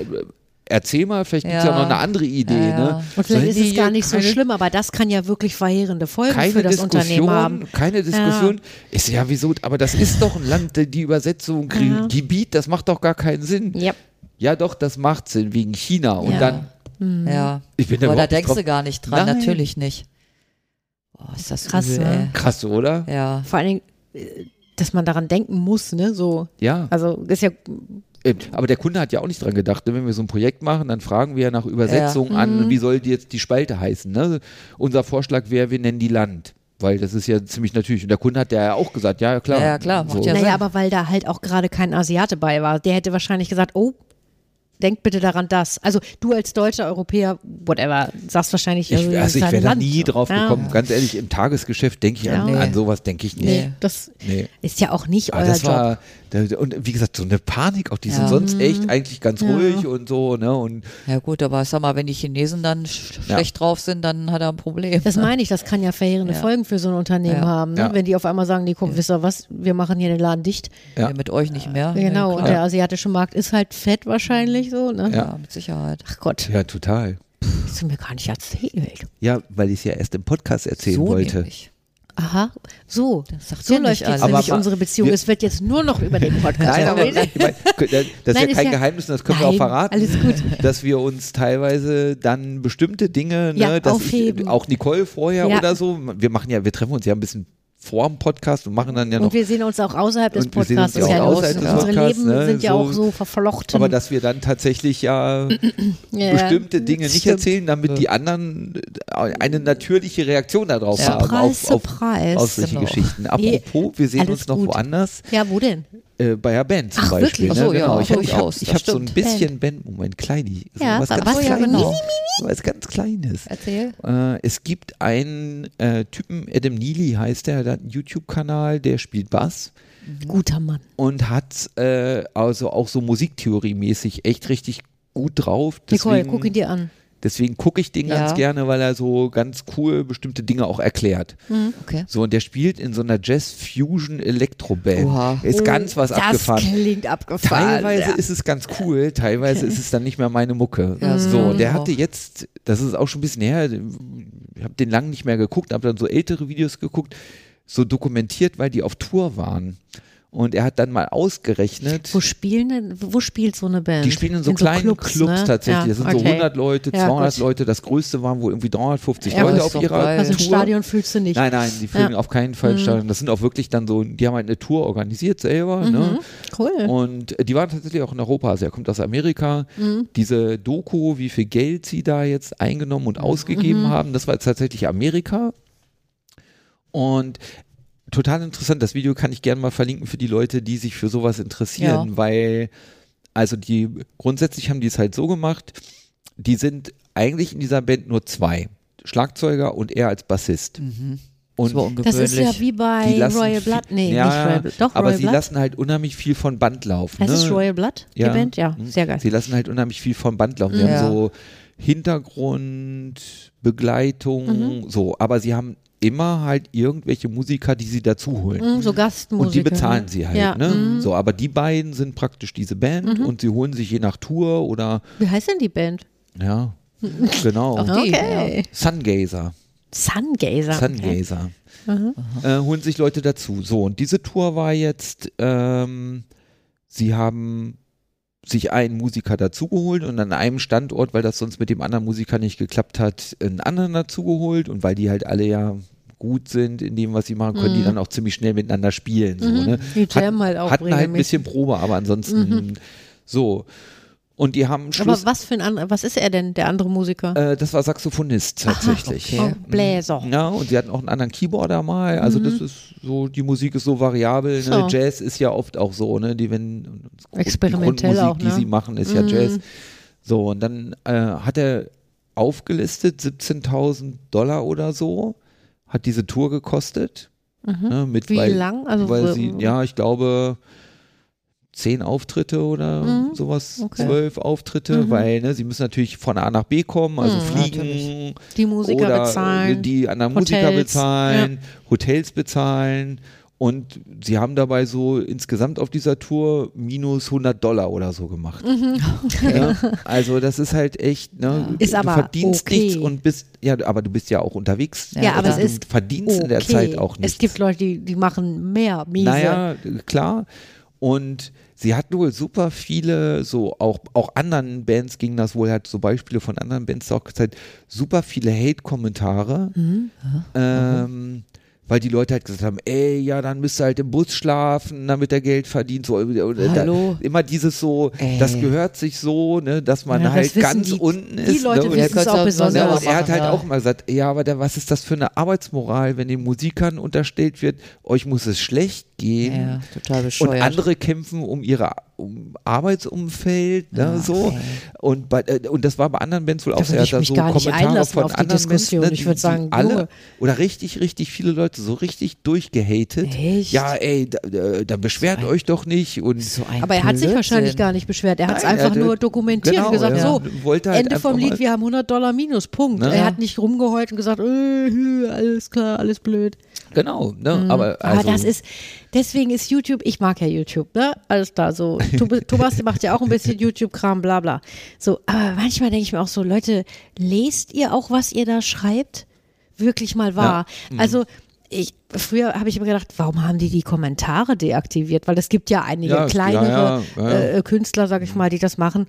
[SPEAKER 3] erzähl mal, vielleicht gibt es ja.
[SPEAKER 2] Ja.
[SPEAKER 3] noch eine andere Idee.
[SPEAKER 2] Ja, ja.
[SPEAKER 3] Ne? Sollen
[SPEAKER 4] Und vielleicht ist
[SPEAKER 3] die
[SPEAKER 4] es gar
[SPEAKER 3] hier
[SPEAKER 4] nicht so
[SPEAKER 3] keine
[SPEAKER 4] schlimm, aber das kann ja wirklich verheerende Folgen
[SPEAKER 3] keine
[SPEAKER 4] für das
[SPEAKER 3] Diskussion,
[SPEAKER 4] Unternehmen haben.
[SPEAKER 3] Keine Diskussion. Ist ja wieso, aber das ist doch ein Land, die Übersetzung, Gri-
[SPEAKER 4] Ja.
[SPEAKER 3] Gebiet, das macht doch gar keinen Sinn.
[SPEAKER 4] Ja.
[SPEAKER 3] Ja, doch, das macht Sinn wegen China. Und
[SPEAKER 2] Ja.
[SPEAKER 3] dann,
[SPEAKER 4] Mhm.
[SPEAKER 2] Ja.
[SPEAKER 3] ich bin da
[SPEAKER 2] Aber da
[SPEAKER 3] überhaupt nicht
[SPEAKER 2] denkst du
[SPEAKER 3] drauf.
[SPEAKER 2] gar nicht dran,
[SPEAKER 3] Nein.
[SPEAKER 2] natürlich nicht. Boah, ist das
[SPEAKER 4] Krass,
[SPEAKER 2] Krass, übel,
[SPEAKER 4] ne?
[SPEAKER 3] Krass, oder?
[SPEAKER 2] ey. Ja.
[SPEAKER 4] Vor allen Dingen, äh, dass man daran denken muss, ne? So,
[SPEAKER 3] Ja.
[SPEAKER 4] also das ist ja
[SPEAKER 3] Äh, Aber der Kunde hat ja auch nicht dran gedacht. ne? Wenn wir so ein Projekt machen, dann fragen wir ja nach Übersetzung an,
[SPEAKER 4] Mhm.
[SPEAKER 3] wie soll die jetzt die Spalte heißen. Ne? Unser Vorschlag wäre, wir nennen die Land. Weil das ist ja ziemlich natürlich. Und der Kunde hat ja auch gesagt, ja, ja, klar.
[SPEAKER 2] Ja, ja, klar, macht ja
[SPEAKER 4] Naja,
[SPEAKER 2] Sinn.
[SPEAKER 4] aber weil da halt auch gerade kein Asiate bei war. Der hätte wahrscheinlich gesagt, oh, denkt bitte daran das. Also du als deutscher Europäer, whatever, sagst wahrscheinlich,
[SPEAKER 3] Ich,
[SPEAKER 4] das
[SPEAKER 3] also
[SPEAKER 4] ist
[SPEAKER 3] ich
[SPEAKER 4] ein
[SPEAKER 3] wäre da
[SPEAKER 4] Land. Ah,
[SPEAKER 3] nie drauf
[SPEAKER 4] Ja.
[SPEAKER 3] gekommen. Ganz ehrlich, im Tagesgeschäft denke ich an,
[SPEAKER 2] Ja.
[SPEAKER 3] an sowas, denke ich nicht.
[SPEAKER 4] Nee, das
[SPEAKER 3] Nee.
[SPEAKER 4] ist ja auch nicht
[SPEAKER 3] Aber
[SPEAKER 4] euer
[SPEAKER 3] Ah, das
[SPEAKER 4] Job.
[SPEAKER 3] war, da- und wie gesagt, so eine Panik, auch die sind
[SPEAKER 2] Ja.
[SPEAKER 3] sonst echt eigentlich ganz ruhig und so, ne? Und
[SPEAKER 2] Ja gut, aber sag mal, wenn die Chinesen dann sch
[SPEAKER 3] Ja.
[SPEAKER 2] schlecht drauf sind, dann hat er ein Problem.
[SPEAKER 4] das meine ich, das kann ja verheerende
[SPEAKER 2] Ja.
[SPEAKER 4] Folgen für so ein Unternehmen
[SPEAKER 2] Ja.
[SPEAKER 4] haben, ne?
[SPEAKER 3] Ja.
[SPEAKER 4] wenn die auf einmal sagen, nee, komm, wisst ihr was, wir machen hier den Laden dicht.
[SPEAKER 3] Ja.
[SPEAKER 2] Ja, mit euch nicht mehr. Nee,
[SPEAKER 4] genau, und
[SPEAKER 2] klar.
[SPEAKER 4] der asiatische Markt ist halt fett wahrscheinlich so, ne?
[SPEAKER 3] Ja.
[SPEAKER 2] ja, mit Sicherheit.
[SPEAKER 4] Ach Gott,
[SPEAKER 3] ja, total.
[SPEAKER 4] hast du mir gar nicht erzählt.
[SPEAKER 3] Ja, weil ich es ja erst im Podcast erzählen
[SPEAKER 2] so
[SPEAKER 3] wollte.
[SPEAKER 2] nämlich.
[SPEAKER 4] Aha, so.
[SPEAKER 2] Das sagt
[SPEAKER 4] So
[SPEAKER 2] ja nicht
[SPEAKER 4] läuft jetzt
[SPEAKER 2] alles.
[SPEAKER 4] nämlich
[SPEAKER 3] Aber-
[SPEAKER 4] unsere Beziehung.
[SPEAKER 3] wir-
[SPEAKER 4] Es wird jetzt nur noch über den Podcast
[SPEAKER 3] Nein, aber
[SPEAKER 4] geredet.
[SPEAKER 3] ich mein, das ist
[SPEAKER 4] Nein,
[SPEAKER 3] ja
[SPEAKER 4] ist
[SPEAKER 3] kein
[SPEAKER 4] ja-
[SPEAKER 3] Geheimnis und das können wir auch
[SPEAKER 4] Nein,
[SPEAKER 3] verraten.
[SPEAKER 4] alles gut.
[SPEAKER 3] Dass wir uns teilweise dann bestimmte Dinge, ne,
[SPEAKER 4] Ja,
[SPEAKER 3] dass
[SPEAKER 4] aufheben.
[SPEAKER 3] ich, auch Nicole vorher
[SPEAKER 4] Ja.
[SPEAKER 3] oder so, wir machen ja, wir treffen uns ja ein bisschen vor dem Podcast und machen dann ja noch
[SPEAKER 4] Und wir sehen uns auch außerhalb des
[SPEAKER 3] Und wir sehen uns
[SPEAKER 4] Podcasts. Ist
[SPEAKER 2] ja
[SPEAKER 4] ja
[SPEAKER 2] auch
[SPEAKER 4] lustig.
[SPEAKER 2] außerhalb des
[SPEAKER 4] Unsere
[SPEAKER 3] Podcasts,
[SPEAKER 4] Leben
[SPEAKER 3] ne?
[SPEAKER 4] sind ja
[SPEAKER 3] So-
[SPEAKER 4] auch so verflochten.
[SPEAKER 3] Aber dass wir dann tatsächlich ja
[SPEAKER 4] Ja,
[SPEAKER 3] bestimmte Dinge nicht
[SPEAKER 4] stimmt.
[SPEAKER 3] erzählen, damit die anderen äh, eine natürliche Reaktion darauf
[SPEAKER 2] Ja.
[SPEAKER 3] haben. Auf,
[SPEAKER 4] Surprise,
[SPEAKER 3] auf,
[SPEAKER 4] surprise.
[SPEAKER 3] auf solche
[SPEAKER 2] Genau.
[SPEAKER 3] Geschichten.
[SPEAKER 4] Nee,
[SPEAKER 3] Apropos, wir sehen
[SPEAKER 4] alles
[SPEAKER 3] uns noch
[SPEAKER 4] gut.
[SPEAKER 3] woanders,
[SPEAKER 4] Ja, wo denn?
[SPEAKER 3] äh, bei der Band zum
[SPEAKER 4] Ach,
[SPEAKER 3] Beispiel. Ne?
[SPEAKER 4] wirklich?
[SPEAKER 2] Ach so, ja,
[SPEAKER 3] genau. ich habe ich hab,
[SPEAKER 2] durchaus,
[SPEAKER 3] ich
[SPEAKER 2] das
[SPEAKER 3] hab so ein
[SPEAKER 2] stimmt.
[SPEAKER 3] bisschen Band, Moment, Kleidi. So
[SPEAKER 4] Ja,
[SPEAKER 3] was ganz
[SPEAKER 4] was- ja,
[SPEAKER 3] Kleines.
[SPEAKER 4] genau.
[SPEAKER 3] Was ganz Kleines.
[SPEAKER 2] Erzähl.
[SPEAKER 3] Äh, es gibt einen äh, Typen, Adam Neely heißt der, der hat einen YouTube-Kanal, der spielt Bass
[SPEAKER 4] Guter Mann.
[SPEAKER 3] und hat äh, also auch so musiktheoriemäßig echt richtig gut drauf.
[SPEAKER 4] Nicole,
[SPEAKER 3] Deswegen-
[SPEAKER 4] guck ihn dir an.
[SPEAKER 3] Deswegen gucke ich den
[SPEAKER 2] Ja.
[SPEAKER 3] ganz gerne, weil er so ganz cool bestimmte Dinge auch erklärt.
[SPEAKER 2] Okay.
[SPEAKER 3] So, und der spielt in so einer
[SPEAKER 2] Oha.
[SPEAKER 3] Jazz-Fusion-Elektro-Band.
[SPEAKER 2] Oh,
[SPEAKER 3] Ist ganz was
[SPEAKER 4] das
[SPEAKER 3] abgefahren.
[SPEAKER 4] klingt abgefahren.
[SPEAKER 3] Teilweise
[SPEAKER 4] ja.
[SPEAKER 3] ist es ganz cool, teilweise ist es dann nicht mehr meine Mucke.
[SPEAKER 2] Ja, das
[SPEAKER 3] so,
[SPEAKER 2] glaub ich
[SPEAKER 3] der hatte
[SPEAKER 2] auch.
[SPEAKER 3] jetzt, das ist auch schon ein bisschen her, ich habe den lang nicht mehr geguckt, habe dann so ältere Videos geguckt, so dokumentiert, weil die auf Tour waren. Und er hat dann mal ausgerechnet.
[SPEAKER 4] wo, spielen denn, wo spielt so eine Band?
[SPEAKER 3] Die spielen in so kleinen Clubs,
[SPEAKER 4] ne?
[SPEAKER 3] tatsächlich.
[SPEAKER 4] Ja,
[SPEAKER 3] das sind so
[SPEAKER 4] okay.
[SPEAKER 3] 100 Leute,
[SPEAKER 4] Ja,
[SPEAKER 3] 200
[SPEAKER 4] gut.
[SPEAKER 3] Leute. Das größte waren wohl irgendwie 350
[SPEAKER 4] Ja,
[SPEAKER 3] Leute
[SPEAKER 4] das
[SPEAKER 2] ist
[SPEAKER 3] auf
[SPEAKER 2] doch
[SPEAKER 3] ihrer
[SPEAKER 2] geil.
[SPEAKER 4] Also im
[SPEAKER 3] Tour.
[SPEAKER 4] Stadion fühlst du nicht.
[SPEAKER 3] Nein, nein, die fliegen
[SPEAKER 4] Ja. Mhm.
[SPEAKER 3] auf keinen Fall ins Stadion. Das sind auch wirklich dann so, die haben halt eine Tour organisiert selber.
[SPEAKER 4] Mhm.
[SPEAKER 3] Ne?
[SPEAKER 4] Cool.
[SPEAKER 3] Und äh, die waren tatsächlich auch in Europa. Also er kommt aus Amerika. Diese Doku, wie viel Geld sie da jetzt eingenommen und ausgegeben haben, das war jetzt tatsächlich Amerika. Und total interessant, das Video kann ich gerne mal verlinken für die Leute, die sich für sowas interessieren, weil also die grundsätzlich haben die es halt so gemacht, die sind eigentlich in dieser Band nur zwei. Schlagzeuger und er als Bassist. Und
[SPEAKER 2] Das war ungewöhnlich.
[SPEAKER 4] Das ist ja wie bei
[SPEAKER 3] die lassen
[SPEAKER 4] Royal
[SPEAKER 3] viel-
[SPEAKER 4] Blood. Nee,
[SPEAKER 3] ja,
[SPEAKER 4] nicht Royal Blood. Doch,
[SPEAKER 3] aber
[SPEAKER 4] Royal
[SPEAKER 3] sie
[SPEAKER 4] Blood.
[SPEAKER 3] lassen halt unheimlich viel von Band laufen.
[SPEAKER 4] heißt
[SPEAKER 3] ne?
[SPEAKER 4] es Royal Blood,
[SPEAKER 3] Ja.
[SPEAKER 4] die Band? Ja, sehr geil.
[SPEAKER 3] Sie lassen halt unheimlich viel vom Band laufen. Sie
[SPEAKER 2] Ja.
[SPEAKER 4] Mhm.
[SPEAKER 3] haben so Hintergrund, Begleitung, so. Aber sie haben immer halt irgendwelche Musiker, die sie dazu holen.
[SPEAKER 4] Mhm, so Gastmusiker.
[SPEAKER 3] Und die bezahlen sie halt.
[SPEAKER 4] Ja,
[SPEAKER 3] ne?
[SPEAKER 4] mhm.
[SPEAKER 3] So, aber die beiden sind praktisch diese Band und sie holen sich je nach Tour oder
[SPEAKER 4] Wie heißt denn die Band?
[SPEAKER 3] ja, genau.
[SPEAKER 2] Auch die,
[SPEAKER 4] okay.
[SPEAKER 3] Sungazer.
[SPEAKER 4] Sungazer.
[SPEAKER 3] Sungazer. Äh, holen sich Leute dazu. So, und diese Tour war jetzt, ähm, sie haben sich einen Musiker dazugeholt und an einem Standort, weil das sonst mit dem anderen Musiker nicht geklappt hat, einen anderen dazugeholt und weil die halt alle ja gut sind in dem, was sie machen, können die dann auch ziemlich schnell miteinander spielen. So, ne?
[SPEAKER 4] Mhm. Die jammen halt Mhm. auch
[SPEAKER 3] Hatten halt ein
[SPEAKER 4] regelmäßig.
[SPEAKER 3] bisschen
[SPEAKER 4] Mhm.
[SPEAKER 3] Probe, aber ansonsten so. Und die haben am Schluss,
[SPEAKER 4] Aber was für ein anderer, was ist er denn, der andere Musiker?
[SPEAKER 3] äh, das war Saxophonist tatsächlich. Mhm.
[SPEAKER 2] okay.
[SPEAKER 4] Oh, Bläser. Mhm.
[SPEAKER 3] Ja, und sie hatten auch einen anderen Keyboarder mal. Also das ist so, die Musik ist so variabel. Ne?
[SPEAKER 4] So.
[SPEAKER 3] Jazz ist ja oft auch so, ne? Die, wenn die
[SPEAKER 4] Experimentell
[SPEAKER 3] Grundmusik,
[SPEAKER 4] auch, ne?
[SPEAKER 3] die sie machen, ist ja Jazz. So, und dann äh, hat er aufgelistet 17.000 Dollar oder so, hat diese Tour gekostet. Ne? Mit,
[SPEAKER 4] Mhm. Wie
[SPEAKER 3] weil,
[SPEAKER 4] lang? Also wo-
[SPEAKER 3] weil sie, ja, ich glaube, zehn Auftritte oder
[SPEAKER 4] Mhm.
[SPEAKER 3] sowas,
[SPEAKER 4] Okay.
[SPEAKER 3] zwölf Auftritte, weil ne, sie müssen natürlich von A nach B kommen, also
[SPEAKER 4] Mhm,
[SPEAKER 3] fliegen,
[SPEAKER 4] Die Musiker
[SPEAKER 3] oder äh,
[SPEAKER 4] bezahlen.
[SPEAKER 3] die anderen
[SPEAKER 4] Hotels,
[SPEAKER 3] Musiker bezahlen, Hotels bezahlen und sie haben dabei so insgesamt auf dieser Tour minus 100 Dollar oder so gemacht.
[SPEAKER 4] Mhm.
[SPEAKER 3] Ja, also das ist halt echt, ne,
[SPEAKER 4] Ist
[SPEAKER 3] du
[SPEAKER 4] aber
[SPEAKER 3] verdienst
[SPEAKER 4] okay.
[SPEAKER 3] nichts und bist, ja, aber du bist ja auch unterwegs.
[SPEAKER 4] Ja, aber
[SPEAKER 3] also
[SPEAKER 4] es ist
[SPEAKER 3] du verdienst in der
[SPEAKER 4] okay.
[SPEAKER 3] Zeit auch nichts.
[SPEAKER 4] Es gibt Leute, die, die machen mehr Miese.
[SPEAKER 3] Naja, klar. Und sie hat wohl super viele, so auch, auch anderen Bands ging das wohl, hat so Beispiele von anderen Bands auch gezeigt, super viele Hate-Kommentare.
[SPEAKER 4] Mhm.
[SPEAKER 3] Ähm, weil die Leute halt gesagt haben, ey, ja, dann müsst ihr halt im Bus schlafen, damit er Geld verdient. So, äh, äh,
[SPEAKER 2] Hallo?
[SPEAKER 3] Da, immer dieses so,
[SPEAKER 2] Ey.
[SPEAKER 3] das gehört sich so, ne, dass man
[SPEAKER 4] Ja, das
[SPEAKER 3] halt
[SPEAKER 4] wissen
[SPEAKER 3] ganz
[SPEAKER 4] die-
[SPEAKER 3] unten
[SPEAKER 4] die
[SPEAKER 3] ist.
[SPEAKER 4] Leute
[SPEAKER 3] ne, und
[SPEAKER 4] wissen
[SPEAKER 3] er-
[SPEAKER 4] es auch besonders.
[SPEAKER 3] ja,
[SPEAKER 4] selber
[SPEAKER 3] und er hat
[SPEAKER 2] machen,
[SPEAKER 3] halt
[SPEAKER 2] ja.
[SPEAKER 3] auch immer gesagt, ja, aber der, was ist das für eine Arbeitsmoral, wenn den Musikern unterstellt wird, euch muss es schlecht gehen
[SPEAKER 2] Ja, total bescheuert.
[SPEAKER 3] und andere kämpfen um ihre um Arbeitsumfeld, ne, so.
[SPEAKER 2] ey.
[SPEAKER 3] Und, bei, äh, und das war bei anderen Bands wohl auch
[SPEAKER 4] Da
[SPEAKER 3] so.
[SPEAKER 4] würde
[SPEAKER 3] Er
[SPEAKER 4] ich
[SPEAKER 3] hat da
[SPEAKER 4] mich
[SPEAKER 3] so
[SPEAKER 4] gar nicht
[SPEAKER 3] Kommentare
[SPEAKER 4] einlassen
[SPEAKER 3] von
[SPEAKER 4] auf die
[SPEAKER 3] anderen
[SPEAKER 4] Diskussion.
[SPEAKER 3] Bands, ne,
[SPEAKER 4] Ich
[SPEAKER 3] die-
[SPEAKER 4] würde
[SPEAKER 3] die
[SPEAKER 4] sagen, Junge.
[SPEAKER 3] alle oder richtig, richtig viele Leute so richtig durchgehatet.
[SPEAKER 2] Echt?
[SPEAKER 3] Ja, ey, da, da, da beschwert euch doch nicht. Und
[SPEAKER 2] so ein
[SPEAKER 4] Aber er hat sich wahrscheinlich gar nicht beschwert. Er hat es
[SPEAKER 3] Nein, er
[SPEAKER 4] einfach
[SPEAKER 3] hat-
[SPEAKER 4] nur dokumentiert
[SPEAKER 3] genau,
[SPEAKER 4] und gesagt,
[SPEAKER 3] ja.
[SPEAKER 4] so,
[SPEAKER 3] Wollte halt
[SPEAKER 4] Ende vom
[SPEAKER 3] einfach
[SPEAKER 4] Lied,
[SPEAKER 3] mal-
[SPEAKER 4] wir haben 100 Dollar minus, Punkt.
[SPEAKER 3] Ne?
[SPEAKER 4] Er
[SPEAKER 3] Ja.
[SPEAKER 4] hat nicht rumgeheult und gesagt, äh, hü, alles klar, alles blöd.
[SPEAKER 3] genau, ne, aber also,
[SPEAKER 4] Aber Ah, das ist, deswegen ist YouTube, ich mag ja YouTube, ne? Alles klar, so. Tob- Thomas macht ja auch ein bisschen YouTube-Kram, bla bla. So, aber manchmal denke ich mir auch so, Leute, lest ihr auch, was ihr da schreibt? Wirklich mal wahr.
[SPEAKER 3] Mhm.
[SPEAKER 4] Also, ich, früher habe ich immer gedacht, warum haben die die Kommentare deaktiviert? Weil es gibt ja einige
[SPEAKER 3] Ja, es-
[SPEAKER 4] kleinere
[SPEAKER 3] ja, ja, ja.
[SPEAKER 4] Äh, Künstler, sage ich mal, die das machen.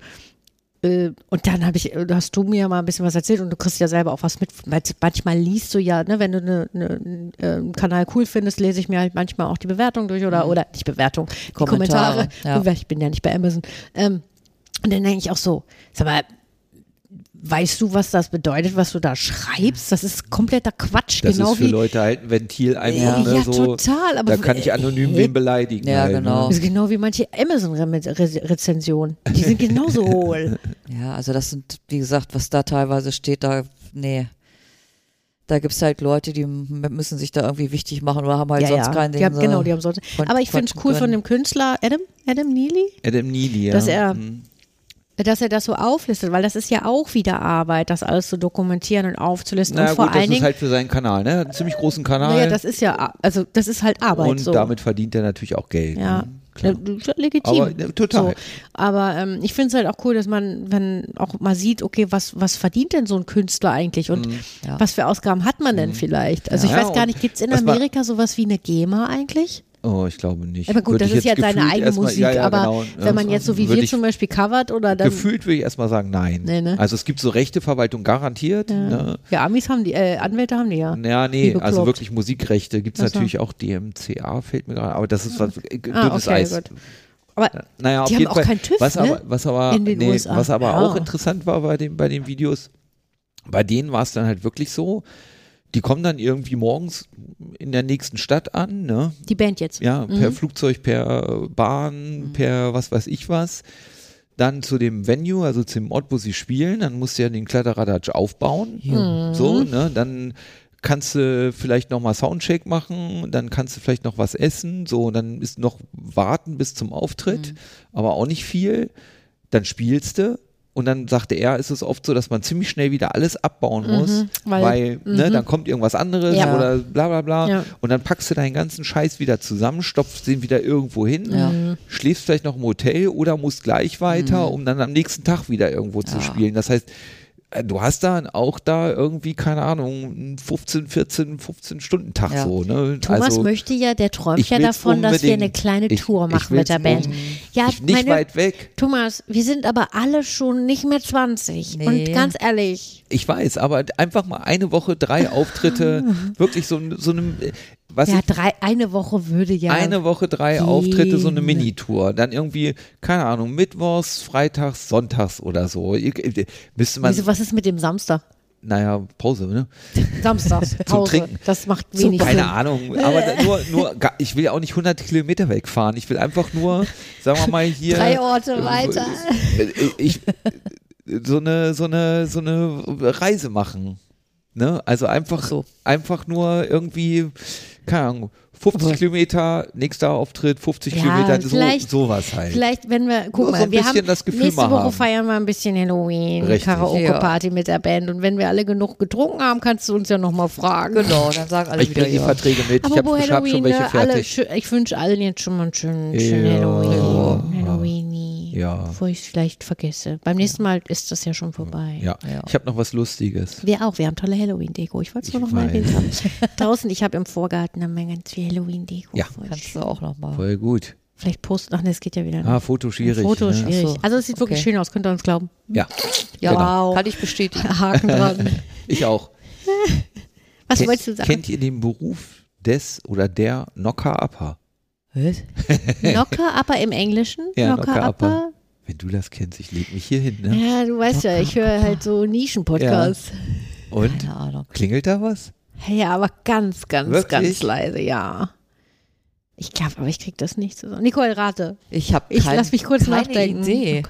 [SPEAKER 4] Äh, Und dann habe ich, du hast du mir mal ein bisschen was erzählt und du kriegst ja selber auch was mit. weil Manchmal liest du ja, ne, wenn du ne, ne, äh, einen Kanal cool findest, lese ich mir halt manchmal auch die Bewertung durch oder, oder nicht Bewertung, die Kommentare.
[SPEAKER 2] Mhm. Kommentare, ja.
[SPEAKER 4] Und weil Ich bin ja nicht bei Amazon. Ähm, und dann denke ich auch so, sag mal, weißt du, was das bedeutet, was du da schreibst? Das ist kompletter Quatsch.
[SPEAKER 3] das
[SPEAKER 4] genau
[SPEAKER 3] ist für
[SPEAKER 4] wie
[SPEAKER 3] Leute halt ein Ventil
[SPEAKER 4] Ja.
[SPEAKER 3] einfach. ne,
[SPEAKER 4] Ja,
[SPEAKER 3] so,
[SPEAKER 4] total, aber-
[SPEAKER 3] da kann ich anonym wen beleidigen.
[SPEAKER 2] Ja,
[SPEAKER 3] halt,
[SPEAKER 2] genau.
[SPEAKER 3] Ne?
[SPEAKER 4] Das ist genau wie manche Amazon-Rezensionen. Die sind genauso hohl.
[SPEAKER 2] Ja, also das sind, wie gesagt, was da teilweise steht, da, nee. Da gibt es halt Leute, die m- müssen sich da irgendwie wichtig machen oder haben halt
[SPEAKER 4] ja,
[SPEAKER 2] sonst
[SPEAKER 4] ja.
[SPEAKER 2] keinen
[SPEAKER 4] die haben,
[SPEAKER 2] den sie-
[SPEAKER 4] Genau, die haben sonst.
[SPEAKER 2] von-
[SPEAKER 4] Aber ich finde es
[SPEAKER 2] quatschen
[SPEAKER 4] cool von
[SPEAKER 2] können.
[SPEAKER 4] dem Künstler Adam, Adam Neely,
[SPEAKER 3] Adam Neely, ja.
[SPEAKER 4] Dass er-
[SPEAKER 3] Mhm.
[SPEAKER 4] dass er das so auflistet, weil das ist ja auch wieder Arbeit, das alles zu dokumentieren und aufzulisten.
[SPEAKER 3] Na
[SPEAKER 4] und
[SPEAKER 3] gut,
[SPEAKER 4] vor
[SPEAKER 3] das
[SPEAKER 4] allen
[SPEAKER 3] ist
[SPEAKER 4] Dingen,
[SPEAKER 3] halt für seinen Kanal, ne? Hat einen ziemlich großen Kanal.
[SPEAKER 4] naja, das ist ja, also das ist halt Arbeit.
[SPEAKER 3] und
[SPEAKER 4] so.
[SPEAKER 3] damit verdient er natürlich auch Geld.
[SPEAKER 4] Ja,
[SPEAKER 3] Ne?
[SPEAKER 4] ja halt
[SPEAKER 3] Klar.
[SPEAKER 4] legitim.
[SPEAKER 3] Aber, ne, total.
[SPEAKER 4] So. Aber ähm, ich finde es halt auch cool, dass man, wenn auch mal sieht, okay, was, was verdient denn so ein Künstler eigentlich und
[SPEAKER 2] ja.
[SPEAKER 4] was für Ausgaben hat man denn vielleicht? Also ich
[SPEAKER 3] Mhm. Ja,
[SPEAKER 4] weiß gar
[SPEAKER 3] und
[SPEAKER 4] nicht, gibt es in
[SPEAKER 3] was man-
[SPEAKER 4] Amerika sowas wie eine GEMA eigentlich?
[SPEAKER 3] Oh, ich glaube nicht.
[SPEAKER 4] Aber gut,
[SPEAKER 3] Würde
[SPEAKER 4] das
[SPEAKER 3] ich
[SPEAKER 4] ist ja
[SPEAKER 3] jetzt
[SPEAKER 4] seine
[SPEAKER 3] gefühlt
[SPEAKER 4] eigene
[SPEAKER 3] erstmal-
[SPEAKER 4] Musik,
[SPEAKER 3] ja, ja,
[SPEAKER 4] aber
[SPEAKER 3] genau.
[SPEAKER 4] wenn man
[SPEAKER 3] Ja,
[SPEAKER 4] jetzt so wie
[SPEAKER 3] würde
[SPEAKER 4] wir
[SPEAKER 3] ich-
[SPEAKER 4] zum Beispiel covert oder dann.
[SPEAKER 3] Gefühlt würde ich erstmal sagen, nein.
[SPEAKER 4] Nee, ne?
[SPEAKER 3] Also es gibt so rechte Verwaltung garantiert. Ne?
[SPEAKER 4] Ja, Amis haben die, äh, Anwälte haben die ja.
[SPEAKER 3] Ja,
[SPEAKER 4] Wie
[SPEAKER 3] nee,
[SPEAKER 4] bekloppt.
[SPEAKER 3] also wirklich Musikrechte gibt es
[SPEAKER 4] Ach so.
[SPEAKER 3] natürlich auch DMCA, fällt mir gerade, aber das ist was äh, dünnes
[SPEAKER 4] Ah, okay,
[SPEAKER 3] Eis.
[SPEAKER 4] gut. Aber
[SPEAKER 3] Naja, auf
[SPEAKER 4] haben
[SPEAKER 3] jeden
[SPEAKER 4] auch
[SPEAKER 3] Fall.
[SPEAKER 4] keinen TÜV,
[SPEAKER 3] was
[SPEAKER 4] ne?
[SPEAKER 3] aber, was aber,
[SPEAKER 4] In den
[SPEAKER 3] nee,
[SPEAKER 4] USA.
[SPEAKER 3] was aber
[SPEAKER 4] Ja.
[SPEAKER 3] auch interessant war bei den, bei den Videos, bei denen war es dann halt wirklich so, die kommen dann irgendwie morgens in der nächsten Stadt an, ne?
[SPEAKER 4] die Band jetzt.
[SPEAKER 3] Ja, per Flugzeug, per äh, Bahn,
[SPEAKER 4] Mhm.
[SPEAKER 3] per was weiß ich was. Dann zu dem Venue, also zum Ort, wo sie spielen, dann musst du ja den Kladderadatsch aufbauen. So, ne? Dann kannst du vielleicht nochmal Soundcheck machen, dann kannst du vielleicht noch was essen, so, und dann
[SPEAKER 4] Mhm.
[SPEAKER 3] ist noch warten bis zum Auftritt, aber auch nicht viel. Dann spielst du Und dann sagte er, ist es oft so, dass man ziemlich schnell wieder alles abbauen muss, weil,
[SPEAKER 4] Mhm. weil- mhm.
[SPEAKER 3] ne, dann kommt irgendwas anderes
[SPEAKER 4] Ja.
[SPEAKER 3] oder bla bla bla.
[SPEAKER 4] Ja.
[SPEAKER 3] Und dann packst du deinen ganzen Scheiß wieder zusammen, stopfst den wieder irgendwo hin, schläfst vielleicht noch im Hotel oder musst gleich weiter,
[SPEAKER 4] Mhm.
[SPEAKER 3] um dann am nächsten Tag wieder irgendwo zu spielen. Das heißt, äh, du hast da auch da irgendwie, keine Ahnung, einen 15, 14, 15 Stunden Tag
[SPEAKER 2] Ja.
[SPEAKER 3] so. Ne?
[SPEAKER 4] Thomas
[SPEAKER 3] also,
[SPEAKER 4] möchte ja, der träumt
[SPEAKER 3] ich
[SPEAKER 4] ja
[SPEAKER 3] will's
[SPEAKER 4] davon, dass wir eine
[SPEAKER 3] unbedingt.
[SPEAKER 4] kleine
[SPEAKER 3] Ich-
[SPEAKER 4] Tour
[SPEAKER 3] ich
[SPEAKER 4] machen mit
[SPEAKER 3] will's
[SPEAKER 4] der Band.
[SPEAKER 3] un-
[SPEAKER 4] Ja,
[SPEAKER 3] ich- nicht
[SPEAKER 4] meine,
[SPEAKER 3] weit weg.
[SPEAKER 4] Thomas, wir sind aber alle schon nicht mehr 20.
[SPEAKER 2] Nee.
[SPEAKER 4] Und ganz ehrlich,
[SPEAKER 3] Ich weiß, aber einfach mal eine Woche, drei Auftritte, wirklich so, so einem, was
[SPEAKER 4] ja,
[SPEAKER 3] ich,
[SPEAKER 4] drei, eine Woche würde ja.
[SPEAKER 3] eine Woche, drei
[SPEAKER 4] Gehen.
[SPEAKER 3] Auftritte, so eine Minitour. Dann irgendwie, keine Ahnung, Mittwochs, Freitags, Sonntags oder so. Ich- ich- Müsste man,
[SPEAKER 4] Wieso, was ist mit dem Samstag?
[SPEAKER 3] naja, Pause, ne?
[SPEAKER 4] Samstags, Pause.
[SPEAKER 3] Trinken.
[SPEAKER 4] Das macht wenig Sinn.
[SPEAKER 3] Keine Ahnung, aber da- nur, nur, ga- ich will ja auch nicht 100 Kilometer wegfahren. Ich will einfach nur, sagen wir mal hier. Äh,
[SPEAKER 4] Drei Orte weiter.
[SPEAKER 3] Ich, so eine, so eine, so eine Reise machen. Ne? Also einfach,
[SPEAKER 2] so.
[SPEAKER 3] einfach nur irgendwie, keine Ahnung, 50 Kilometer, nächster Auftritt, 50
[SPEAKER 4] Ja,
[SPEAKER 3] Kilometer, so,
[SPEAKER 4] vielleicht-
[SPEAKER 3] sowas halt.
[SPEAKER 4] Vielleicht, wenn wir,
[SPEAKER 3] Nur
[SPEAKER 4] guck
[SPEAKER 3] so
[SPEAKER 4] mal,
[SPEAKER 3] ein
[SPEAKER 4] wir
[SPEAKER 3] bisschen
[SPEAKER 4] haben
[SPEAKER 3] das Gefühl
[SPEAKER 4] nächste
[SPEAKER 3] mal
[SPEAKER 4] Woche
[SPEAKER 3] haben.
[SPEAKER 4] feiern wir ein bisschen Halloween,
[SPEAKER 3] Richtig.
[SPEAKER 4] Karaoke-Party mit der Band. Und wenn wir alle genug getrunken haben, kannst du uns ja nochmal fragen.
[SPEAKER 2] Genau, dann sagen alle
[SPEAKER 3] ich eh
[SPEAKER 2] wieder
[SPEAKER 3] bringe die
[SPEAKER 2] ja.
[SPEAKER 3] Verträge mit, ich habe
[SPEAKER 4] Apropos
[SPEAKER 3] hab schon welche
[SPEAKER 4] ne, alle,
[SPEAKER 3] fertig.
[SPEAKER 4] schö- ich wünsche allen jetzt schon mal einen schönen, schönen
[SPEAKER 3] Ja.
[SPEAKER 4] Halloween. Halloween.
[SPEAKER 3] Ja.
[SPEAKER 4] Bevor ich es vielleicht vergesse. Beim nächsten Mal ist das ja schon vorbei.
[SPEAKER 3] ja.
[SPEAKER 2] Ja.
[SPEAKER 3] ich habe noch was Lustiges.
[SPEAKER 4] Wir auch, wir haben tolle Halloween-Deko. Ich wollte es nur
[SPEAKER 3] Ich
[SPEAKER 4] noch mal erwähnt
[SPEAKER 3] weiß.
[SPEAKER 4] haben. Draußen, ich habe im Vorgarten haben wir ganz viel Halloween-Deko.
[SPEAKER 3] Ja.
[SPEAKER 4] Voll
[SPEAKER 2] Kannst
[SPEAKER 4] schön.
[SPEAKER 2] du auch nochmal.
[SPEAKER 3] Voll gut.
[SPEAKER 4] Vielleicht posten. Ach ne, es geht ja wieder.
[SPEAKER 3] Ah,
[SPEAKER 4] nicht.
[SPEAKER 3] Foto schwierig.
[SPEAKER 4] Foto
[SPEAKER 3] ne?
[SPEAKER 4] schwierig.
[SPEAKER 2] Ach so.
[SPEAKER 4] Also es sieht wirklich
[SPEAKER 2] Okay.
[SPEAKER 4] schön aus, könnt ihr uns glauben.
[SPEAKER 3] Ja,
[SPEAKER 2] Ja,
[SPEAKER 4] Genau.
[SPEAKER 2] kann ich bestätigen.
[SPEAKER 4] Haken dran.
[SPEAKER 3] ich auch.
[SPEAKER 4] Was
[SPEAKER 3] Ken-
[SPEAKER 4] wolltest du sagen?
[SPEAKER 3] Kennt ihr den Beruf des oder der Knocker-Upper?
[SPEAKER 2] Was?
[SPEAKER 4] Knocker Upper im Englischen?
[SPEAKER 3] Ja,
[SPEAKER 4] Knocker
[SPEAKER 3] Knocker-Upper.
[SPEAKER 4] Upper?
[SPEAKER 3] Wenn du das kennst, ich leg mich hier hin. Ne?
[SPEAKER 4] Ja, du weißt ja, ich höre halt so Nischen-Podcasts.
[SPEAKER 3] Und?
[SPEAKER 2] Keine Ahnung.
[SPEAKER 3] Klingelt da was?
[SPEAKER 4] Ja. aber ganz, ganz,
[SPEAKER 3] Wirklich?
[SPEAKER 4] ganz leise, ja. Ich glaube, aber ich krieg das nicht zusammen. Nicole, rate.
[SPEAKER 2] Ich habe
[SPEAKER 4] Ich
[SPEAKER 2] kein,
[SPEAKER 4] lass mich kurz
[SPEAKER 2] keine
[SPEAKER 4] nachdenken.
[SPEAKER 2] Idee.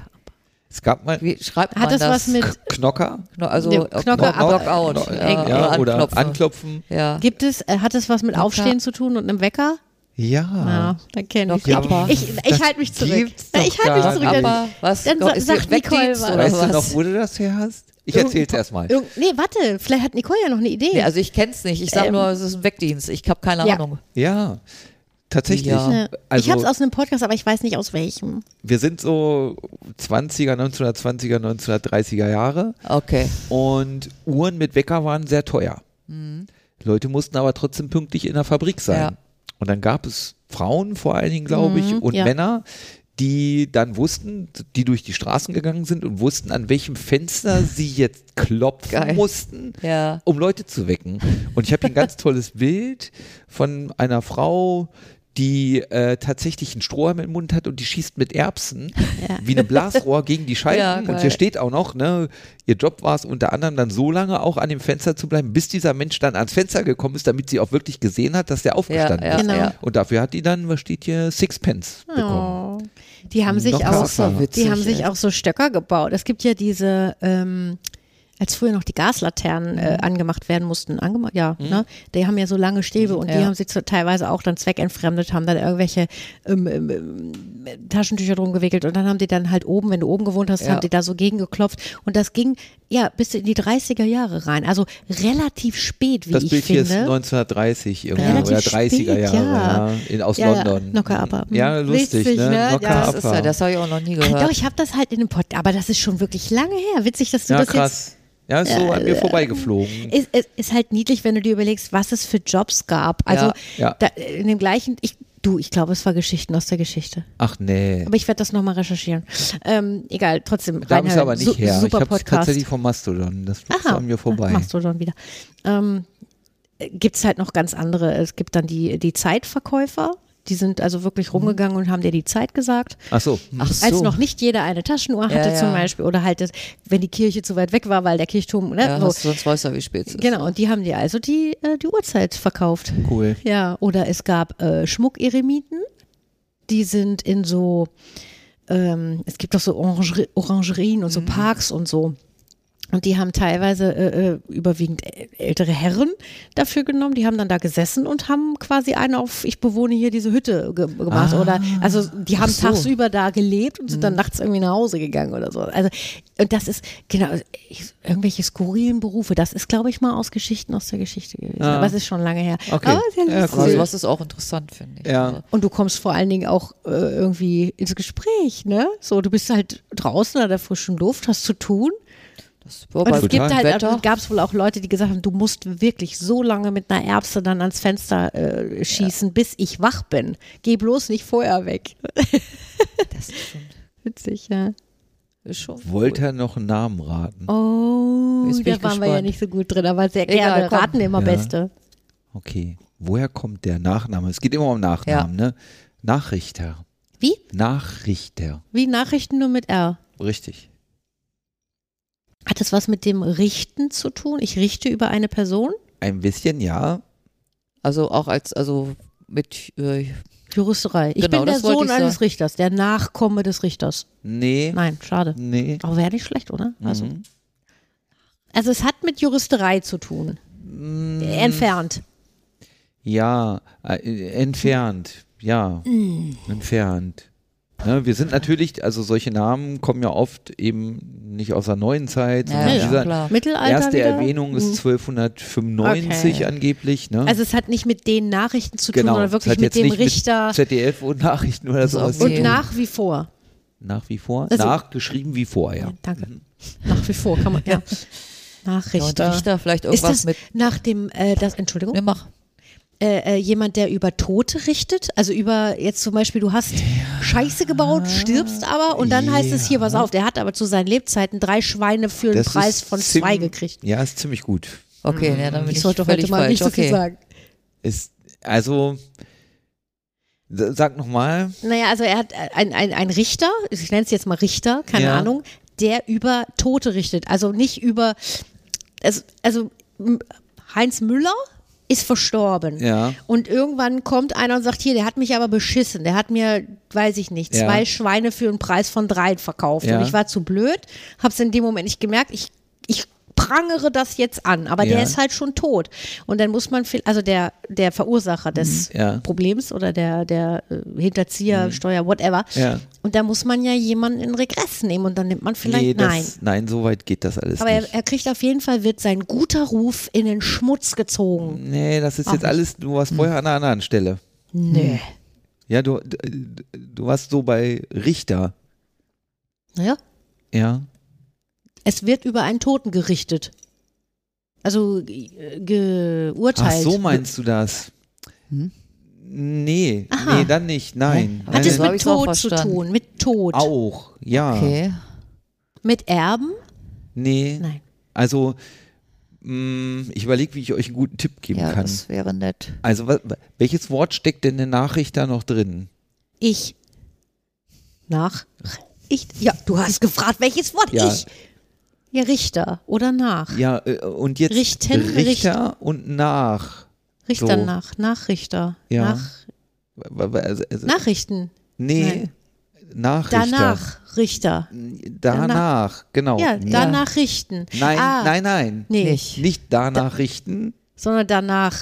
[SPEAKER 3] Es gab mal
[SPEAKER 2] Wie schreibt man
[SPEAKER 4] Hat das, was mit.
[SPEAKER 3] K- Knocker.
[SPEAKER 2] Kno- Also
[SPEAKER 4] Ne,
[SPEAKER 2] ob-
[SPEAKER 4] Knocker, Äh,
[SPEAKER 2] Knock-
[SPEAKER 4] aber-
[SPEAKER 2] Knockout.
[SPEAKER 3] Kno-
[SPEAKER 2] ja,
[SPEAKER 3] ja, oder anklopfen.
[SPEAKER 2] anklopfen. Ja.
[SPEAKER 4] Gibt es, äh, hat das was mit
[SPEAKER 2] Knocker.
[SPEAKER 4] Aufstehen zu tun und einem Wecker?
[SPEAKER 3] Ja.
[SPEAKER 4] Ja, dann kenne ich
[SPEAKER 2] Knocker Upper.
[SPEAKER 4] Ich, ich halte mich zurück.
[SPEAKER 3] gibt's
[SPEAKER 4] Na,
[SPEAKER 3] doch
[SPEAKER 4] Ich halte mich
[SPEAKER 3] gar
[SPEAKER 4] zurück.
[SPEAKER 3] nicht.
[SPEAKER 4] Dann-
[SPEAKER 2] Aber was?
[SPEAKER 4] Dann sa-
[SPEAKER 2] ist
[SPEAKER 4] sagt
[SPEAKER 2] hier Wegdienst
[SPEAKER 4] Nicole
[SPEAKER 2] oder
[SPEAKER 3] Weißt
[SPEAKER 2] was?
[SPEAKER 3] du noch, wo du das her hast? Ich erzähl's erstmal.
[SPEAKER 4] Irgend, nee, warte, vielleicht hat Nicole ja noch eine Idee.
[SPEAKER 2] Nee, also ich kenn's nicht. Ich sag
[SPEAKER 4] Ähm.
[SPEAKER 2] nur, es ist ein Wegdienst. Ich habe keine
[SPEAKER 4] Ja.
[SPEAKER 2] Ahnung.
[SPEAKER 3] Ja. Tatsächlich.
[SPEAKER 2] Ja.
[SPEAKER 4] Ne. ich
[SPEAKER 3] Also,
[SPEAKER 4] habe es aus einem Podcast, aber ich weiß nicht aus welchem.
[SPEAKER 3] wir sind so 20er, 1920er, 1930er Jahre
[SPEAKER 2] Okay.
[SPEAKER 3] und Uhren mit Wecker waren sehr teuer. Leute mussten aber trotzdem pünktlich in der Fabrik sein.
[SPEAKER 2] Mhm. Ja. Mhm,
[SPEAKER 3] Und dann gab es Frauen vor allen Dingen, glaube ich, und
[SPEAKER 4] ja.
[SPEAKER 3] Männer, die dann wussten, die durch die Straßen gegangen sind und wussten, an welchem Fenster sie jetzt klopfen
[SPEAKER 2] Geil.
[SPEAKER 3] mussten,
[SPEAKER 2] Ja.
[SPEAKER 3] um Leute zu wecken. Und ich habe hier ein ganz tolles Bild von einer Frau, die äh, tatsächlich einen Strohhalm im Mund hat und die schießt mit Erbsen wie eine Blasrohr gegen die Scheiben.
[SPEAKER 2] Ja,
[SPEAKER 3] und
[SPEAKER 2] geil.
[SPEAKER 3] hier steht auch noch, ne, ihr Job war es unter anderem dann so lange auch an dem Fenster zu bleiben, bis dieser Mensch dann ans Fenster gekommen ist, damit sie auch wirklich gesehen hat, dass der aufgestanden
[SPEAKER 2] ja,
[SPEAKER 3] ist.
[SPEAKER 4] Genau.
[SPEAKER 2] ja.
[SPEAKER 3] Und dafür hat die dann, was steht hier, Sixpence bekommen.
[SPEAKER 4] Oh. Die haben sich
[SPEAKER 3] Locker
[SPEAKER 4] auch
[SPEAKER 3] Upper.
[SPEAKER 4] so,
[SPEAKER 2] Witzig,
[SPEAKER 4] die haben sich
[SPEAKER 2] ey.
[SPEAKER 4] auch so Stöcker gebaut. Es gibt ja diese, ähm, als früher noch die Gaslaternen äh,
[SPEAKER 3] Mhm.
[SPEAKER 4] angemacht werden mussten, angemacht, ja, ne? Die haben ja so lange Stäbe
[SPEAKER 3] Mhm,
[SPEAKER 4] und die
[SPEAKER 2] Ja.
[SPEAKER 4] haben sie zu, teilweise auch dann zweckentfremdet, haben dann irgendwelche ähm, ähm, ähm, Taschentücher drum gewickelt und dann haben die dann halt oben, wenn du oben gewohnt hast,
[SPEAKER 2] Ja.
[SPEAKER 4] haben die da so gegengeklopft und das ging ja bis in die 30er Jahre rein. Also relativ spät, wie
[SPEAKER 3] Das
[SPEAKER 4] ich
[SPEAKER 3] Bild hier
[SPEAKER 4] finde.
[SPEAKER 3] ist 1930 irgendwie
[SPEAKER 4] Relativ
[SPEAKER 3] oder 30er Jahre
[SPEAKER 4] spät, ja.
[SPEAKER 3] ja. in, aus
[SPEAKER 4] Ja, ja,
[SPEAKER 3] London.
[SPEAKER 4] Knocker Upper. Hm.
[SPEAKER 3] Ja, lustig,
[SPEAKER 4] Witzig,
[SPEAKER 3] ne?
[SPEAKER 4] ne?
[SPEAKER 3] Knocker
[SPEAKER 4] Ja,
[SPEAKER 2] Das ist ja,
[SPEAKER 3] Upper.
[SPEAKER 2] das habe ich auch noch nie
[SPEAKER 4] Ah, Doch,
[SPEAKER 2] gehört.
[SPEAKER 4] ich habe das halt in dem Podcast, aber das ist schon wirklich lange her. Witzig, dass du
[SPEAKER 3] ja,
[SPEAKER 4] das jetzt
[SPEAKER 3] krass. Ja, ist so an mir vorbeigeflogen.
[SPEAKER 4] ist, ist, ist halt niedlich, wenn du dir überlegst, was es für Jobs gab. Also
[SPEAKER 2] Ja,
[SPEAKER 3] ja.
[SPEAKER 4] Da, in dem gleichen, ich, du, ich glaube, es war Geschichten aus der Geschichte.
[SPEAKER 3] Ach nee.
[SPEAKER 4] Aber ich werde das nochmal recherchieren. Ähm, egal, trotzdem.
[SPEAKER 3] Da ist
[SPEAKER 4] reinhören.
[SPEAKER 3] aber
[SPEAKER 4] Su
[SPEAKER 3] nicht her. Ich
[SPEAKER 4] Super
[SPEAKER 3] habe es
[SPEAKER 4] Podcast.
[SPEAKER 3] tatsächlich vom Mastodon. Das flog so
[SPEAKER 4] Aha,
[SPEAKER 3] an mir vorbei.
[SPEAKER 4] Machst du schon wieder. Ähm, Gibt es halt noch ganz andere. Es gibt dann die, die Zeitverkäufer. Die sind also wirklich rumgegangen und haben dir die Zeit gesagt.
[SPEAKER 3] Mhm. Ach so.
[SPEAKER 2] Ach so.
[SPEAKER 4] Als noch nicht jeder eine Taschenuhr hatte
[SPEAKER 2] ja.
[SPEAKER 4] zum Beispiel. Oder halt, das, wenn die Kirche zu weit weg war, weil der Kirchturm, ne?
[SPEAKER 2] ja,
[SPEAKER 4] so.
[SPEAKER 2] hast, sonst weißt du ja, wie spät es ist.
[SPEAKER 4] Genau, und die haben dir also die, äh, die Uhrzeit verkauft.
[SPEAKER 3] Cool.
[SPEAKER 4] Ja, oder es gab äh, Schmuckeremiten, die sind in
[SPEAKER 3] Mhm.
[SPEAKER 4] so, ähm, es gibt doch so Orangerie- Orangerien und so Parks und so. Und die haben teilweise äh, äh, überwiegend äl- ältere Herren dafür genommen. Die haben dann da gesessen und haben quasi einen auf, ich bewohne hier diese Hütte ge gemacht. Oder also die haben
[SPEAKER 3] Ah. so. Mhm.
[SPEAKER 4] tagsüber da gelebt und sind dann nachts irgendwie nach Hause gegangen oder so. Also und das ist genau ich- irgendwelche skurrilen Berufe. Das ist, glaube ich, mal aus Geschichten aus der Geschichte gewesen.
[SPEAKER 3] Ah.
[SPEAKER 4] Aber es ist schon lange her.
[SPEAKER 3] Okay.
[SPEAKER 4] Aber sehr
[SPEAKER 3] Ja,
[SPEAKER 4] lustig.
[SPEAKER 3] cool.
[SPEAKER 2] Also was ist auch interessant, finde ich.
[SPEAKER 3] Ja.
[SPEAKER 2] Also,
[SPEAKER 4] Und du kommst vor allen Dingen auch äh, irgendwie ins Gespräch, ne? So, du bist halt draußen an der frischen Luft, hast zu tun.
[SPEAKER 2] das
[SPEAKER 4] Und es
[SPEAKER 2] bei
[SPEAKER 4] gibt
[SPEAKER 2] gutem
[SPEAKER 4] halt,
[SPEAKER 2] Wetter.
[SPEAKER 4] also gab es wohl auch Leute, die gesagt haben, du musst wirklich so lange mit einer Erbse dann ans Fenster äh, schießen, bis ich wach bin. Geh bloß nicht vorher weg.
[SPEAKER 2] das ist schon,
[SPEAKER 4] Witzig, ja.
[SPEAKER 2] ist schon
[SPEAKER 3] Wollte er noch einen Namen raten?
[SPEAKER 4] Oh,
[SPEAKER 2] Jetzt bin
[SPEAKER 4] da
[SPEAKER 2] ich
[SPEAKER 4] waren wir ja
[SPEAKER 2] gespannt.
[SPEAKER 4] nicht so gut drin, aber sehr
[SPEAKER 2] Egal,
[SPEAKER 4] gerne.
[SPEAKER 2] komm.
[SPEAKER 4] Raten immer
[SPEAKER 3] Ja.
[SPEAKER 4] Beste.
[SPEAKER 3] Okay. Woher kommt der Nachname? Es geht immer um Nachnamen, ne? Nachrichter.
[SPEAKER 4] Wie?
[SPEAKER 3] Nachrichter.
[SPEAKER 4] Wie Nachrichten nur mit R.
[SPEAKER 3] Richtig.
[SPEAKER 4] Hat das was mit dem Richten zu tun? Ich richte über eine Person?
[SPEAKER 3] Ein bisschen, ja.
[SPEAKER 2] Also auch als, also mit, äh,
[SPEAKER 4] Juristerei. Ich
[SPEAKER 2] Genau,
[SPEAKER 4] bin der
[SPEAKER 2] das wollte
[SPEAKER 4] Sohn
[SPEAKER 2] ich sagen.
[SPEAKER 4] eines Richters, der Nachkomme des Richters.
[SPEAKER 3] Nee.
[SPEAKER 4] Nein, schade.
[SPEAKER 3] Nee.
[SPEAKER 4] Aber wäre nicht schlecht, oder? Also,
[SPEAKER 3] Mhm.
[SPEAKER 4] also es hat mit Juristerei zu tun.
[SPEAKER 3] Mhm.
[SPEAKER 4] Entfernt.
[SPEAKER 3] Ja, äh, entfernt. Ja,
[SPEAKER 4] Mm.
[SPEAKER 3] entfernt. Ne, wir sind natürlich, also solche Namen kommen ja oft eben nicht aus der neuen Zeit,
[SPEAKER 2] Ja,
[SPEAKER 3] sondern
[SPEAKER 4] ja,
[SPEAKER 3] dieser
[SPEAKER 2] klar.
[SPEAKER 4] Mittelalter
[SPEAKER 3] erste
[SPEAKER 4] wieder? Mm.
[SPEAKER 3] Erwähnung ist 1295
[SPEAKER 4] Okay.
[SPEAKER 3] angeblich. Ne? Genau.
[SPEAKER 4] Also es hat nicht mit den Nachrichten zu tun, sondern
[SPEAKER 3] es
[SPEAKER 4] wirklich
[SPEAKER 3] hat
[SPEAKER 4] mit
[SPEAKER 3] jetzt
[SPEAKER 4] dem
[SPEAKER 3] nicht mit
[SPEAKER 4] Richter
[SPEAKER 3] ZDF und Nachrichten oder
[SPEAKER 2] Das ist
[SPEAKER 3] sowas.
[SPEAKER 2] auch
[SPEAKER 3] zu
[SPEAKER 2] okay.
[SPEAKER 4] und
[SPEAKER 3] tun.
[SPEAKER 4] nach wie vor.
[SPEAKER 3] Nach wie vor?
[SPEAKER 4] Also-
[SPEAKER 3] Nachgeschrieben wie vor, ja.
[SPEAKER 4] Ja, danke.
[SPEAKER 3] Mhm.
[SPEAKER 4] Nach wie vor kann man, ja.
[SPEAKER 2] ja, und
[SPEAKER 4] Nachrichter.
[SPEAKER 2] Richter vielleicht
[SPEAKER 4] Ist
[SPEAKER 2] irgendwas
[SPEAKER 4] das
[SPEAKER 2] mit,
[SPEAKER 4] nach dem, äh, das, Entschuldigung,
[SPEAKER 2] ne, mach.
[SPEAKER 4] äh, äh, jemand, der über Tote richtet? Also über, jetzt zum Beispiel, du hast Scheiße gebaut, stirbst aber und dann heißt es hier, pass auf, der hat aber zu seinen Lebzeiten drei Schweine für einen
[SPEAKER 3] Das
[SPEAKER 4] Preis
[SPEAKER 3] ist
[SPEAKER 4] von
[SPEAKER 3] zim-
[SPEAKER 4] zwei gekriegt.
[SPEAKER 3] Ja, ist ziemlich gut.
[SPEAKER 2] Okay, ja, dann bin ich,
[SPEAKER 4] Mhm. Ich sollte
[SPEAKER 2] völlig
[SPEAKER 4] heute mal
[SPEAKER 2] falsch.
[SPEAKER 4] nicht so
[SPEAKER 2] okay.
[SPEAKER 4] viel sagen.
[SPEAKER 3] Ist, also, sa- sag nochmal.
[SPEAKER 4] Naja, also er hat ein, ein, ein Richter, ich nenne es jetzt mal Richter, keine
[SPEAKER 3] Ja.
[SPEAKER 4] Ahnung, der über Tote richtet. Also nicht über, also, also m- Heinz Müller ist verstorben.
[SPEAKER 3] Ja.
[SPEAKER 4] Und irgendwann kommt einer und sagt, hier, der hat mich aber beschissen. Der hat mir, weiß ich nicht,
[SPEAKER 3] Ja.
[SPEAKER 4] zwei Schweine für einen Preis von drei verkauft.
[SPEAKER 3] Ja.
[SPEAKER 4] Und ich war zu blöd, hab's in dem Moment nicht gemerkt. Ich, ich prangere das jetzt an, aber
[SPEAKER 3] Ja.
[SPEAKER 4] der ist halt schon tot. Und dann muss man, viel, also der, der Verursacher des
[SPEAKER 3] Mhm, Ja. Mhm.
[SPEAKER 4] Problems oder der, der äh, Hinterzieher, Steuer, whatever.
[SPEAKER 3] Ja.
[SPEAKER 4] Und da muss man ja jemanden in Regress nehmen und dann nimmt man vielleicht
[SPEAKER 3] nee,
[SPEAKER 4] nein.
[SPEAKER 3] das, nein, so weit geht das alles
[SPEAKER 4] Aber er,
[SPEAKER 3] nicht.
[SPEAKER 4] er kriegt auf jeden Fall, wird sein guter Ruf in den Schmutz gezogen.
[SPEAKER 3] Nee, das ist
[SPEAKER 4] Auch
[SPEAKER 3] jetzt
[SPEAKER 4] nicht. Hm.
[SPEAKER 3] alles, du warst vorher an einer anderen Stelle.
[SPEAKER 4] Nö.
[SPEAKER 3] Ja, du, d- du warst so bei Richter.
[SPEAKER 4] Naja,
[SPEAKER 3] Ja.
[SPEAKER 4] es wird über einen Toten gerichtet. Also äh, geurteilt.
[SPEAKER 3] Ach, so meinst du das?
[SPEAKER 2] Hm?
[SPEAKER 3] Nee,
[SPEAKER 4] Aha.
[SPEAKER 3] nee, dann nicht. Nein.
[SPEAKER 2] Hä?
[SPEAKER 3] nein
[SPEAKER 4] Hat
[SPEAKER 2] Ja,
[SPEAKER 4] es
[SPEAKER 2] so
[SPEAKER 3] nein.
[SPEAKER 2] hab
[SPEAKER 4] mit
[SPEAKER 2] ich's auch
[SPEAKER 4] Tod zu
[SPEAKER 2] verstanden.
[SPEAKER 4] tun, mit Tod.
[SPEAKER 3] Auch, ja.
[SPEAKER 2] Okay.
[SPEAKER 4] Mit Erben?
[SPEAKER 3] Nee.
[SPEAKER 4] Nein.
[SPEAKER 3] Also, mh, ich überlege, wie ich euch einen guten Tipp geben
[SPEAKER 2] Ja,
[SPEAKER 3] kann.
[SPEAKER 2] das wäre nett.
[SPEAKER 3] Also, wa- wa- welches Wort steckt denn in der Nachricht da noch drin?
[SPEAKER 4] Ich. Nach. Ich. Ja, du hast gefragt, welches Wort
[SPEAKER 3] Ja.
[SPEAKER 4] ich. Ja, Richter oder nach.
[SPEAKER 3] Ja, äh, und jetzt
[SPEAKER 4] Richten,
[SPEAKER 3] Richter und nach.
[SPEAKER 4] Richter
[SPEAKER 3] so.
[SPEAKER 4] nach. Nachrichter.
[SPEAKER 3] Ja.
[SPEAKER 4] Nach,
[SPEAKER 3] Wa- wa- Also, also,
[SPEAKER 4] Nachrichten.
[SPEAKER 3] nee, Nachrichter.
[SPEAKER 4] Danach Richter.
[SPEAKER 3] Danach, genau.
[SPEAKER 4] Ja,
[SPEAKER 3] Nee.
[SPEAKER 4] danach richten.
[SPEAKER 3] Nein,
[SPEAKER 4] ah,
[SPEAKER 3] nein, nein.
[SPEAKER 4] Nee,
[SPEAKER 2] Nicht.
[SPEAKER 3] Nicht danach richten.
[SPEAKER 4] sondern danach.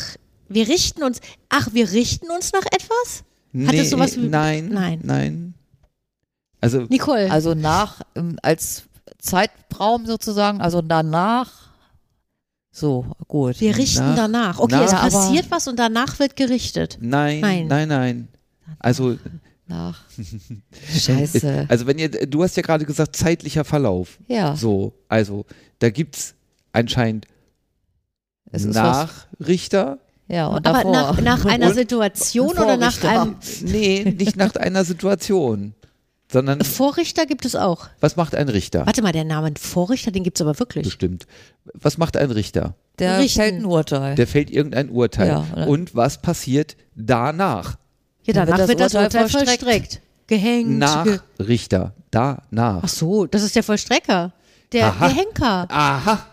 [SPEAKER 4] Wir richten uns. Ach, wir richten uns nach etwas?
[SPEAKER 3] Nee,
[SPEAKER 4] Hat das sowas wie-
[SPEAKER 3] nein,
[SPEAKER 4] Nein.
[SPEAKER 3] nein. Also,
[SPEAKER 4] Nicole.
[SPEAKER 2] Also nach, ähm, als Zeitraum sozusagen, also danach. So, gut.
[SPEAKER 4] wir richten
[SPEAKER 3] nach-
[SPEAKER 4] danach. Okay,
[SPEAKER 3] nach-
[SPEAKER 4] es
[SPEAKER 2] Ja, aber-
[SPEAKER 4] passiert was und danach wird gerichtet.
[SPEAKER 3] nein, nein, nein,
[SPEAKER 4] Nein.
[SPEAKER 3] nein. Also,
[SPEAKER 2] Nach.
[SPEAKER 4] Äh,
[SPEAKER 2] Scheiße.
[SPEAKER 3] also wenn ihr, du hast ja gerade gesagt, zeitlicher Verlauf.
[SPEAKER 2] Ja,
[SPEAKER 3] So, also, da gibt's anscheinend
[SPEAKER 2] es ist was.
[SPEAKER 3] Nachrichter.
[SPEAKER 2] Ja, und
[SPEAKER 4] Aber
[SPEAKER 2] davor.
[SPEAKER 4] nach, nach einer
[SPEAKER 3] Und-
[SPEAKER 4] Situation oder nach
[SPEAKER 2] Vorrichter.
[SPEAKER 4] einem
[SPEAKER 3] Nee, nicht nach einer Situation, sondern
[SPEAKER 4] Vorrichter gibt es auch.
[SPEAKER 3] was macht ein Richter?
[SPEAKER 4] Warte mal, der Name Vorrichter, den gibt es aber wirklich.
[SPEAKER 3] Bestimmt. Was macht ein Richter?
[SPEAKER 2] der
[SPEAKER 4] richten.
[SPEAKER 2] fällt ein Urteil.
[SPEAKER 3] Der fällt irgendein Urteil.
[SPEAKER 2] Ja, oder?
[SPEAKER 3] Und was passiert danach?
[SPEAKER 4] Ja,
[SPEAKER 2] Dann
[SPEAKER 4] danach wird das Urteil,
[SPEAKER 2] vollstreckt.
[SPEAKER 4] vollstreckt. Gehängt.
[SPEAKER 3] Nach
[SPEAKER 4] Ge
[SPEAKER 3] Richter. Danach.
[SPEAKER 4] Ach so, das ist der Vollstrecker. Der,
[SPEAKER 3] Aha.
[SPEAKER 4] der Henker.
[SPEAKER 3] Aha.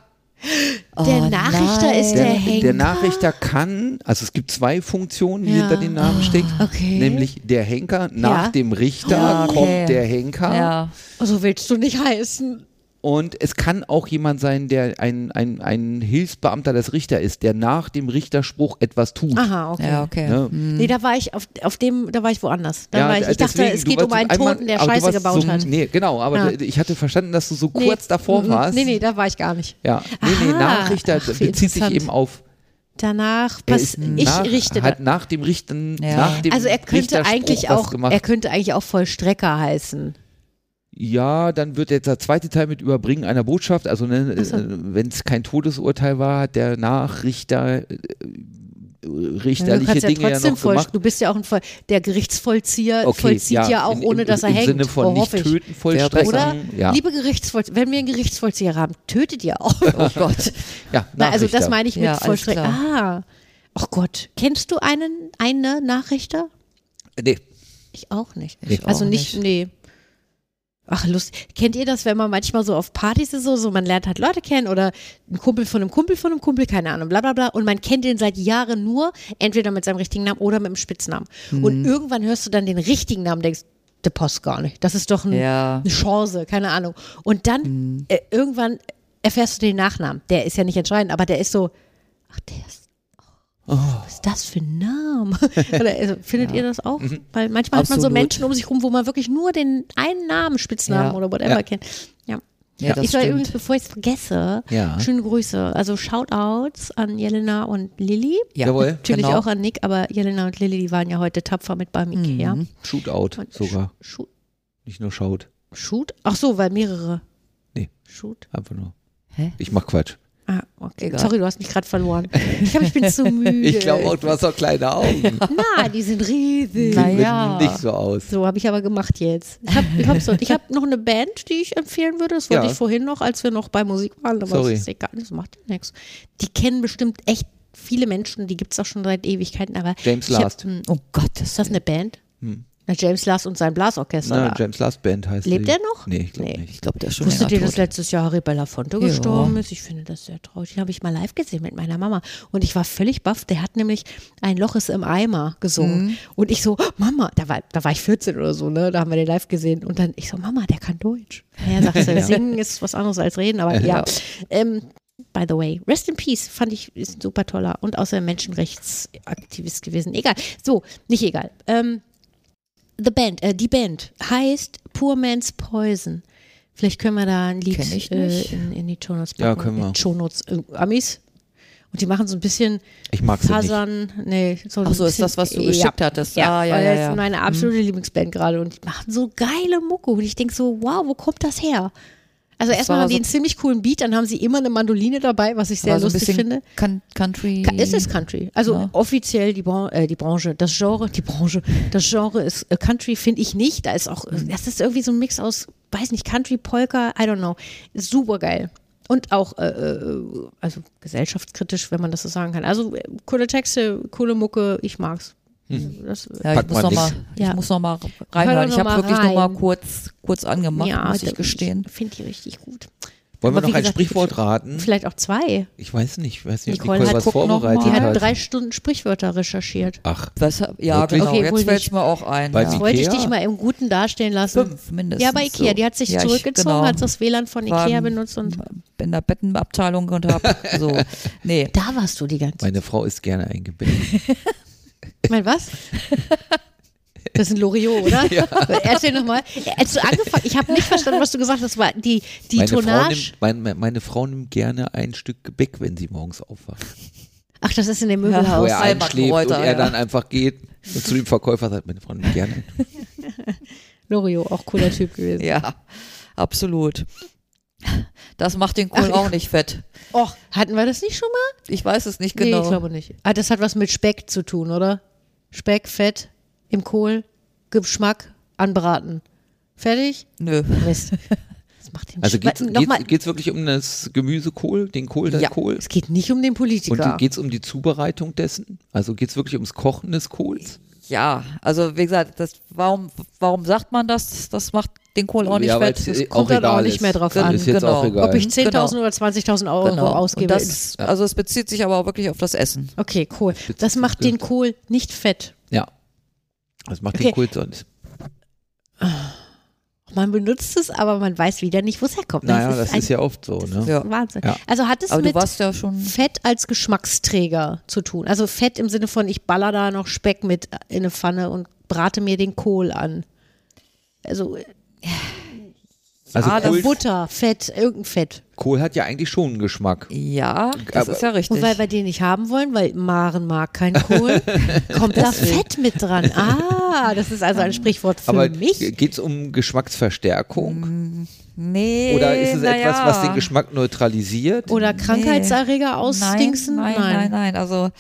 [SPEAKER 2] oh,
[SPEAKER 4] der Nachrichter
[SPEAKER 2] nein.
[SPEAKER 4] ist der Henker.
[SPEAKER 3] der Nachrichter kann, also es gibt zwei Funktionen, die
[SPEAKER 4] Ja. Ah,
[SPEAKER 3] hinter dem Namen steckt.
[SPEAKER 4] Okay.
[SPEAKER 3] Nämlich der Henker, nach
[SPEAKER 4] Ja. Ah,
[SPEAKER 3] dem Richter
[SPEAKER 2] Ja, okay.
[SPEAKER 3] kommt der Henker.
[SPEAKER 2] Ja,
[SPEAKER 4] Oh, so willst du nicht heißen.
[SPEAKER 3] Und es kann auch jemand sein, der ein, ein, ein Hilfsbeamter des Richter ist, der nach dem Richterspruch etwas tut.
[SPEAKER 4] Aha, okay.
[SPEAKER 2] Ja, okay.
[SPEAKER 3] Ne?
[SPEAKER 4] Nee, da war ich auf, auf dem, da war ich woanders. Da war ich,
[SPEAKER 3] d-
[SPEAKER 4] ich dachte,
[SPEAKER 3] deswegen,
[SPEAKER 4] es
[SPEAKER 3] du
[SPEAKER 4] geht
[SPEAKER 3] warst
[SPEAKER 4] um einen
[SPEAKER 3] einmal-
[SPEAKER 4] Toten, der
[SPEAKER 3] aber du
[SPEAKER 4] Scheiße
[SPEAKER 3] warst
[SPEAKER 4] gebaut
[SPEAKER 3] so,
[SPEAKER 4] hat.
[SPEAKER 3] Nee, genau, aber
[SPEAKER 4] Ja.
[SPEAKER 3] d- ich hatte verstanden, dass du so kurz
[SPEAKER 4] Nee.
[SPEAKER 3] davor
[SPEAKER 4] Mhm.
[SPEAKER 3] warst.
[SPEAKER 4] Nee, nee, da war ich gar nicht.
[SPEAKER 3] Ja, nee, nee,
[SPEAKER 4] Aha.
[SPEAKER 3] Nachrichter
[SPEAKER 4] Ach, wie
[SPEAKER 3] bezieht sich
[SPEAKER 4] interessant.
[SPEAKER 3] eben auf.
[SPEAKER 4] Danach,
[SPEAKER 3] er
[SPEAKER 4] pass,
[SPEAKER 3] ist
[SPEAKER 4] ich
[SPEAKER 3] nach,
[SPEAKER 4] richte
[SPEAKER 3] hat nach dem Richten,
[SPEAKER 2] Ja.
[SPEAKER 3] nach dem
[SPEAKER 4] Also er könnte
[SPEAKER 3] Richterspruch
[SPEAKER 4] eigentlich
[SPEAKER 3] was
[SPEAKER 4] auch,
[SPEAKER 3] gemacht.
[SPEAKER 4] er könnte eigentlich auch Vollstrecker heißen.
[SPEAKER 3] Ja, dann wird jetzt der zweite Teil mit Überbringen einer Botschaft. Also ne,
[SPEAKER 4] so.
[SPEAKER 3] äh, wenn es kein Todesurteil war, hat der Nachrichter äh, äh,
[SPEAKER 4] Ja, du
[SPEAKER 3] richterliche
[SPEAKER 4] kannst ja
[SPEAKER 3] Dinge ja
[SPEAKER 4] trotzdem
[SPEAKER 3] noch
[SPEAKER 4] voll,
[SPEAKER 3] gemacht.
[SPEAKER 4] du bist ja auch ein Voll, der Gerichtsvollzieher vollzieht ja, auch
[SPEAKER 3] in- im-
[SPEAKER 4] ohne dass er
[SPEAKER 3] im
[SPEAKER 4] hängt.
[SPEAKER 3] Sinne von
[SPEAKER 4] oh,
[SPEAKER 3] nicht
[SPEAKER 4] hoffe ich.
[SPEAKER 3] töten, vollstrecken.
[SPEAKER 4] Oder
[SPEAKER 3] ja.
[SPEAKER 4] liebe Gerichtsvollzieher, wenn wir einen Gerichtsvollzieher haben, tötet ihr auch. Oh Gott.
[SPEAKER 3] ja,
[SPEAKER 4] Na, also das
[SPEAKER 3] Nachrichter.
[SPEAKER 4] meine ich mit
[SPEAKER 2] Ja, alles
[SPEAKER 4] Vollstrecker. Ah. Oh Gott. Kennst du einen eine Nachrichter?
[SPEAKER 3] Nee.
[SPEAKER 4] Ich auch nicht.
[SPEAKER 2] Ich
[SPEAKER 4] also
[SPEAKER 2] auch
[SPEAKER 4] nicht,
[SPEAKER 2] nicht.
[SPEAKER 4] nee. Ach, lustig. Kennt ihr das, wenn man manchmal so auf Partys ist, so, so man lernt halt Leute kennen oder ein Kumpel von einem Kumpel von einem Kumpel, keine Ahnung, bla bla bla. Und man kennt den seit Jahren nur, entweder mit seinem richtigen Namen oder mit dem Spitznamen.
[SPEAKER 2] Mhm.
[SPEAKER 4] Und irgendwann hörst du dann den richtigen Namen, denkst, der passt gar nicht. Das ist doch ein,
[SPEAKER 2] Ja. Mhm.
[SPEAKER 4] eine Chance, keine Ahnung. Und dann äh, irgendwann erfährst du den Nachnamen. Der ist ja nicht entscheidend, aber der ist so, ach, der ist. Oh, Was ist das für ein Name? Oder, also, findet ihr das auch? Weil manchmal hat man so
[SPEAKER 2] Mhm. Absolut.
[SPEAKER 4] Menschen um sich rum, wo man wirklich nur den einen Namen, Spitznamen
[SPEAKER 2] Ja.
[SPEAKER 4] oder whatever
[SPEAKER 3] Ja.
[SPEAKER 4] kennt. Ja.
[SPEAKER 2] Ja, das
[SPEAKER 4] ich soll
[SPEAKER 2] stimmt.
[SPEAKER 4] übrigens, bevor ich es vergesse,
[SPEAKER 3] Ja.
[SPEAKER 4] schöne Grüße. Also Shoutouts an Jelena und Lilly.
[SPEAKER 2] Ja,
[SPEAKER 3] Jawohl.
[SPEAKER 4] Natürlich
[SPEAKER 2] genau.
[SPEAKER 4] auch an Nick, aber Jelena und Lilly, die waren ja heute tapfer mit beim Ikea.
[SPEAKER 2] Mhm.
[SPEAKER 3] Shootout
[SPEAKER 4] Und
[SPEAKER 3] sogar.
[SPEAKER 4] Shoot,
[SPEAKER 3] Nicht nur Shout.
[SPEAKER 4] shoot? Ach so, weil mehrere.
[SPEAKER 3] Nee.
[SPEAKER 4] Shoot.
[SPEAKER 3] Einfach nur.
[SPEAKER 2] Hä?
[SPEAKER 3] Ich mach Quatsch.
[SPEAKER 4] Ah, okay.
[SPEAKER 2] Egal.
[SPEAKER 4] Sorry, du hast mich gerade verloren. Ich glaube, ich bin zu müde.
[SPEAKER 3] Ich glaube auch, du hast auch kleine Augen.
[SPEAKER 4] Na, die sind riesig.
[SPEAKER 2] Na
[SPEAKER 3] Sieht
[SPEAKER 2] ja.
[SPEAKER 3] Nicht so aus.
[SPEAKER 4] So habe ich aber gemacht jetzt. Ich habe ich hab so, ich hab noch eine Band, die ich empfehlen würde. Das wollte
[SPEAKER 3] Ja.
[SPEAKER 4] ich vorhin noch, als wir noch bei Musik waren. Aber
[SPEAKER 3] Sorry.
[SPEAKER 4] das ist egal, das macht ja nichts. Die kennen bestimmt echt viele Menschen. Die gibt es auch schon seit Ewigkeiten. Aber
[SPEAKER 3] James
[SPEAKER 4] ich hab-
[SPEAKER 3] Last.
[SPEAKER 2] Oh Gott,
[SPEAKER 4] ist das eine Band? Na, James Last und sein Blasorchester.
[SPEAKER 3] Na,
[SPEAKER 4] da.
[SPEAKER 3] James Last Band heißt
[SPEAKER 4] Lebt
[SPEAKER 3] die.
[SPEAKER 4] er noch?
[SPEAKER 3] Nee, ich glaube
[SPEAKER 4] Nee.
[SPEAKER 3] nicht.
[SPEAKER 2] ich glaube, der ist schon
[SPEAKER 4] Wusstet ihr,
[SPEAKER 2] länger
[SPEAKER 4] dass
[SPEAKER 2] tot.
[SPEAKER 4] letztes Jahr Harry Belafonte
[SPEAKER 2] Ja.
[SPEAKER 4] gestorben ist? Ich finde das sehr traurig. Den habe ich mal live gesehen mit meiner Mama. Und ich war völlig baff. Der hat nämlich Ein Loch ist im Eimer gesungen. Und ich so, Mama, da war, da war ich 14 oder so, ne? Da haben wir den live gesehen. Und dann, ich so, Mama, der kann Deutsch. Ja, sagst du, singen ist was anderes als reden, aber
[SPEAKER 3] Ja.
[SPEAKER 4] ja. Ähm, by the way, Rest in Peace fand ich ist ein super toller und außerdem Menschenrechtsaktivist gewesen. Egal. So, nicht egal. Ähm, the Band, äh, die Band heißt Poor Man's Poison. Vielleicht können wir da ein Lied
[SPEAKER 2] Kenn ich
[SPEAKER 4] äh,
[SPEAKER 2] nicht.
[SPEAKER 4] in, in die Shownotes packen.
[SPEAKER 3] Ja, können wir.
[SPEAKER 4] In Shownotes, äh, Amis. Und die machen so ein bisschen
[SPEAKER 3] Ich mag sie nicht.
[SPEAKER 4] Fasan, nee, so ein
[SPEAKER 2] Ach so, ist
[SPEAKER 4] bisschen-
[SPEAKER 2] das, was du
[SPEAKER 4] ja.
[SPEAKER 2] geschickt hattest?
[SPEAKER 4] Ja,
[SPEAKER 2] Ah, ja,
[SPEAKER 4] weil
[SPEAKER 2] ja,
[SPEAKER 4] das
[SPEAKER 2] ja.
[SPEAKER 4] ist meine absolute Lieblingsband gerade und die machen so geile Mucke und ich denke so, wow, wo kommt das her? Also erstmal
[SPEAKER 2] war
[SPEAKER 4] haben die
[SPEAKER 2] so-
[SPEAKER 4] einen ziemlich coolen Beat, dann haben sie immer eine Mandoline dabei, was ich sehr
[SPEAKER 2] Aber so Also ein
[SPEAKER 4] lustig
[SPEAKER 2] bisschen
[SPEAKER 4] finde.
[SPEAKER 2] Coun- Country.
[SPEAKER 4] Ka- Es ist Country. Also
[SPEAKER 2] Mm. Ja.
[SPEAKER 4] offiziell die, Bran äh, die Branche, das Genre, die Branche, das Genre ist äh, Country, finde ich nicht. Da ist auch, äh, das ist irgendwie so ein Mix aus, weiß nicht, Country, Polka, I don't know. Super geil. Und auch, äh, äh, also gesellschaftskritisch, wenn man das so sagen kann. Also äh, coole Texte, coole Mucke, ich mag's. Das, äh,
[SPEAKER 2] ja, ich
[SPEAKER 3] Pack
[SPEAKER 2] muss
[SPEAKER 3] mal
[SPEAKER 2] noch mal,
[SPEAKER 3] nix.
[SPEAKER 2] ich
[SPEAKER 4] Ja.
[SPEAKER 2] muss noch mal
[SPEAKER 4] Hör doch
[SPEAKER 2] reinhören. Ich
[SPEAKER 4] noch mal
[SPEAKER 2] habe wirklich noch mal
[SPEAKER 4] rein.
[SPEAKER 2] kurz, kurz angemacht, muss ich
[SPEAKER 4] da-
[SPEAKER 2] gestehen.
[SPEAKER 4] Finde ich richtig gut.
[SPEAKER 3] Wollen wir
[SPEAKER 4] Aber wie
[SPEAKER 3] noch ein
[SPEAKER 4] gesagt,
[SPEAKER 3] Sprichwort raten?
[SPEAKER 4] Vielleicht auch zwei.
[SPEAKER 3] Ich weiß nicht. Weiß nicht, ob
[SPEAKER 4] Nicole
[SPEAKER 3] Nicole
[SPEAKER 4] hat-
[SPEAKER 3] was
[SPEAKER 2] guck noch mal.
[SPEAKER 3] vorbereitet
[SPEAKER 4] Die
[SPEAKER 2] Ah.
[SPEAKER 4] hat
[SPEAKER 3] hat.
[SPEAKER 4] drei Stunden Sprichwörter recherchiert.
[SPEAKER 3] Ach,
[SPEAKER 2] Was, ja,
[SPEAKER 3] Wirklich?
[SPEAKER 2] genau.
[SPEAKER 4] Okay, wohl
[SPEAKER 2] Jetzt fällt
[SPEAKER 4] nicht.
[SPEAKER 2] es mir auch ein.
[SPEAKER 3] Weiß
[SPEAKER 2] ja.
[SPEAKER 3] ich
[SPEAKER 4] Wollte ich
[SPEAKER 3] Ikea?
[SPEAKER 4] dich mal im Guten dastehen lassen.
[SPEAKER 2] Fünf mindestens.
[SPEAKER 4] Ja, bei Ikea,
[SPEAKER 2] so.
[SPEAKER 4] die hat sich
[SPEAKER 2] Ja, ich-
[SPEAKER 4] zurückgezogen,
[SPEAKER 2] genau.
[SPEAKER 4] hat das WLAN von
[SPEAKER 2] War
[SPEAKER 4] Ikea
[SPEAKER 2] im-
[SPEAKER 4] benutzt und
[SPEAKER 2] in der Bettenabteilung und hab so. Nee.
[SPEAKER 4] da warst du die ganze Zeit.
[SPEAKER 3] meine Frau ist gerne eingebettet.
[SPEAKER 4] Mein was? Das ist ein Loriot, oder? Erzähl nochmal. Als du angefangen, ich habe nicht verstanden, was du gesagt hast, war die, die
[SPEAKER 3] meine, Frau
[SPEAKER 4] Tonnage.
[SPEAKER 3] nimmt, mein, mein- meine Frau nimmt gerne ein Stück Gebäck, wenn sie morgens aufwacht.
[SPEAKER 4] Ach, das ist in dem
[SPEAKER 2] Ja.
[SPEAKER 3] Wo
[SPEAKER 4] Möbelhaus.
[SPEAKER 3] er einschläft und
[SPEAKER 2] Albankräuter,
[SPEAKER 3] er
[SPEAKER 2] ja.
[SPEAKER 3] dann einfach geht und zu dem Verkäufer sagt, meine Frau nimmt gerne.
[SPEAKER 4] Loriot, auch cooler Typ gewesen.
[SPEAKER 2] Ja, absolut. Das macht den Kohl
[SPEAKER 4] Ach,
[SPEAKER 2] auch nicht fett.
[SPEAKER 4] Och, hatten wir das nicht schon mal?
[SPEAKER 2] Ich weiß es nicht
[SPEAKER 4] Nee,
[SPEAKER 2] genau.
[SPEAKER 4] ich glaube nicht. Ah, das hat was mit Speck zu tun, oder? Speck, Fett, im Kohl, Geschmack, anbraten. Fertig?
[SPEAKER 2] Nö.
[SPEAKER 4] Mist. Das macht den
[SPEAKER 3] Also
[SPEAKER 4] Spaß.
[SPEAKER 3] geht's,
[SPEAKER 4] Nochmal,
[SPEAKER 3] geht's, geht's wirklich um das Gemüsekohl, den Kohl, das
[SPEAKER 2] Ja.
[SPEAKER 3] Kohl?
[SPEAKER 4] es geht nicht um den Politiker.
[SPEAKER 3] Und geht's um die Zubereitung dessen? Also geht's wirklich ums Kochen des Kohls?
[SPEAKER 2] Ja, also wie gesagt, das, warum, warum sagt man das? Das macht den Kohl auch nicht
[SPEAKER 3] Ja,
[SPEAKER 2] fett.
[SPEAKER 3] weil's,
[SPEAKER 2] Das
[SPEAKER 3] äh,
[SPEAKER 2] kommt
[SPEAKER 4] dann halt auch
[SPEAKER 3] egal
[SPEAKER 4] nicht mehr
[SPEAKER 3] ist.
[SPEAKER 4] drauf
[SPEAKER 3] Das
[SPEAKER 4] an.
[SPEAKER 3] Ist jetzt
[SPEAKER 2] Genau.
[SPEAKER 3] auch egal.
[SPEAKER 4] Ob ich 10.000
[SPEAKER 2] Genau.
[SPEAKER 4] oder 20.000 Euro
[SPEAKER 2] genau.
[SPEAKER 4] ausgebe.
[SPEAKER 2] Und das,
[SPEAKER 4] ist-
[SPEAKER 2] also es bezieht sich aber auch wirklich auf das Essen.
[SPEAKER 4] okay, cool. Das macht den Kohl nicht fett.
[SPEAKER 3] ja. Das macht
[SPEAKER 4] Okay.
[SPEAKER 3] den Kohl sonst.
[SPEAKER 4] Man benutzt es, aber man weiß wieder nicht, wo es herkommt.
[SPEAKER 3] Naja, das ist,
[SPEAKER 4] ein-
[SPEAKER 3] ja oft so.
[SPEAKER 4] Das
[SPEAKER 3] Ne?
[SPEAKER 4] ist
[SPEAKER 2] Ja.
[SPEAKER 4] Wahnsinn.
[SPEAKER 3] Ja.
[SPEAKER 4] Also hat es
[SPEAKER 2] Aber du
[SPEAKER 4] mit
[SPEAKER 2] warst ja schon-
[SPEAKER 4] Fett als Geschmacksträger zu tun. Also Fett im Sinne von, ich baller da noch Speck mit in eine Pfanne und brate mir den Kohl an. Also
[SPEAKER 3] Also
[SPEAKER 2] Ah, das
[SPEAKER 3] Kohl,
[SPEAKER 4] Butter, Fett, irgendein Fett.
[SPEAKER 3] Kohl hat ja eigentlich schon einen Geschmack.
[SPEAKER 2] Ja, das
[SPEAKER 3] Aber-
[SPEAKER 2] ist ja richtig.
[SPEAKER 4] Und weil wir den nicht haben wollen, weil Maren mag keinen Kohl, kommt da Fett mit dran. Ah, das ist
[SPEAKER 2] Ähm,
[SPEAKER 4] also ein Sprichwort für
[SPEAKER 3] Aber
[SPEAKER 4] mich. Mm.
[SPEAKER 3] geht es um Geschmacksverstärkung?
[SPEAKER 2] nee,
[SPEAKER 3] Oder ist es
[SPEAKER 4] Äh,
[SPEAKER 2] na
[SPEAKER 3] etwas,
[SPEAKER 2] ja.
[SPEAKER 3] was den Geschmack neutralisiert?
[SPEAKER 4] Oder Krankheitserreger ausdingsen?
[SPEAKER 2] Nein, nein, nein, nein. Also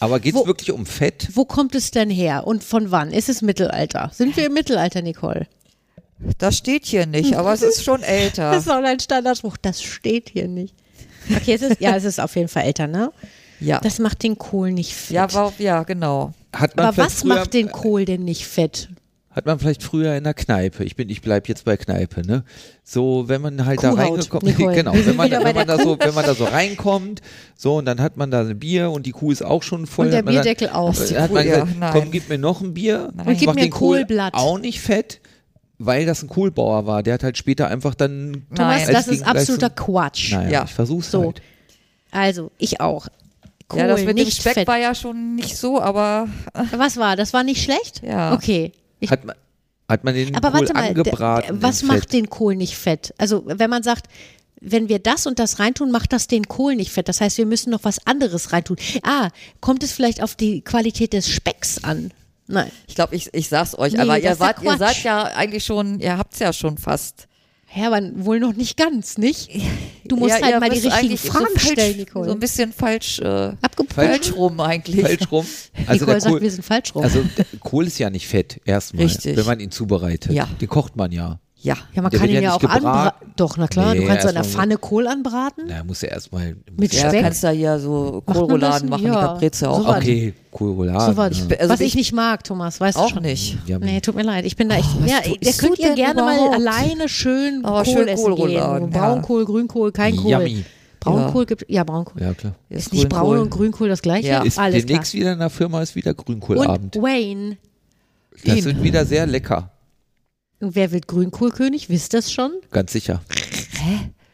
[SPEAKER 3] Aber geht
[SPEAKER 4] Wo-
[SPEAKER 3] es wirklich um Fett?
[SPEAKER 4] Wo kommt es denn her und von wann? Ist es Mittelalter? Sind wir im Mittelalter, Nicole?
[SPEAKER 2] das steht hier nicht, aber es ist schon älter.
[SPEAKER 4] Das ist auch ein Standardspruch. Das steht hier nicht. Okay, es ist, ja, es ist auf jeden Fall älter, ne?
[SPEAKER 2] Ja,
[SPEAKER 4] Das macht den Kohl nicht fett.
[SPEAKER 2] ja, war, ja genau.
[SPEAKER 3] Hat man
[SPEAKER 4] Aber
[SPEAKER 3] vielleicht
[SPEAKER 4] was
[SPEAKER 3] früher,
[SPEAKER 4] macht
[SPEAKER 2] äh,
[SPEAKER 4] den Kohl denn nicht fett?
[SPEAKER 3] Hat man vielleicht früher in der Kneipe, ich bin, ich bleib jetzt bei Kneipe, ne? So, wenn man halt
[SPEAKER 4] Kuhhaut,
[SPEAKER 3] da reingekommen,
[SPEAKER 4] Nicole.
[SPEAKER 3] genau,
[SPEAKER 4] Wir sind
[SPEAKER 3] wenn man,
[SPEAKER 4] wieder bei
[SPEAKER 3] wenn man
[SPEAKER 4] der
[SPEAKER 3] da so, wenn man da so reinkommt, so und dann hat man da ein Bier und die Kuh ist auch schon voll.
[SPEAKER 4] Und der
[SPEAKER 3] hat man dann-
[SPEAKER 4] Bierdeckel auch.
[SPEAKER 3] Äh, hat
[SPEAKER 2] Kuh,
[SPEAKER 3] man
[SPEAKER 2] ja,
[SPEAKER 3] gesagt,
[SPEAKER 2] nein.
[SPEAKER 3] komm, gib mir noch ein Bier
[SPEAKER 2] Nein.
[SPEAKER 4] Und gib
[SPEAKER 3] mach
[SPEAKER 4] mir
[SPEAKER 3] den
[SPEAKER 4] ein
[SPEAKER 3] Kohl
[SPEAKER 4] Kohlblatt.
[SPEAKER 3] Auch nicht fett, weil das ein Kohlbauer war. Der hat halt später einfach dann.
[SPEAKER 4] Thomas,
[SPEAKER 2] Nein.
[SPEAKER 3] Als
[SPEAKER 4] das ist absoluter
[SPEAKER 3] Gegenleistung-
[SPEAKER 4] Quatsch.
[SPEAKER 3] Naja,
[SPEAKER 2] Ja.
[SPEAKER 3] ich versuch's
[SPEAKER 4] So.
[SPEAKER 3] halt.
[SPEAKER 4] Also, ich auch. Kohl,
[SPEAKER 2] ja, das mit dem
[SPEAKER 4] nicht
[SPEAKER 2] Speck
[SPEAKER 4] fett.
[SPEAKER 2] war ja schon nicht so, aber
[SPEAKER 4] Was war? Das war nicht schlecht?
[SPEAKER 2] Ja.
[SPEAKER 4] Okay. Ich,
[SPEAKER 3] Hat man, hat man den
[SPEAKER 4] aber
[SPEAKER 3] Kohl
[SPEAKER 4] warte mal, der-
[SPEAKER 3] angebraten?
[SPEAKER 4] der- was
[SPEAKER 3] den
[SPEAKER 4] macht
[SPEAKER 3] Fett?
[SPEAKER 4] den Kohl nicht fett? Also, wenn man sagt, wenn wir das und das reintun, macht das den Kohl nicht fett. Das heißt, wir müssen noch was anderes reintun. Ah, kommt es vielleicht auf die Qualität des Specks an? Nein.
[SPEAKER 2] ich glaube, ich, ich sag's euch,
[SPEAKER 4] Nee,
[SPEAKER 2] aber
[SPEAKER 4] das
[SPEAKER 2] ihr
[SPEAKER 4] ist ja
[SPEAKER 2] wart, ihr
[SPEAKER 4] Quatsch.
[SPEAKER 2] seid ja eigentlich schon, ihr habt's ja schon fast.
[SPEAKER 4] Ja, aber wohl noch nicht ganz, nicht? Du musst
[SPEAKER 2] ja,
[SPEAKER 4] halt
[SPEAKER 2] ihr
[SPEAKER 4] mal die
[SPEAKER 2] müsst
[SPEAKER 4] richtigen
[SPEAKER 2] eigentlich
[SPEAKER 4] Fragen
[SPEAKER 2] so falsch,
[SPEAKER 4] stellen,
[SPEAKER 2] So
[SPEAKER 4] Nicole.
[SPEAKER 2] ein bisschen falsch, äh,
[SPEAKER 4] Abgepult.
[SPEAKER 2] falsch rum eigentlich.
[SPEAKER 3] falsch rum? Also
[SPEAKER 4] Nicole
[SPEAKER 3] der
[SPEAKER 4] sagt,
[SPEAKER 3] Kohl,
[SPEAKER 4] wir sind falsch rum.
[SPEAKER 3] Also der Kohl ist ja nicht fett erstmal,
[SPEAKER 2] Richtig.
[SPEAKER 3] wenn man ihn zubereitet.
[SPEAKER 2] Ja.
[SPEAKER 3] Den kocht man ja.
[SPEAKER 2] Ja.
[SPEAKER 4] ja, man
[SPEAKER 3] der
[SPEAKER 4] kann
[SPEAKER 3] wird
[SPEAKER 4] ihn
[SPEAKER 3] ja
[SPEAKER 4] ja auch
[SPEAKER 3] nicht
[SPEAKER 4] anbraten.
[SPEAKER 3] gebraten.
[SPEAKER 4] Doch, na klar, du
[SPEAKER 3] Nee,
[SPEAKER 4] kannst so in der
[SPEAKER 3] erstmal-
[SPEAKER 4] Pfanne Kohl anbraten.
[SPEAKER 3] Na, muss ja erstmal
[SPEAKER 4] Mit
[SPEAKER 2] Ja,
[SPEAKER 4] Speck?
[SPEAKER 2] kannst da ja so
[SPEAKER 4] man
[SPEAKER 2] Kohlrouladen
[SPEAKER 4] das?
[SPEAKER 2] machen,
[SPEAKER 4] Ja.
[SPEAKER 2] die Caprese auch.
[SPEAKER 4] So was.
[SPEAKER 3] Okay, cool,
[SPEAKER 4] So was,
[SPEAKER 3] ja.
[SPEAKER 2] also
[SPEAKER 4] was ich,
[SPEAKER 2] ich-
[SPEAKER 4] nicht mag, Thomas, weißt du
[SPEAKER 2] Auch
[SPEAKER 4] schon.
[SPEAKER 2] nicht.
[SPEAKER 3] Ja, Oh,
[SPEAKER 4] Nee, tut mir leid. Ich bin da echt.
[SPEAKER 2] was
[SPEAKER 4] ja,
[SPEAKER 2] tu-
[SPEAKER 4] ihr
[SPEAKER 2] isst
[SPEAKER 4] könnt
[SPEAKER 2] du
[SPEAKER 4] ihr
[SPEAKER 2] denn
[SPEAKER 4] gerne mal
[SPEAKER 2] überhaupt?
[SPEAKER 4] alleine schön
[SPEAKER 2] Aber
[SPEAKER 4] Kohl
[SPEAKER 2] schön
[SPEAKER 4] essen
[SPEAKER 2] Kohlrouladen,
[SPEAKER 4] gehen.
[SPEAKER 2] ja.
[SPEAKER 4] Braunkohl, Grünkohl, kein Kohl.
[SPEAKER 3] Yummy.
[SPEAKER 4] Braunkohl gibt ja Braunkohl.
[SPEAKER 3] ja, klar.
[SPEAKER 4] Ist nicht braun und Grünkohl das gleiche?
[SPEAKER 2] Ja.
[SPEAKER 3] Ist
[SPEAKER 4] Alles klar.
[SPEAKER 3] demnächst wieder in der Firma ist wieder
[SPEAKER 4] Und
[SPEAKER 3] Grünkohlabend.
[SPEAKER 4] Wayne.
[SPEAKER 3] Das
[SPEAKER 2] ihn.
[SPEAKER 3] wird wieder sehr lecker,
[SPEAKER 4] Und wer wird Grünkohlkönig? Wisst ihr das schon?
[SPEAKER 3] ganz sicher.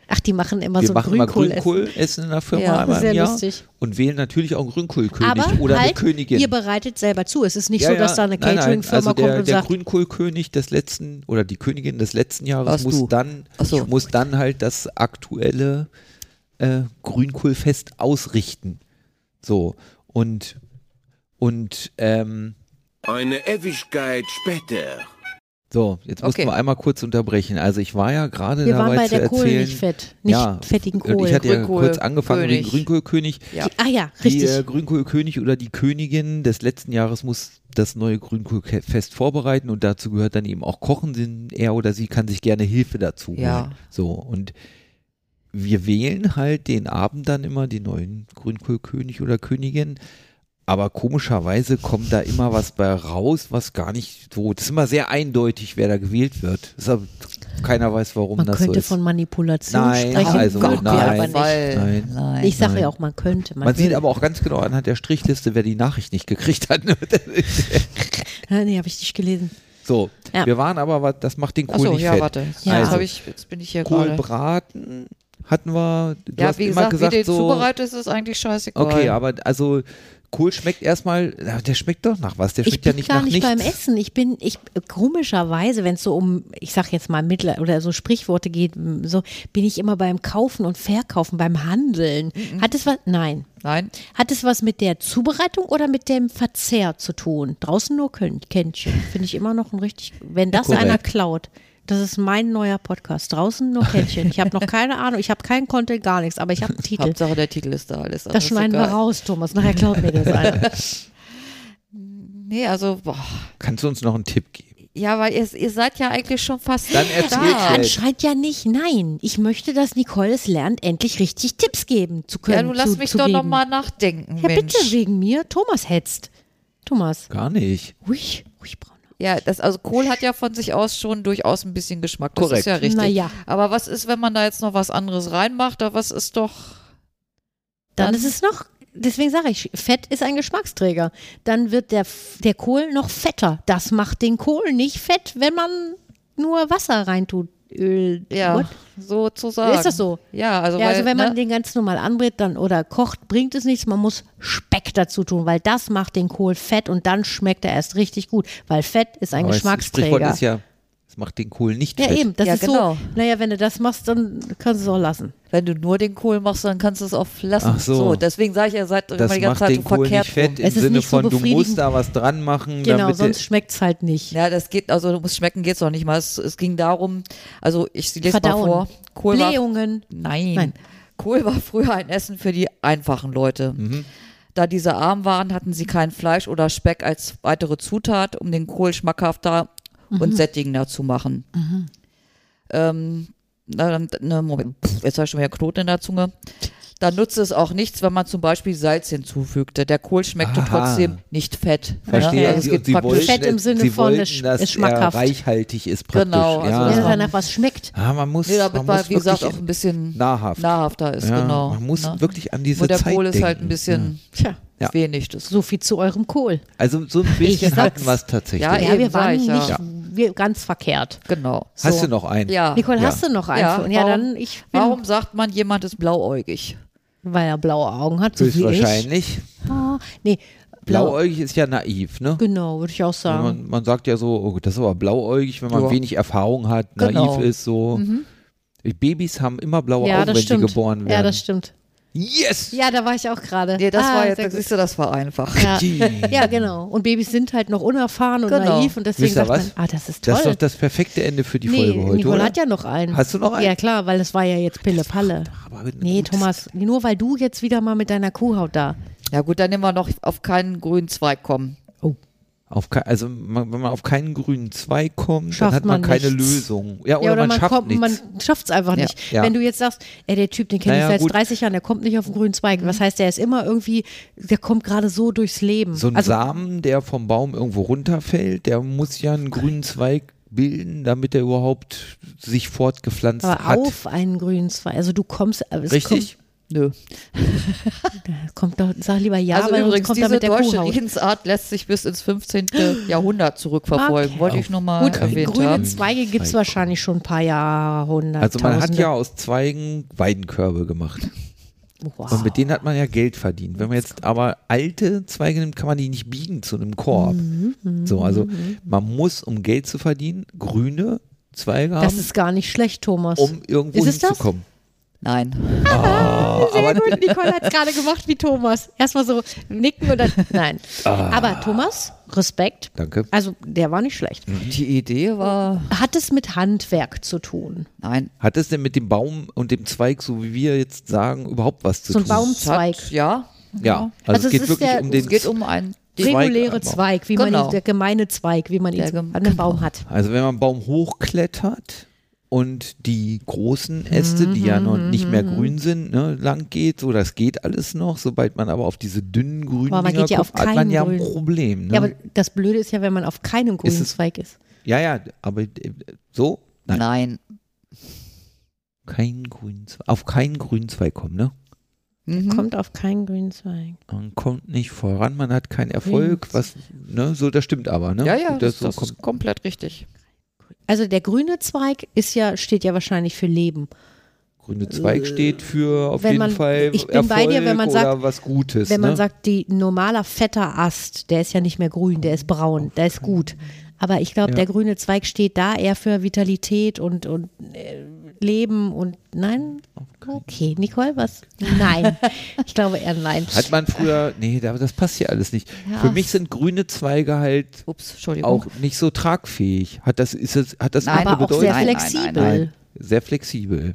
[SPEAKER 4] Ach, die machen immer
[SPEAKER 3] Wir
[SPEAKER 4] so
[SPEAKER 3] machen mal
[SPEAKER 4] Grünkohl.
[SPEAKER 3] Grünkohlessen in der Firma
[SPEAKER 2] Ja,
[SPEAKER 3] einmal
[SPEAKER 4] Also sehr
[SPEAKER 3] im Jahr
[SPEAKER 4] lustig.
[SPEAKER 3] und wählen natürlich auch einen Grünkohlkönig
[SPEAKER 4] Aber
[SPEAKER 3] oder eine
[SPEAKER 4] halt,
[SPEAKER 3] Königin.
[SPEAKER 4] ihr bereitet selber zu. Es ist nicht
[SPEAKER 3] Ja,
[SPEAKER 4] so, dass
[SPEAKER 3] ja,
[SPEAKER 4] da eine
[SPEAKER 3] nein, nein,
[SPEAKER 4] Catering-Firma
[SPEAKER 3] also der,
[SPEAKER 4] kommt und
[SPEAKER 3] der
[SPEAKER 4] sagt,
[SPEAKER 3] Grünkohlkönig des letzten oder die Königin des letzten Jahres
[SPEAKER 2] Warst
[SPEAKER 3] muss
[SPEAKER 2] du.
[SPEAKER 3] dann,
[SPEAKER 2] Ach so.
[SPEAKER 3] muss dann halt das aktuelle äh, Grünkohlfest ausrichten. So. Und, und ähm,
[SPEAKER 5] Eine Ewigkeit später.
[SPEAKER 3] so, jetzt mussten
[SPEAKER 2] Okay.
[SPEAKER 3] wir einmal kurz unterbrechen. Also ich war ja gerade
[SPEAKER 4] wir
[SPEAKER 3] dabei
[SPEAKER 4] waren bei
[SPEAKER 3] zu
[SPEAKER 4] der Kohl
[SPEAKER 3] erzählen.
[SPEAKER 4] nicht fett. Nicht
[SPEAKER 3] ja,
[SPEAKER 4] fettigen
[SPEAKER 3] Und
[SPEAKER 4] Kohl.
[SPEAKER 3] ich hatte ja
[SPEAKER 2] Grünkohl-
[SPEAKER 3] kurz angefangen mit dem
[SPEAKER 2] König.
[SPEAKER 3] Grünkohlkönig.
[SPEAKER 2] Ja.
[SPEAKER 4] Ah ja,
[SPEAKER 3] Die
[SPEAKER 4] richtig.
[SPEAKER 3] äh, Grünkohlkönig oder die Königin des letzten Jahres muss das neue Grünkohlfest vorbereiten und dazu gehört dann eben auch Kochen. Denn er oder sie kann sich gerne Hilfe dazu holen.
[SPEAKER 2] Ja.
[SPEAKER 3] So, und wir wählen halt den Abend dann immer den neuen Grünkohlkönig oder Königin. Aber komischerweise kommt da immer was bei raus, was gar nicht so. Das ist immer sehr eindeutig, wer da gewählt wird. Das ist aber, keiner weiß, warum
[SPEAKER 4] man
[SPEAKER 3] Um das
[SPEAKER 4] könnte
[SPEAKER 3] so
[SPEAKER 4] von
[SPEAKER 3] ist.
[SPEAKER 4] Manipulation
[SPEAKER 3] Nein,
[SPEAKER 4] sprechen.
[SPEAKER 3] also
[SPEAKER 4] würden wir
[SPEAKER 3] nein,
[SPEAKER 4] aber nicht.
[SPEAKER 3] Nein.
[SPEAKER 2] Nein.
[SPEAKER 4] Ich sage
[SPEAKER 3] Nein.
[SPEAKER 4] ja auch, man könnte. Man,
[SPEAKER 3] Man sieht
[SPEAKER 4] will.
[SPEAKER 3] aber auch ganz genau anhand der Strichliste, wer die Nachricht nicht gekriegt hat. ne?
[SPEAKER 4] Ah, nee, habe ich nicht gelesen.
[SPEAKER 3] So,
[SPEAKER 4] Ja.
[SPEAKER 3] wir waren aber, was- das macht den Kohl
[SPEAKER 2] Achso,
[SPEAKER 3] nicht
[SPEAKER 2] ja,
[SPEAKER 3] fett.
[SPEAKER 2] warte. Jetzt,
[SPEAKER 4] Ja.
[SPEAKER 2] hab ich, jetzt bin ich hier gerade.
[SPEAKER 3] Kohlbraten hatten wir, du
[SPEAKER 2] Ja,
[SPEAKER 3] hast
[SPEAKER 2] wie
[SPEAKER 3] immer
[SPEAKER 2] gesagt,
[SPEAKER 3] gesagt,
[SPEAKER 2] wie du den
[SPEAKER 3] so,
[SPEAKER 2] zubereitest, ist eigentlich scheißegal.
[SPEAKER 3] okay, aber also Kohl schmeckt erstmal, na, der schmeckt doch nach was, der
[SPEAKER 4] Ich
[SPEAKER 3] schmeckt
[SPEAKER 4] bin
[SPEAKER 3] ja nicht
[SPEAKER 4] gar
[SPEAKER 3] nach
[SPEAKER 4] nicht
[SPEAKER 3] nichts.
[SPEAKER 4] beim Essen. Ich bin, ich komischerweise, wenn es so um, ich sag jetzt mal Mittler oder so Sprichworte geht, m, so bin ich immer beim Kaufen und Verkaufen, beim Handeln.
[SPEAKER 3] Mhm.
[SPEAKER 4] Hat es was? Nein.
[SPEAKER 2] Nein,
[SPEAKER 4] Hat es was mit der Zubereitung oder mit dem Verzehr zu tun? Draußen nur Kön- Kännchen. Finde ich immer noch ein richtig. Wenn das
[SPEAKER 3] Korrekt.
[SPEAKER 4] einer klaut, das ist mein neuer Podcast. Draußen nur Kännchen. Ich habe noch keine Ahnung. Ich habe keinen Content, gar nichts, aber ich habe einen Titel.
[SPEAKER 2] Hauptsache der Titel ist da alles. andere
[SPEAKER 4] Das
[SPEAKER 2] ist
[SPEAKER 4] schneiden wir
[SPEAKER 2] egal.
[SPEAKER 4] raus, Thomas. Nachher klaut mir das einer.
[SPEAKER 2] Nee, also, boah.
[SPEAKER 3] Kannst du uns noch einen Tipp geben?
[SPEAKER 2] Ja, weil ihr, ihr seid ja eigentlich schon fast
[SPEAKER 3] Dann erzähl
[SPEAKER 2] da.
[SPEAKER 3] schnell.
[SPEAKER 4] Anscheinend ja nicht. Nein, ich möchte, dass Nicole es lernt, endlich richtig Tipps geben zu können.
[SPEAKER 2] Ja, nun lass
[SPEAKER 4] zu,
[SPEAKER 2] mich
[SPEAKER 4] zu
[SPEAKER 2] doch
[SPEAKER 4] geben.
[SPEAKER 2] nochmal nachdenken,
[SPEAKER 4] Ja,
[SPEAKER 2] Mensch.
[SPEAKER 4] bitte wegen mir. Thomas hetzt. Thomas.
[SPEAKER 3] Gar nicht.
[SPEAKER 4] Ruhig, ruhig, Brauner.
[SPEAKER 2] Ja, das, also Kohl hat ja von sich aus schon durchaus ein bisschen Geschmack. Das
[SPEAKER 3] Korrekt.
[SPEAKER 2] ist ja richtig.
[SPEAKER 4] Naja.
[SPEAKER 2] Aber was ist, wenn man da jetzt noch was anderes reinmacht? Da was ist doch.
[SPEAKER 4] Dann
[SPEAKER 2] Dann-
[SPEAKER 4] ist es noch, deswegen sage ich, Fett ist ein Geschmacksträger. Dann wird der, F- der Kohl noch fetter. Das macht den Kohl nicht fett, wenn man nur Wasser reintut. Öl.
[SPEAKER 2] Ja,
[SPEAKER 4] What?
[SPEAKER 2] sozusagen.
[SPEAKER 4] Ist das so?
[SPEAKER 2] Ja, also,
[SPEAKER 4] ja,
[SPEAKER 2] weil,
[SPEAKER 4] also wenn man
[SPEAKER 2] ne,
[SPEAKER 4] den ganz normal anbrät dann oder kocht, bringt es nichts. Man muss Speck dazu tun, weil das macht den Kohl fett und dann schmeckt er erst richtig gut, weil Fett ist ein
[SPEAKER 3] Aber das Sprichwort
[SPEAKER 4] Geschmacksträger.
[SPEAKER 3] ist ja, es macht den Kohl nicht
[SPEAKER 4] ja,
[SPEAKER 3] fett.
[SPEAKER 4] eben, das
[SPEAKER 2] Ja,
[SPEAKER 4] ist
[SPEAKER 2] genau.
[SPEAKER 4] so. Naja, wenn du das machst, dann kannst du es auch lassen.
[SPEAKER 2] wenn du nur den Kohl machst, dann kannst du es auch lassen.
[SPEAKER 3] Ach so.
[SPEAKER 2] deswegen sage ich ja seit
[SPEAKER 3] Das
[SPEAKER 2] immer die ganze
[SPEAKER 3] macht
[SPEAKER 2] Zeit
[SPEAKER 3] den
[SPEAKER 2] so
[SPEAKER 3] Kohl
[SPEAKER 2] verkehrt
[SPEAKER 3] nicht fett
[SPEAKER 2] rum.
[SPEAKER 3] im
[SPEAKER 4] Es ist
[SPEAKER 3] Sinne
[SPEAKER 4] nicht so
[SPEAKER 3] von, du musst
[SPEAKER 4] befriedigend.
[SPEAKER 3] da was dran machen,
[SPEAKER 4] Genau,
[SPEAKER 3] damit
[SPEAKER 4] sonst schmeckt es halt nicht.
[SPEAKER 2] Ja, das geht, also du musst schmecken geht's noch nicht mal. Es, es ging darum, also ich lese mal vor,
[SPEAKER 4] Verdauen.
[SPEAKER 2] Kohl war
[SPEAKER 4] Blähungen.
[SPEAKER 2] Nein.
[SPEAKER 4] Nein.
[SPEAKER 2] Kohl war früher ein Essen für die einfachen Leute.
[SPEAKER 3] Mhm.
[SPEAKER 2] Da diese arm waren, hatten sie kein Fleisch oder Speck als weitere Zutat, um den Kohl schmackhafter
[SPEAKER 3] Mhm.
[SPEAKER 2] und sättigender zu machen. Ähm, na, dann, ne, Moment, Pff, jetzt habe ich schon wieder Knoten in der Zunge. Da nutzte es auch nichts, wenn man zum Beispiel Salz hinzufügte. Der Kohl schmeckte
[SPEAKER 3] Aha.
[SPEAKER 2] trotzdem nicht fett. ne?
[SPEAKER 3] Verstehe. Also
[SPEAKER 2] Ja,
[SPEAKER 3] Sie,
[SPEAKER 2] es gibt
[SPEAKER 3] und sie wollten,
[SPEAKER 2] praktisch
[SPEAKER 4] Fett im Sinne
[SPEAKER 3] sie
[SPEAKER 4] von,
[SPEAKER 3] wollten,
[SPEAKER 4] es
[SPEAKER 3] dass
[SPEAKER 4] ist schmackhaft.
[SPEAKER 3] er reichhaltig ist praktisch.
[SPEAKER 2] Genau, also
[SPEAKER 3] ja.
[SPEAKER 2] das
[SPEAKER 4] Wenn
[SPEAKER 2] war-
[SPEAKER 4] danach was schmeckt.
[SPEAKER 3] ah, man muss,
[SPEAKER 2] Nee,
[SPEAKER 3] man
[SPEAKER 2] damit
[SPEAKER 3] muss
[SPEAKER 2] man, wie gesagt, auch
[SPEAKER 3] wirklich
[SPEAKER 2] ein bisschen
[SPEAKER 3] nahrhaft.
[SPEAKER 2] nahrhafter ist,
[SPEAKER 3] ja,
[SPEAKER 2] genau.
[SPEAKER 3] Man muss
[SPEAKER 2] ne?
[SPEAKER 3] wirklich an diese
[SPEAKER 2] Nur der
[SPEAKER 3] Zeit
[SPEAKER 2] Kohl
[SPEAKER 3] denken.
[SPEAKER 2] ist halt ein bisschen
[SPEAKER 4] Tja,
[SPEAKER 3] Ja.
[SPEAKER 2] wenig. Das
[SPEAKER 4] so viel zu eurem Kohl.
[SPEAKER 3] Also so ein bisschen
[SPEAKER 4] sag's.
[SPEAKER 3] hatten wir es tatsächlich.
[SPEAKER 2] Ja,
[SPEAKER 4] Ja,
[SPEAKER 2] Eben,
[SPEAKER 4] wir
[SPEAKER 2] sag
[SPEAKER 4] waren
[SPEAKER 2] ich,
[SPEAKER 4] nicht
[SPEAKER 2] ja.
[SPEAKER 3] Ja.
[SPEAKER 4] wir, ganz verkehrt.
[SPEAKER 2] Genau.
[SPEAKER 3] Hast
[SPEAKER 2] so.
[SPEAKER 3] du noch einen?
[SPEAKER 2] Ja.
[SPEAKER 4] Nicole,
[SPEAKER 3] Ja.
[SPEAKER 4] hast du noch einen?
[SPEAKER 2] Ja,
[SPEAKER 4] Ja, ja
[SPEAKER 2] warum-
[SPEAKER 4] dann, ich bin,
[SPEAKER 2] Warum sagt man, jemand ist blauäugig?
[SPEAKER 4] weil er blaue Augen hat, so wie ich.
[SPEAKER 3] Höchstwahrscheinlich.
[SPEAKER 4] Ah, nee, blau,
[SPEAKER 3] Blauäugig ist ja naiv, ne?
[SPEAKER 4] genau, würde ich auch sagen.
[SPEAKER 3] Man, man sagt ja so, oh, das ist aber blauäugig, wenn man
[SPEAKER 2] Ja.
[SPEAKER 3] wenig Erfahrung hat, naiv
[SPEAKER 2] Genau.
[SPEAKER 3] ist so. Babys haben immer blaue
[SPEAKER 4] ja,
[SPEAKER 3] Augen, wenn
[SPEAKER 4] das stimmt.
[SPEAKER 3] sie geboren werden.
[SPEAKER 4] Ja, das stimmt.
[SPEAKER 3] Yes!
[SPEAKER 4] Ja, da war ich auch gerade.
[SPEAKER 2] Nee, das
[SPEAKER 4] ah,
[SPEAKER 2] war jetzt,
[SPEAKER 4] sehr
[SPEAKER 2] das,
[SPEAKER 4] gut.
[SPEAKER 2] siehst du, das war einfach.
[SPEAKER 4] ja. ja, genau. Und Babys sind halt noch unerfahren und
[SPEAKER 2] Genau.
[SPEAKER 4] naiv und deswegen
[SPEAKER 3] Wisst ihr
[SPEAKER 4] sagt
[SPEAKER 3] was?
[SPEAKER 4] man, ah, das ist toll.
[SPEAKER 3] Das ist doch das perfekte Ende für die
[SPEAKER 4] nee,
[SPEAKER 3] Folge heute,
[SPEAKER 4] Nicole
[SPEAKER 3] oder?
[SPEAKER 4] hat ja noch einen.
[SPEAKER 3] Hast du noch einen?
[SPEAKER 4] Ja, klar, weil das war ja jetzt Pille-Palle.
[SPEAKER 3] Aber ein
[SPEAKER 4] Nee,
[SPEAKER 3] gutes-
[SPEAKER 4] Thomas, nur weil du jetzt wieder mal mit deiner Kuhhaut da.
[SPEAKER 2] Ja gut, dann nehmen wir noch auf keinen grünen Zweig kommen.
[SPEAKER 3] Auf kei- also man, wenn man auf keinen grünen Zweig kommt, dann
[SPEAKER 4] Schafft
[SPEAKER 3] hat man,
[SPEAKER 4] man
[SPEAKER 3] keine
[SPEAKER 4] nichts.
[SPEAKER 3] Lösung. Ja, oder, man, schafft
[SPEAKER 4] kommt,
[SPEAKER 3] nichts.
[SPEAKER 4] man schafft es einfach
[SPEAKER 2] Ja.
[SPEAKER 4] nicht.
[SPEAKER 3] Ja.
[SPEAKER 4] Wenn du jetzt sagst, ey, der Typ, den kenne
[SPEAKER 3] Naja,
[SPEAKER 4] ich seit
[SPEAKER 3] gut. Mhm.
[SPEAKER 4] 30 Jahren, der kommt nicht auf den grünen Zweig. Was heißt, der ist immer irgendwie, der kommt gerade so durchs Leben.
[SPEAKER 3] so ein
[SPEAKER 4] also,
[SPEAKER 3] Samen, der vom Baum irgendwo runterfällt, der muss ja einen grünen Zweig bilden, damit er überhaupt sich fortgepflanzt
[SPEAKER 4] aber
[SPEAKER 3] hat.
[SPEAKER 4] auf einen grünen Zweig. Also du kommst, aber es Ah,
[SPEAKER 3] Richtig?
[SPEAKER 2] Nö.
[SPEAKER 4] kommt, kommt doch, sag lieber ja,
[SPEAKER 2] also
[SPEAKER 4] weil
[SPEAKER 2] übrigens,
[SPEAKER 4] sonst kommt
[SPEAKER 2] diese
[SPEAKER 4] damit der
[SPEAKER 2] deutsche
[SPEAKER 4] Kuhhaut.
[SPEAKER 2] Redensart lässt sich bis ins 15. Jahrhundert zurückverfolgen.
[SPEAKER 4] Okay.
[SPEAKER 2] Wollte ich nochmal
[SPEAKER 4] Gut,
[SPEAKER 2] erwähnt
[SPEAKER 4] grüne
[SPEAKER 2] haben.
[SPEAKER 4] Zweige gibt es wahrscheinlich schon ein paar Jahrhunderte.
[SPEAKER 3] Also man hat ja aus Zweigen Weidenkörbe gemacht.
[SPEAKER 4] wow.
[SPEAKER 3] Und mit denen hat man ja Geld verdient. Wenn man jetzt aber alte Zweige nimmt, kann man die nicht biegen zu einem Korb.
[SPEAKER 4] Mhm,
[SPEAKER 3] So, also man muss, um Geld zu verdienen, grüne Zweige
[SPEAKER 4] Das
[SPEAKER 3] haben,
[SPEAKER 4] ist gar nicht schlecht, Thomas.
[SPEAKER 3] um irgendwo
[SPEAKER 4] Ist es das?
[SPEAKER 3] hinzukommen.
[SPEAKER 2] Nein.
[SPEAKER 4] Sehr gut, Nicole hat es gerade gemacht wie Thomas. Erstmal so nicken und dann. Nein. Aber Thomas, Respekt.
[SPEAKER 3] Danke.
[SPEAKER 4] Also, der war nicht schlecht.
[SPEAKER 3] Mhm.
[SPEAKER 2] Die Idee war.
[SPEAKER 4] Hat es mit Handwerk zu tun?
[SPEAKER 2] Nein.
[SPEAKER 3] Hat es denn mit dem Baum und dem Zweig, so wie wir jetzt sagen, überhaupt was zu
[SPEAKER 4] So ein
[SPEAKER 3] tun?
[SPEAKER 2] Es hat-
[SPEAKER 4] Baumzweig.
[SPEAKER 2] Ja. Genau.
[SPEAKER 3] Ja, also, es
[SPEAKER 4] Also es
[SPEAKER 3] geht
[SPEAKER 4] ist
[SPEAKER 3] wirklich
[SPEAKER 4] der-
[SPEAKER 3] um den.
[SPEAKER 2] Es geht um einen.
[SPEAKER 3] Zweig
[SPEAKER 4] Reguläre
[SPEAKER 3] einfach.
[SPEAKER 4] Zweig, wie man
[SPEAKER 2] Genau.
[SPEAKER 4] ihn, der gemeine Zweig, wie man ihn
[SPEAKER 2] Der
[SPEAKER 4] so
[SPEAKER 2] gem- genau.
[SPEAKER 4] an einem Baum hat.
[SPEAKER 3] also wenn man einen Baum hochklettert und die großen Äste, die ja noch nicht mehr
[SPEAKER 4] Mhm.
[SPEAKER 3] grün sind, ne, lang geht, so das geht alles noch. Sobald man aber auf diese dünnen grünen
[SPEAKER 4] Aber man
[SPEAKER 3] Dinger
[SPEAKER 4] geht ja auf
[SPEAKER 3] kommt, hat man
[SPEAKER 4] keinen
[SPEAKER 3] ja ein
[SPEAKER 4] grünen.
[SPEAKER 3] Problem. Ne?
[SPEAKER 4] Ja, aber das Blöde ist ja, wenn man auf keinem grünen
[SPEAKER 3] es-
[SPEAKER 4] Zweig ist.
[SPEAKER 3] ja, ja, aber äh, so? Nein,
[SPEAKER 2] Nein.
[SPEAKER 3] kein grünen Zweig. Auf keinen grünen Zweig kommen, ne?
[SPEAKER 2] Mhm.
[SPEAKER 4] Kommt auf keinen grünen Zweig.
[SPEAKER 3] Man kommt nicht voran, man hat keinen Erfolg, was, ne, so, das stimmt aber, ne?
[SPEAKER 2] Ja, ja, das,
[SPEAKER 3] das, so
[SPEAKER 2] das
[SPEAKER 3] kommt,
[SPEAKER 2] ist komplett richtig.
[SPEAKER 4] Also der grüne Zweig ist ja, steht ja wahrscheinlich für Leben.
[SPEAKER 3] grüne Zweig steht für auf
[SPEAKER 4] wenn
[SPEAKER 3] jeden
[SPEAKER 4] man-
[SPEAKER 3] Fall
[SPEAKER 4] ich bin
[SPEAKER 3] Erfolg
[SPEAKER 4] bei dir, wenn man
[SPEAKER 3] oder
[SPEAKER 4] sagt-
[SPEAKER 3] was Gutes,
[SPEAKER 4] Wenn
[SPEAKER 3] ne?
[SPEAKER 4] man sagt, die normaler fetter Ast, der ist ja nicht mehr grün, der ist braun, der ist gut. Aber ich glaube, der grüne Zweig steht da eher für Vitalität und, und äh, Leben und nein. Okay, Nicole, was? Nein. Ich glaube eher nein.
[SPEAKER 3] Hat man früher, nee, da- das passt hier alles nicht. Für mich sind grüne Zweige halt
[SPEAKER 2] Ups, Entschuldigung.
[SPEAKER 3] auch nicht so tragfähig. Hat das, ist das, hat das
[SPEAKER 2] Nein,
[SPEAKER 3] eine
[SPEAKER 4] aber auch
[SPEAKER 3] Bedeutung?
[SPEAKER 4] sehr
[SPEAKER 2] Nein, nein,
[SPEAKER 4] flexibel.
[SPEAKER 3] Nein, sehr flexibel.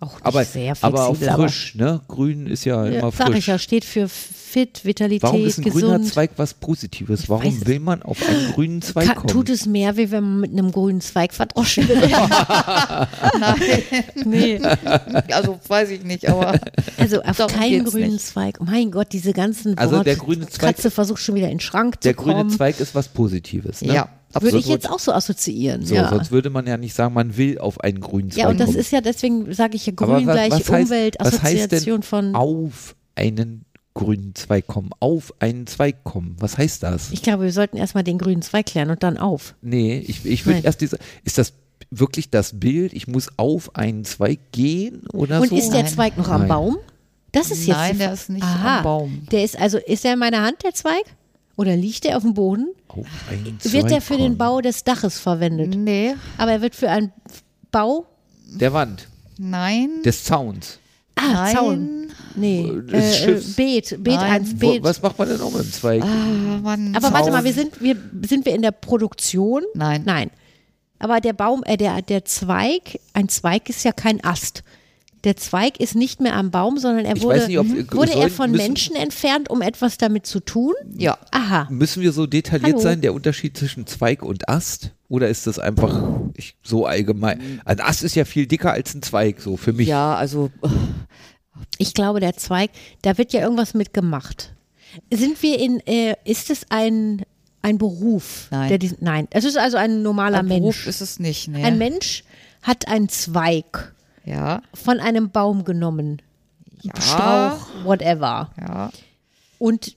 [SPEAKER 4] Auch nicht
[SPEAKER 3] Aber,
[SPEAKER 4] sehr flexibel.
[SPEAKER 3] aber auch frisch, ne? Grün ist ja
[SPEAKER 4] aber-
[SPEAKER 3] immer
[SPEAKER 4] Ja,
[SPEAKER 3] frisch.
[SPEAKER 4] sag ich ja, steht für fit, Vitalität,
[SPEAKER 3] Warum ist ein grüner
[SPEAKER 4] gesund.
[SPEAKER 3] Zweig was Positives?
[SPEAKER 4] weiß
[SPEAKER 3] Warum
[SPEAKER 4] es
[SPEAKER 3] will man auf einen grünen Zweig
[SPEAKER 4] Ka-
[SPEAKER 3] kommen?
[SPEAKER 4] Tut es mehr, wie wenn man mit einem grünen Zweig verdroschen wird. nee.
[SPEAKER 2] Also weiß ich nicht, aber
[SPEAKER 4] Also auf
[SPEAKER 2] Darum
[SPEAKER 4] keinen
[SPEAKER 2] geht's
[SPEAKER 4] grünen
[SPEAKER 2] nicht.
[SPEAKER 4] Zweig. Oh Mein Gott, diese ganzen
[SPEAKER 3] Also
[SPEAKER 4] Worte.
[SPEAKER 3] der grüne Zweig-
[SPEAKER 4] Katze versucht schon wieder in den Schrank
[SPEAKER 3] Der
[SPEAKER 4] zu
[SPEAKER 3] grüne
[SPEAKER 4] kommen.
[SPEAKER 3] Zweig ist was Positives, ne?
[SPEAKER 2] Ja,
[SPEAKER 4] Würde
[SPEAKER 3] Sonst-
[SPEAKER 4] ich jetzt auch so assoziieren.
[SPEAKER 3] So,
[SPEAKER 4] ja.
[SPEAKER 3] sonst würde man ja nicht sagen, man will auf einen grünen Zweig
[SPEAKER 4] ja, und das
[SPEAKER 3] kommen.
[SPEAKER 4] ist ja, deswegen sage ich ja
[SPEAKER 3] Aber
[SPEAKER 4] grün
[SPEAKER 3] wa-
[SPEAKER 4] gleich
[SPEAKER 3] was heißt-
[SPEAKER 4] Umwelt,
[SPEAKER 3] was heißt denn
[SPEAKER 4] Assoziation von.
[SPEAKER 3] auf einen grünen Zweig kommen, auf einen Zweig kommen. Was heißt das?
[SPEAKER 4] Ich glaube, wir sollten erstmal den grünen Zweig klären und dann auf.
[SPEAKER 3] nee, ich, ich würde
[SPEAKER 4] Nein.
[SPEAKER 3] erst diese, ist das wirklich das Bild, ich muss auf einen Zweig gehen oder
[SPEAKER 4] Und
[SPEAKER 3] so?
[SPEAKER 4] ist der
[SPEAKER 2] Nein.
[SPEAKER 4] Zweig noch am
[SPEAKER 3] Nein.
[SPEAKER 4] Baum? Das ist jetzt.
[SPEAKER 2] Nein,
[SPEAKER 4] die Fra-
[SPEAKER 2] der ist nicht
[SPEAKER 4] Aha.
[SPEAKER 2] am Baum.
[SPEAKER 4] Der ist also, ist er in meiner Hand, der Zweig? Oder liegt er auf dem Boden?
[SPEAKER 3] auf einen
[SPEAKER 4] Wird der
[SPEAKER 3] Zweig
[SPEAKER 4] für den
[SPEAKER 3] kommen.
[SPEAKER 4] Bau des Daches verwendet?
[SPEAKER 2] Nee,
[SPEAKER 4] Aber er wird für einen Bau.
[SPEAKER 3] Der Wand,
[SPEAKER 2] nein.
[SPEAKER 3] des Zauns.
[SPEAKER 4] Ah,
[SPEAKER 2] Nein.
[SPEAKER 4] Zaun. Nee.
[SPEAKER 3] Des
[SPEAKER 4] Äh, äh,
[SPEAKER 3] Schiffs.
[SPEAKER 4] Beet. Beet,
[SPEAKER 2] Nein.
[SPEAKER 4] ein
[SPEAKER 3] Wo,
[SPEAKER 4] Beet.
[SPEAKER 3] was macht man denn auch mit dem Zweig?
[SPEAKER 2] Ah, Mann,
[SPEAKER 4] Hm. Aber warte
[SPEAKER 2] Zaun.
[SPEAKER 4] mal, wir sind, wir, sind wir in der Produktion?
[SPEAKER 2] Nein.
[SPEAKER 4] Nein. Aber der Baum, äh, der, der Zweig, ein Zweig ist ja kein Ast. Der Zweig ist nicht mehr am Baum, sondern er
[SPEAKER 3] Ich
[SPEAKER 4] wurde,
[SPEAKER 3] weiß nicht, ob-
[SPEAKER 4] Mhm. wurde er
[SPEAKER 3] sollten-
[SPEAKER 4] von
[SPEAKER 3] müssen-
[SPEAKER 4] Menschen entfernt, um etwas damit zu tun?
[SPEAKER 2] Ja.
[SPEAKER 4] Aha.
[SPEAKER 3] Müssen wir so detailliert
[SPEAKER 4] Hallo.
[SPEAKER 3] sein, der Unterschied zwischen Zweig und Ast? Oder ist das einfach ich, so allgemein? Ein Ast ist ja viel dicker als ein Zweig, so für mich.
[SPEAKER 2] Ja, also
[SPEAKER 4] Ich glaube, der Zweig, da wird ja irgendwas mit gemacht. Sind wir in, äh, ist es ein, ein Beruf?
[SPEAKER 2] Nein.
[SPEAKER 4] Der diesen, nein. Es ist also ein normaler
[SPEAKER 2] ein
[SPEAKER 4] Mensch.
[SPEAKER 2] Beruf ist es nicht. Nee.
[SPEAKER 4] Ein Mensch hat einen Zweig
[SPEAKER 2] ja,
[SPEAKER 4] von einem Baum genommen. Strauch, whatever.
[SPEAKER 2] ja.
[SPEAKER 4] und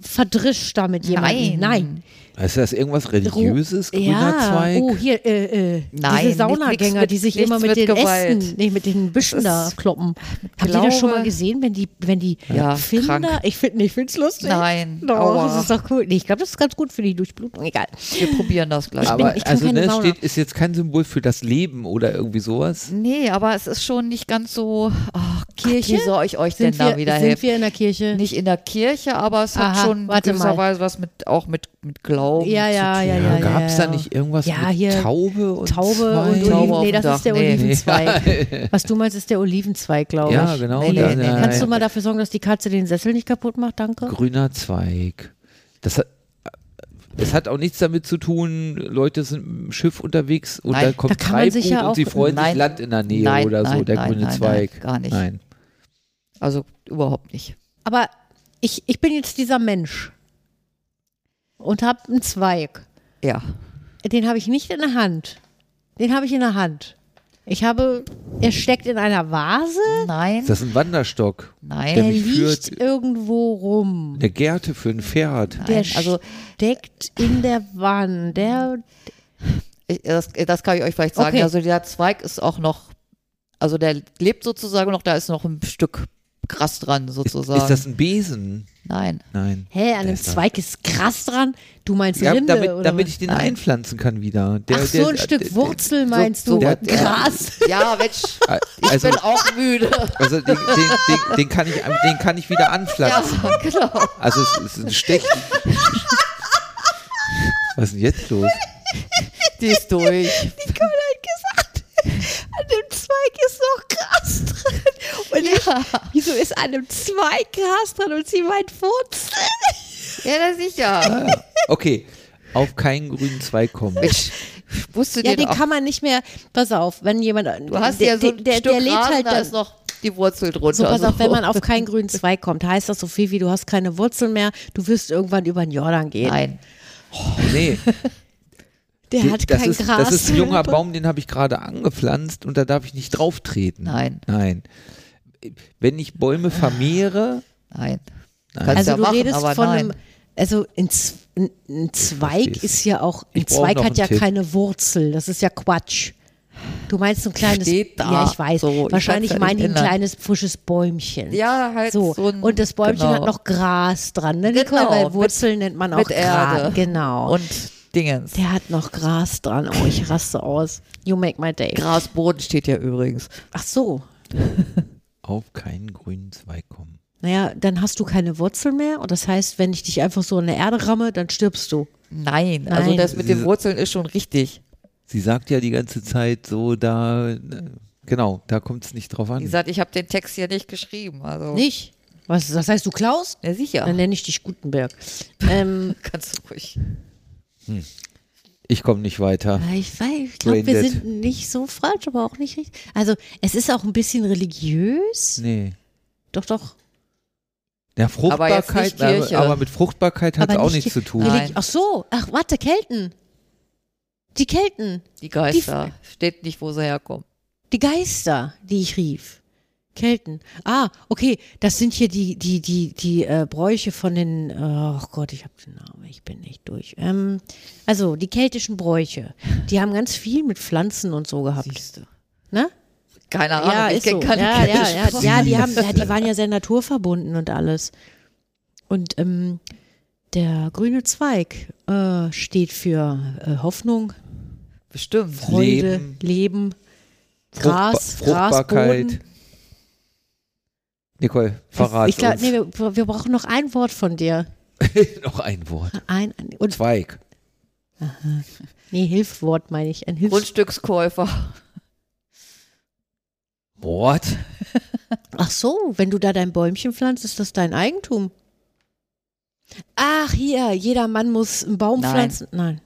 [SPEAKER 4] verdrischt damit jemanden. Nein.
[SPEAKER 3] Ist das irgendwas Religiöses, grüner Zweig?
[SPEAKER 4] Oh, hier, äh, äh,
[SPEAKER 2] Nein,
[SPEAKER 4] diese
[SPEAKER 2] nichts
[SPEAKER 4] Saunagänger,
[SPEAKER 2] mit-
[SPEAKER 4] die sich
[SPEAKER 2] nichts
[SPEAKER 4] immer mit
[SPEAKER 2] mit
[SPEAKER 4] den
[SPEAKER 2] Gewalt.
[SPEAKER 4] Ästen, nee, mit den Büschen da
[SPEAKER 2] ist
[SPEAKER 4] kloppen. Habt ihr das
[SPEAKER 2] Glaube-
[SPEAKER 4] schon mal gesehen, wenn die, wenn die
[SPEAKER 2] Ja,
[SPEAKER 4] Finder,
[SPEAKER 2] krank.
[SPEAKER 4] ich finde nee, ich find's lustig.
[SPEAKER 2] Nein,
[SPEAKER 4] Doch,
[SPEAKER 2] aua.
[SPEAKER 4] das ist doch cool. Nee, ich glaube, das ist ganz gut für die Durchblutung, egal.
[SPEAKER 2] Wir probieren das gleich.
[SPEAKER 3] Aber
[SPEAKER 4] ich kann
[SPEAKER 3] also
[SPEAKER 4] keine
[SPEAKER 3] ne,
[SPEAKER 4] Sauna.
[SPEAKER 3] steht, ist jetzt kein Symbol für das Leben oder irgendwie sowas.
[SPEAKER 2] nee, aber es ist schon nicht ganz so. Ach, Kirche, wie soll ich euch
[SPEAKER 4] Sind,
[SPEAKER 2] denn
[SPEAKER 4] wir,
[SPEAKER 2] da wieder
[SPEAKER 4] sind
[SPEAKER 2] helfen?
[SPEAKER 4] wir in der Kirche?
[SPEAKER 2] Nicht in der Kirche, aber es hat
[SPEAKER 4] Aha,
[SPEAKER 2] schon
[SPEAKER 4] warte mal.
[SPEAKER 2] gewisserweise was mit auch mit, mit Glauben
[SPEAKER 4] ja,
[SPEAKER 2] zu
[SPEAKER 4] ja,
[SPEAKER 2] tun.
[SPEAKER 4] ja, ja, ja.
[SPEAKER 3] Gab es
[SPEAKER 4] ja.
[SPEAKER 3] da nicht irgendwas
[SPEAKER 4] Ja,
[SPEAKER 3] mit
[SPEAKER 4] hier
[SPEAKER 3] Taube und
[SPEAKER 4] Taube
[SPEAKER 3] Zweig?
[SPEAKER 4] und
[SPEAKER 2] Taube
[SPEAKER 4] Oliven?
[SPEAKER 2] auf
[SPEAKER 4] Nee,
[SPEAKER 2] dem
[SPEAKER 4] das
[SPEAKER 2] Dach.
[SPEAKER 4] ist der
[SPEAKER 2] Nee.
[SPEAKER 4] Olivenzweig. Was du meinst, ist der Olivenzweig, glaube ich.
[SPEAKER 3] Ja, genau,
[SPEAKER 4] Nee,
[SPEAKER 2] da-
[SPEAKER 4] nee,
[SPEAKER 2] nein.
[SPEAKER 4] Kannst du mal dafür sorgen, dass die Katze den Sessel nicht kaputt macht? Danke.
[SPEAKER 3] Grüner Zweig. Das hat, es hat auch nichts damit zu tun, Leute sind im Schiff unterwegs und
[SPEAKER 2] Nein.
[SPEAKER 3] da kommt
[SPEAKER 4] Da kann man sich
[SPEAKER 3] Treibgut
[SPEAKER 4] ja
[SPEAKER 3] und sie
[SPEAKER 4] auch-
[SPEAKER 3] freuen sich
[SPEAKER 2] Nein.
[SPEAKER 3] Land in der Nähe
[SPEAKER 2] Nein,
[SPEAKER 3] oder so,
[SPEAKER 2] nein,
[SPEAKER 3] der
[SPEAKER 2] nein,
[SPEAKER 3] grüne
[SPEAKER 2] nein,
[SPEAKER 3] Zweig.
[SPEAKER 2] nein, gar nicht.
[SPEAKER 3] Nein.
[SPEAKER 2] Also überhaupt nicht.
[SPEAKER 4] Aber ich, ich bin jetzt dieser Mensch und habe einen Zweig.
[SPEAKER 2] Ja.
[SPEAKER 4] Den habe ich nicht in der Hand. Den habe ich in der Hand. Ich habe, er steckt in einer Vase.
[SPEAKER 2] Nein,
[SPEAKER 3] Ist das ein Wanderstock?
[SPEAKER 4] Er
[SPEAKER 2] nein.
[SPEAKER 3] mich
[SPEAKER 4] liegt
[SPEAKER 3] führt-
[SPEAKER 4] irgendwo rum.
[SPEAKER 3] Eine Gerte für ein Pferd?
[SPEAKER 4] Der
[SPEAKER 2] Nein, also-
[SPEAKER 4] steckt in der Wand. Der,
[SPEAKER 2] Ich- Das, das kann ich euch vielleicht sagen.
[SPEAKER 4] Okay.
[SPEAKER 2] Also der Zweig ist auch noch, also der lebt sozusagen noch, da ist noch ein Stück Gras dran
[SPEAKER 3] Ist,
[SPEAKER 2] sozusagen.
[SPEAKER 3] ist das ein Besen?
[SPEAKER 2] nein,
[SPEAKER 3] Nein.
[SPEAKER 4] hä, an
[SPEAKER 3] Der
[SPEAKER 4] dem
[SPEAKER 3] ist da.
[SPEAKER 4] Zweig ist krass dran. Du meinst
[SPEAKER 3] Ja,
[SPEAKER 4] Rinde
[SPEAKER 3] damit,
[SPEAKER 4] oder
[SPEAKER 3] damit
[SPEAKER 4] was?
[SPEAKER 3] ich den
[SPEAKER 2] Nein.
[SPEAKER 3] einpflanzen kann wieder. Der,
[SPEAKER 4] Ach,
[SPEAKER 3] der- äh,
[SPEAKER 4] so ein
[SPEAKER 3] der-
[SPEAKER 4] Stück
[SPEAKER 3] der-
[SPEAKER 4] Wurzel meinst
[SPEAKER 2] so-
[SPEAKER 4] du?
[SPEAKER 3] der- der-
[SPEAKER 4] Gras.
[SPEAKER 2] ja, Mensch,
[SPEAKER 3] Ah,
[SPEAKER 2] ich
[SPEAKER 3] Also,
[SPEAKER 2] bin auch müde.
[SPEAKER 3] also den, den, den, den, kann ich, den kann ich wieder
[SPEAKER 2] ja,
[SPEAKER 3] anpflanzen.
[SPEAKER 2] genau.
[SPEAKER 3] Also es ist ein Stech. Was ist denn jetzt los?
[SPEAKER 2] Die ist durch.
[SPEAKER 4] Nicole hat gesagt, an dem Zweig ist noch Gras drin. Und ich, wieso ist an dem Zweig Gras drin und sie meint Wurzel?
[SPEAKER 2] Ja, das sicher.
[SPEAKER 3] Ah, okay. Auf keinen grünen Zweig kommen.
[SPEAKER 2] Mensch, wusste
[SPEAKER 4] Ja,
[SPEAKER 2] dir
[SPEAKER 4] den
[SPEAKER 2] doch.
[SPEAKER 4] kann man nicht mehr, pass auf, wenn jemand,
[SPEAKER 2] Genau. Du hast
[SPEAKER 4] der,
[SPEAKER 2] ja so
[SPEAKER 4] der,
[SPEAKER 2] ein
[SPEAKER 4] der,
[SPEAKER 2] Stück
[SPEAKER 4] der lebt
[SPEAKER 2] Rasen,
[SPEAKER 4] halt
[SPEAKER 2] da
[SPEAKER 4] dann,
[SPEAKER 2] ist noch die Wurzel drunter.
[SPEAKER 4] so pass auf,
[SPEAKER 2] so.
[SPEAKER 4] wenn man auf keinen grünen Zweig kommt, heißt das so viel wie, du hast keine Wurzeln mehr, du wirst irgendwann über den Jordan gehen.
[SPEAKER 2] Nein,
[SPEAKER 3] Nee,
[SPEAKER 4] Der hat
[SPEAKER 3] das
[SPEAKER 4] kein
[SPEAKER 3] ist,
[SPEAKER 4] Gras.
[SPEAKER 3] Das ist ein junger
[SPEAKER 4] drin.
[SPEAKER 3] Baum, den habe ich gerade angepflanzt und da darf ich nicht drauf treten.
[SPEAKER 2] Nein.
[SPEAKER 3] Nein. Wenn ich Bäume vermehre,
[SPEAKER 2] nein. Kannst
[SPEAKER 4] Also
[SPEAKER 2] ja
[SPEAKER 4] du
[SPEAKER 2] machen,
[SPEAKER 4] redest
[SPEAKER 2] aber
[SPEAKER 4] von
[SPEAKER 2] nein.
[SPEAKER 4] einem, also ein, Z- ein, ein Zweig
[SPEAKER 3] versteh's.
[SPEAKER 4] ist ja auch, ein
[SPEAKER 3] Ich brauch
[SPEAKER 4] Zweig
[SPEAKER 3] noch
[SPEAKER 4] hat
[SPEAKER 3] einen
[SPEAKER 4] ja
[SPEAKER 3] Tipp.
[SPEAKER 4] keine Wurzel, das ist ja Quatsch. Du meinst so ein kleines,
[SPEAKER 2] Steht da.
[SPEAKER 4] ja ich weiß,
[SPEAKER 2] So, ich
[SPEAKER 4] wahrscheinlich
[SPEAKER 2] kann's ja
[SPEAKER 4] meine ich
[SPEAKER 2] nicht
[SPEAKER 4] ein
[SPEAKER 2] ändern.
[SPEAKER 4] kleines frisches Bäumchen.
[SPEAKER 2] Ja, halt
[SPEAKER 4] so.
[SPEAKER 2] so ein-
[SPEAKER 4] und das Bäumchen
[SPEAKER 2] genau.
[SPEAKER 4] hat noch Gras dran, ne Nicole?
[SPEAKER 2] Genau,
[SPEAKER 4] Weil
[SPEAKER 2] mit-
[SPEAKER 4] Wurzeln nennt man auch
[SPEAKER 2] mit
[SPEAKER 4] Gras.
[SPEAKER 2] Erde.
[SPEAKER 4] Genau.
[SPEAKER 2] Und Dingens.
[SPEAKER 4] der hat noch Gras dran. Oh, ich raste aus. You make my day.
[SPEAKER 2] Grasboden steht ja übrigens.
[SPEAKER 4] Ach so.
[SPEAKER 3] auf keinen grünen Zweig kommen.
[SPEAKER 4] Naja, dann hast du keine Wurzel mehr. Und das heißt, wenn ich dich einfach so in der Erde ramme, dann stirbst du.
[SPEAKER 2] Nein, also
[SPEAKER 4] Nein.
[SPEAKER 2] das mit den Wurzeln ist schon richtig.
[SPEAKER 3] Sie sagt ja die ganze Zeit so, da, ne, genau, da kommt es nicht drauf
[SPEAKER 2] Wie
[SPEAKER 4] Hm.
[SPEAKER 3] an.
[SPEAKER 2] gesagt, ich habe den Text hier nicht geschrieben.
[SPEAKER 3] Oh.
[SPEAKER 2] Also,
[SPEAKER 4] Nicht? Was, das heißt, du klaust?
[SPEAKER 2] ja, sicher.
[SPEAKER 4] Dann nenne ich dich Gutenberg. Ähm,
[SPEAKER 2] Kannst du ruhig.
[SPEAKER 3] Ich komme nicht weiter.
[SPEAKER 4] ich weiß, ich glaube, wir
[SPEAKER 3] Brain dead.
[SPEAKER 4] sind nicht so falsch, aber auch nicht richtig. Also, es ist auch ein bisschen religiös.
[SPEAKER 3] Nee.
[SPEAKER 4] Doch, doch.
[SPEAKER 3] Ja,
[SPEAKER 2] Aber jetzt nicht
[SPEAKER 3] Fruchtbarkeit, aber,
[SPEAKER 2] Kirche.
[SPEAKER 3] aber, mit Fruchtbarkeit hat es
[SPEAKER 4] aber
[SPEAKER 3] auch
[SPEAKER 4] nicht
[SPEAKER 3] nichts zu tun.
[SPEAKER 2] Nein.
[SPEAKER 4] Religi- Ach so. Ach, warte, Kelten. Die Kelten.
[SPEAKER 2] Die Geister. Steht nicht, wo sie herkommen.
[SPEAKER 4] Die Geister, die ich rief. Kelten. Ah, okay. Das sind hier die, die, die, die äh, Bräuche von den. Oh Gott, ich habe den Namen. Ich bin nicht durch. Ähm, also die keltischen Bräuche. Die haben ganz viel mit Pflanzen und so gehabt. Ne?
[SPEAKER 2] Keine Ahnung,
[SPEAKER 4] Ja,
[SPEAKER 2] Ah, ich
[SPEAKER 4] ist
[SPEAKER 2] kenn
[SPEAKER 4] so.
[SPEAKER 2] keine
[SPEAKER 4] ja, ja,
[SPEAKER 2] keltische
[SPEAKER 4] ja,
[SPEAKER 2] Sprache.
[SPEAKER 4] ja, die haben, ja, die waren ja sehr naturverbunden und alles. Und ähm, der grüne Zweig äh, steht für äh, Hoffnung,
[SPEAKER 2] Bestimmt.
[SPEAKER 4] Freude, Leben, Gras,
[SPEAKER 3] Fruchtba
[SPEAKER 4] Grasboden.
[SPEAKER 3] Fruchtbarkeit. Nicole, verrat
[SPEAKER 4] Ich glaube,
[SPEAKER 3] uns.
[SPEAKER 4] nee, wir, wir brauchen noch ein Wort von dir.
[SPEAKER 3] Noch ein Wort.
[SPEAKER 4] Ein, ein und,
[SPEAKER 3] Zweig.
[SPEAKER 4] nee, Hilfwort meine ich. Ein Hilfs
[SPEAKER 2] Grundstückskäufer.
[SPEAKER 3] Wort?
[SPEAKER 4] Ach so, wenn du da dein Bäumchen pflanzt, ist das dein Eigentum. Ach hier, jeder Mann muss einen Baum
[SPEAKER 2] Nein.
[SPEAKER 4] pflanzen. Nein.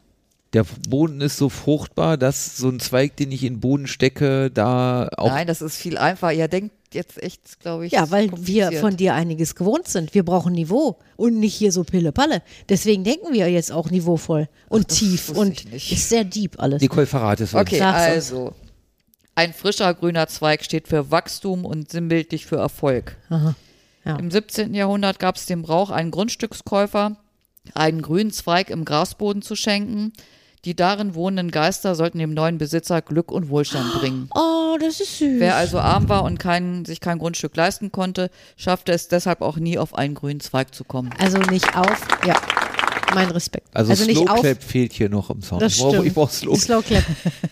[SPEAKER 3] Der Boden ist so fruchtbar, dass so ein Zweig, den ich in den Boden stecke, da auch.
[SPEAKER 2] Nein, das ist viel einfacher. Ihr denkt jetzt echt, glaube ich.
[SPEAKER 4] Ja, weil wir
[SPEAKER 2] kompliziert.
[SPEAKER 4] von dir einiges gewohnt sind. Wir brauchen Niveau und nicht hier so Pille-Palle. Deswegen denken wir jetzt auch niveauvoll und tief
[SPEAKER 2] wusste
[SPEAKER 4] und
[SPEAKER 2] ich nicht.
[SPEAKER 4] ist sehr deep alles.
[SPEAKER 3] Nicole, verrat es uns.
[SPEAKER 2] Okay,
[SPEAKER 4] Sag's uns.
[SPEAKER 2] also. Ein frischer grüner Zweig steht für Wachstum und sinnbildlich für Erfolg.
[SPEAKER 4] Ja.
[SPEAKER 2] Im 17. Jahrhundert gab es den Brauch, einen Grundstückskäufer einen grünen Zweig im Grasboden zu schenken. Die darin wohnenden Geister sollten dem neuen Besitzer Glück und Wohlstand bringen.
[SPEAKER 4] Oh, das ist süß.
[SPEAKER 2] Wer also arm war und kein, sich kein Grundstück leisten konnte, schaffte es deshalb auch nie auf einen grünen Zweig zu kommen.
[SPEAKER 4] also nicht auf, ja, mein Respekt.
[SPEAKER 3] Also,
[SPEAKER 4] nicht
[SPEAKER 3] Slow
[SPEAKER 4] auf.
[SPEAKER 3] Clap fehlt hier noch im Sound.
[SPEAKER 4] Das
[SPEAKER 3] ich brauche,
[SPEAKER 4] stimmt.
[SPEAKER 3] ich brauche Slow Clap.
[SPEAKER 4] Slow Clap.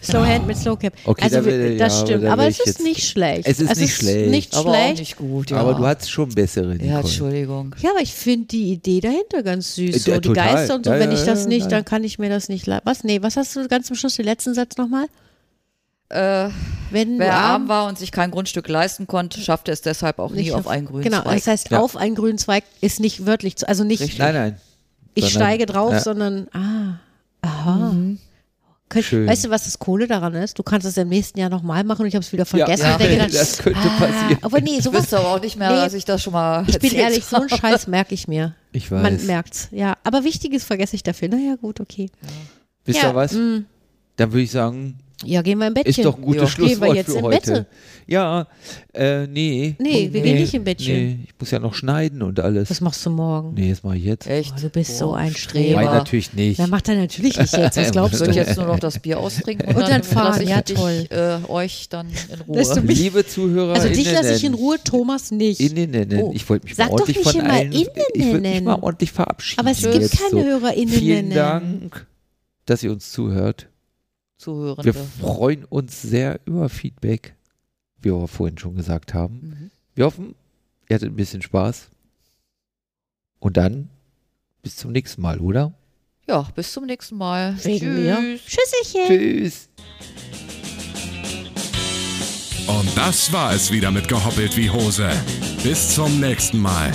[SPEAKER 4] Slow Hand mit Slow Clap.
[SPEAKER 3] Okay,
[SPEAKER 4] also
[SPEAKER 3] da will-
[SPEAKER 4] wir- das
[SPEAKER 3] ja, aber
[SPEAKER 4] stimmt.
[SPEAKER 3] da
[SPEAKER 4] Aber
[SPEAKER 3] will
[SPEAKER 4] es
[SPEAKER 3] ich
[SPEAKER 4] ist
[SPEAKER 3] jetzt-
[SPEAKER 4] nicht schlecht. Also
[SPEAKER 3] Es ist nicht schlecht.
[SPEAKER 4] Nicht
[SPEAKER 2] Aber
[SPEAKER 4] schlecht.
[SPEAKER 2] auch nicht gut, ja.
[SPEAKER 3] Aber du hattest schon bessere, Nicole.
[SPEAKER 2] ja, Entschuldigung.
[SPEAKER 4] Ja, aber ich finde die Idee dahinter ganz
[SPEAKER 3] Äh,
[SPEAKER 4] süß. So, die
[SPEAKER 3] total.
[SPEAKER 4] Geister und so,
[SPEAKER 3] Ja,
[SPEAKER 4] wenn
[SPEAKER 3] ja,
[SPEAKER 4] ich das
[SPEAKER 3] ja,
[SPEAKER 4] nicht,
[SPEAKER 3] nein.
[SPEAKER 4] dann kann ich mir das nicht leisten. Was? Nee, was hast du ganz zum Schluss, den letzten Satz nochmal?
[SPEAKER 2] Äh,
[SPEAKER 4] Wenn du
[SPEAKER 2] Wer arm war und sich kein Grundstück leisten konnte, schaffte es deshalb auch nie auf einen grünen
[SPEAKER 4] genau,
[SPEAKER 2] Zweig.
[SPEAKER 4] das heißt,
[SPEAKER 3] Ja.
[SPEAKER 4] auf einen grünen Zweig ist nicht wörtlich, zu, also nicht
[SPEAKER 3] Nein, nein.
[SPEAKER 4] ich
[SPEAKER 3] sondern-
[SPEAKER 4] steige drauf,
[SPEAKER 3] Ja.
[SPEAKER 4] sondern ah, aha. Kön-
[SPEAKER 3] Schön.
[SPEAKER 4] Weißt du, was das Coole daran ist? Du kannst es im nächsten Jahr nochmal machen und ich habe es wieder vergessen.
[SPEAKER 3] Ja,
[SPEAKER 4] und denke dann,
[SPEAKER 3] das könnte
[SPEAKER 4] ah,
[SPEAKER 3] passieren.
[SPEAKER 4] Aber nee,
[SPEAKER 2] ich
[SPEAKER 4] sowas,
[SPEAKER 2] wüsste aber auch nicht mehr,
[SPEAKER 4] Nee.
[SPEAKER 2] dass ich das schon mal
[SPEAKER 4] Ich bin
[SPEAKER 2] erzählt
[SPEAKER 4] ehrlich, so einen
[SPEAKER 2] habe.
[SPEAKER 4] Scheiß merke ich mir.
[SPEAKER 3] Ich weiß.
[SPEAKER 4] Man merkt's, ja. Aber Wichtiges vergesse ich dafür. Naja, gut, okay.
[SPEAKER 3] Wisst
[SPEAKER 4] Ja, mm.
[SPEAKER 3] ihr was? Dann würde ich sagen,
[SPEAKER 4] Ja, gehen wir im Bettchen.
[SPEAKER 3] ist doch ein gutes
[SPEAKER 2] Ja.
[SPEAKER 4] Gehen wir
[SPEAKER 3] Schlusswort
[SPEAKER 4] jetzt
[SPEAKER 3] für
[SPEAKER 4] im
[SPEAKER 3] heute.
[SPEAKER 4] Bette?
[SPEAKER 3] Ja, äh, nee.
[SPEAKER 4] Nee, wir gehen nicht im Bettchen.
[SPEAKER 3] Nee, ich muss ja noch schneiden und alles.
[SPEAKER 4] Was machst du morgen?
[SPEAKER 3] nee, das mache ich jetzt.
[SPEAKER 2] Echt?
[SPEAKER 4] Oh, du bist so ein
[SPEAKER 2] Streber.
[SPEAKER 3] Nein,
[SPEAKER 2] aber-
[SPEAKER 3] natürlich nicht.
[SPEAKER 4] Wer macht er natürlich nicht jetzt? Was glaubst
[SPEAKER 2] Ich
[SPEAKER 4] du?
[SPEAKER 2] würde jetzt nur noch das Bier austrinken und,
[SPEAKER 4] Und dann fahren,
[SPEAKER 2] lasse ich
[SPEAKER 4] ja,
[SPEAKER 2] dich,
[SPEAKER 4] toll.
[SPEAKER 2] äh, euch dann in Ruhe.
[SPEAKER 4] Lässt du mich-
[SPEAKER 3] Liebe Zuhörer,
[SPEAKER 4] Also dich lasse ich in Ruhe, Thomas nicht.
[SPEAKER 3] Innen,
[SPEAKER 4] Oh.
[SPEAKER 3] ich wollte mich
[SPEAKER 4] Sag
[SPEAKER 3] mal
[SPEAKER 4] doch
[SPEAKER 3] ordentlich
[SPEAKER 4] nicht
[SPEAKER 3] von
[SPEAKER 4] immer
[SPEAKER 3] allen. Ich würde mich
[SPEAKER 4] innen.
[SPEAKER 3] mal ordentlich verabschieden.
[SPEAKER 4] Aber es
[SPEAKER 3] jetzt
[SPEAKER 4] gibt keine
[SPEAKER 3] so.
[SPEAKER 4] Hörerinnen.
[SPEAKER 3] Vielen Dank, dass ihr uns zuhört. Wir
[SPEAKER 2] Zuhörende.
[SPEAKER 3] freuen uns sehr über Feedback, wie wir vorhin schon gesagt haben.
[SPEAKER 2] Mhm.
[SPEAKER 3] Wir hoffen, ihr hattet ein bisschen Spaß. Und dann bis zum nächsten Mal, oder?
[SPEAKER 2] Ja, bis zum nächsten Mal.
[SPEAKER 4] Wegen mir.
[SPEAKER 2] Tschüss.
[SPEAKER 4] Tschüsschen.
[SPEAKER 3] Tschüss.
[SPEAKER 1] Und das war es wieder mit Gehoppelt wie Hose. Bis zum nächsten Mal.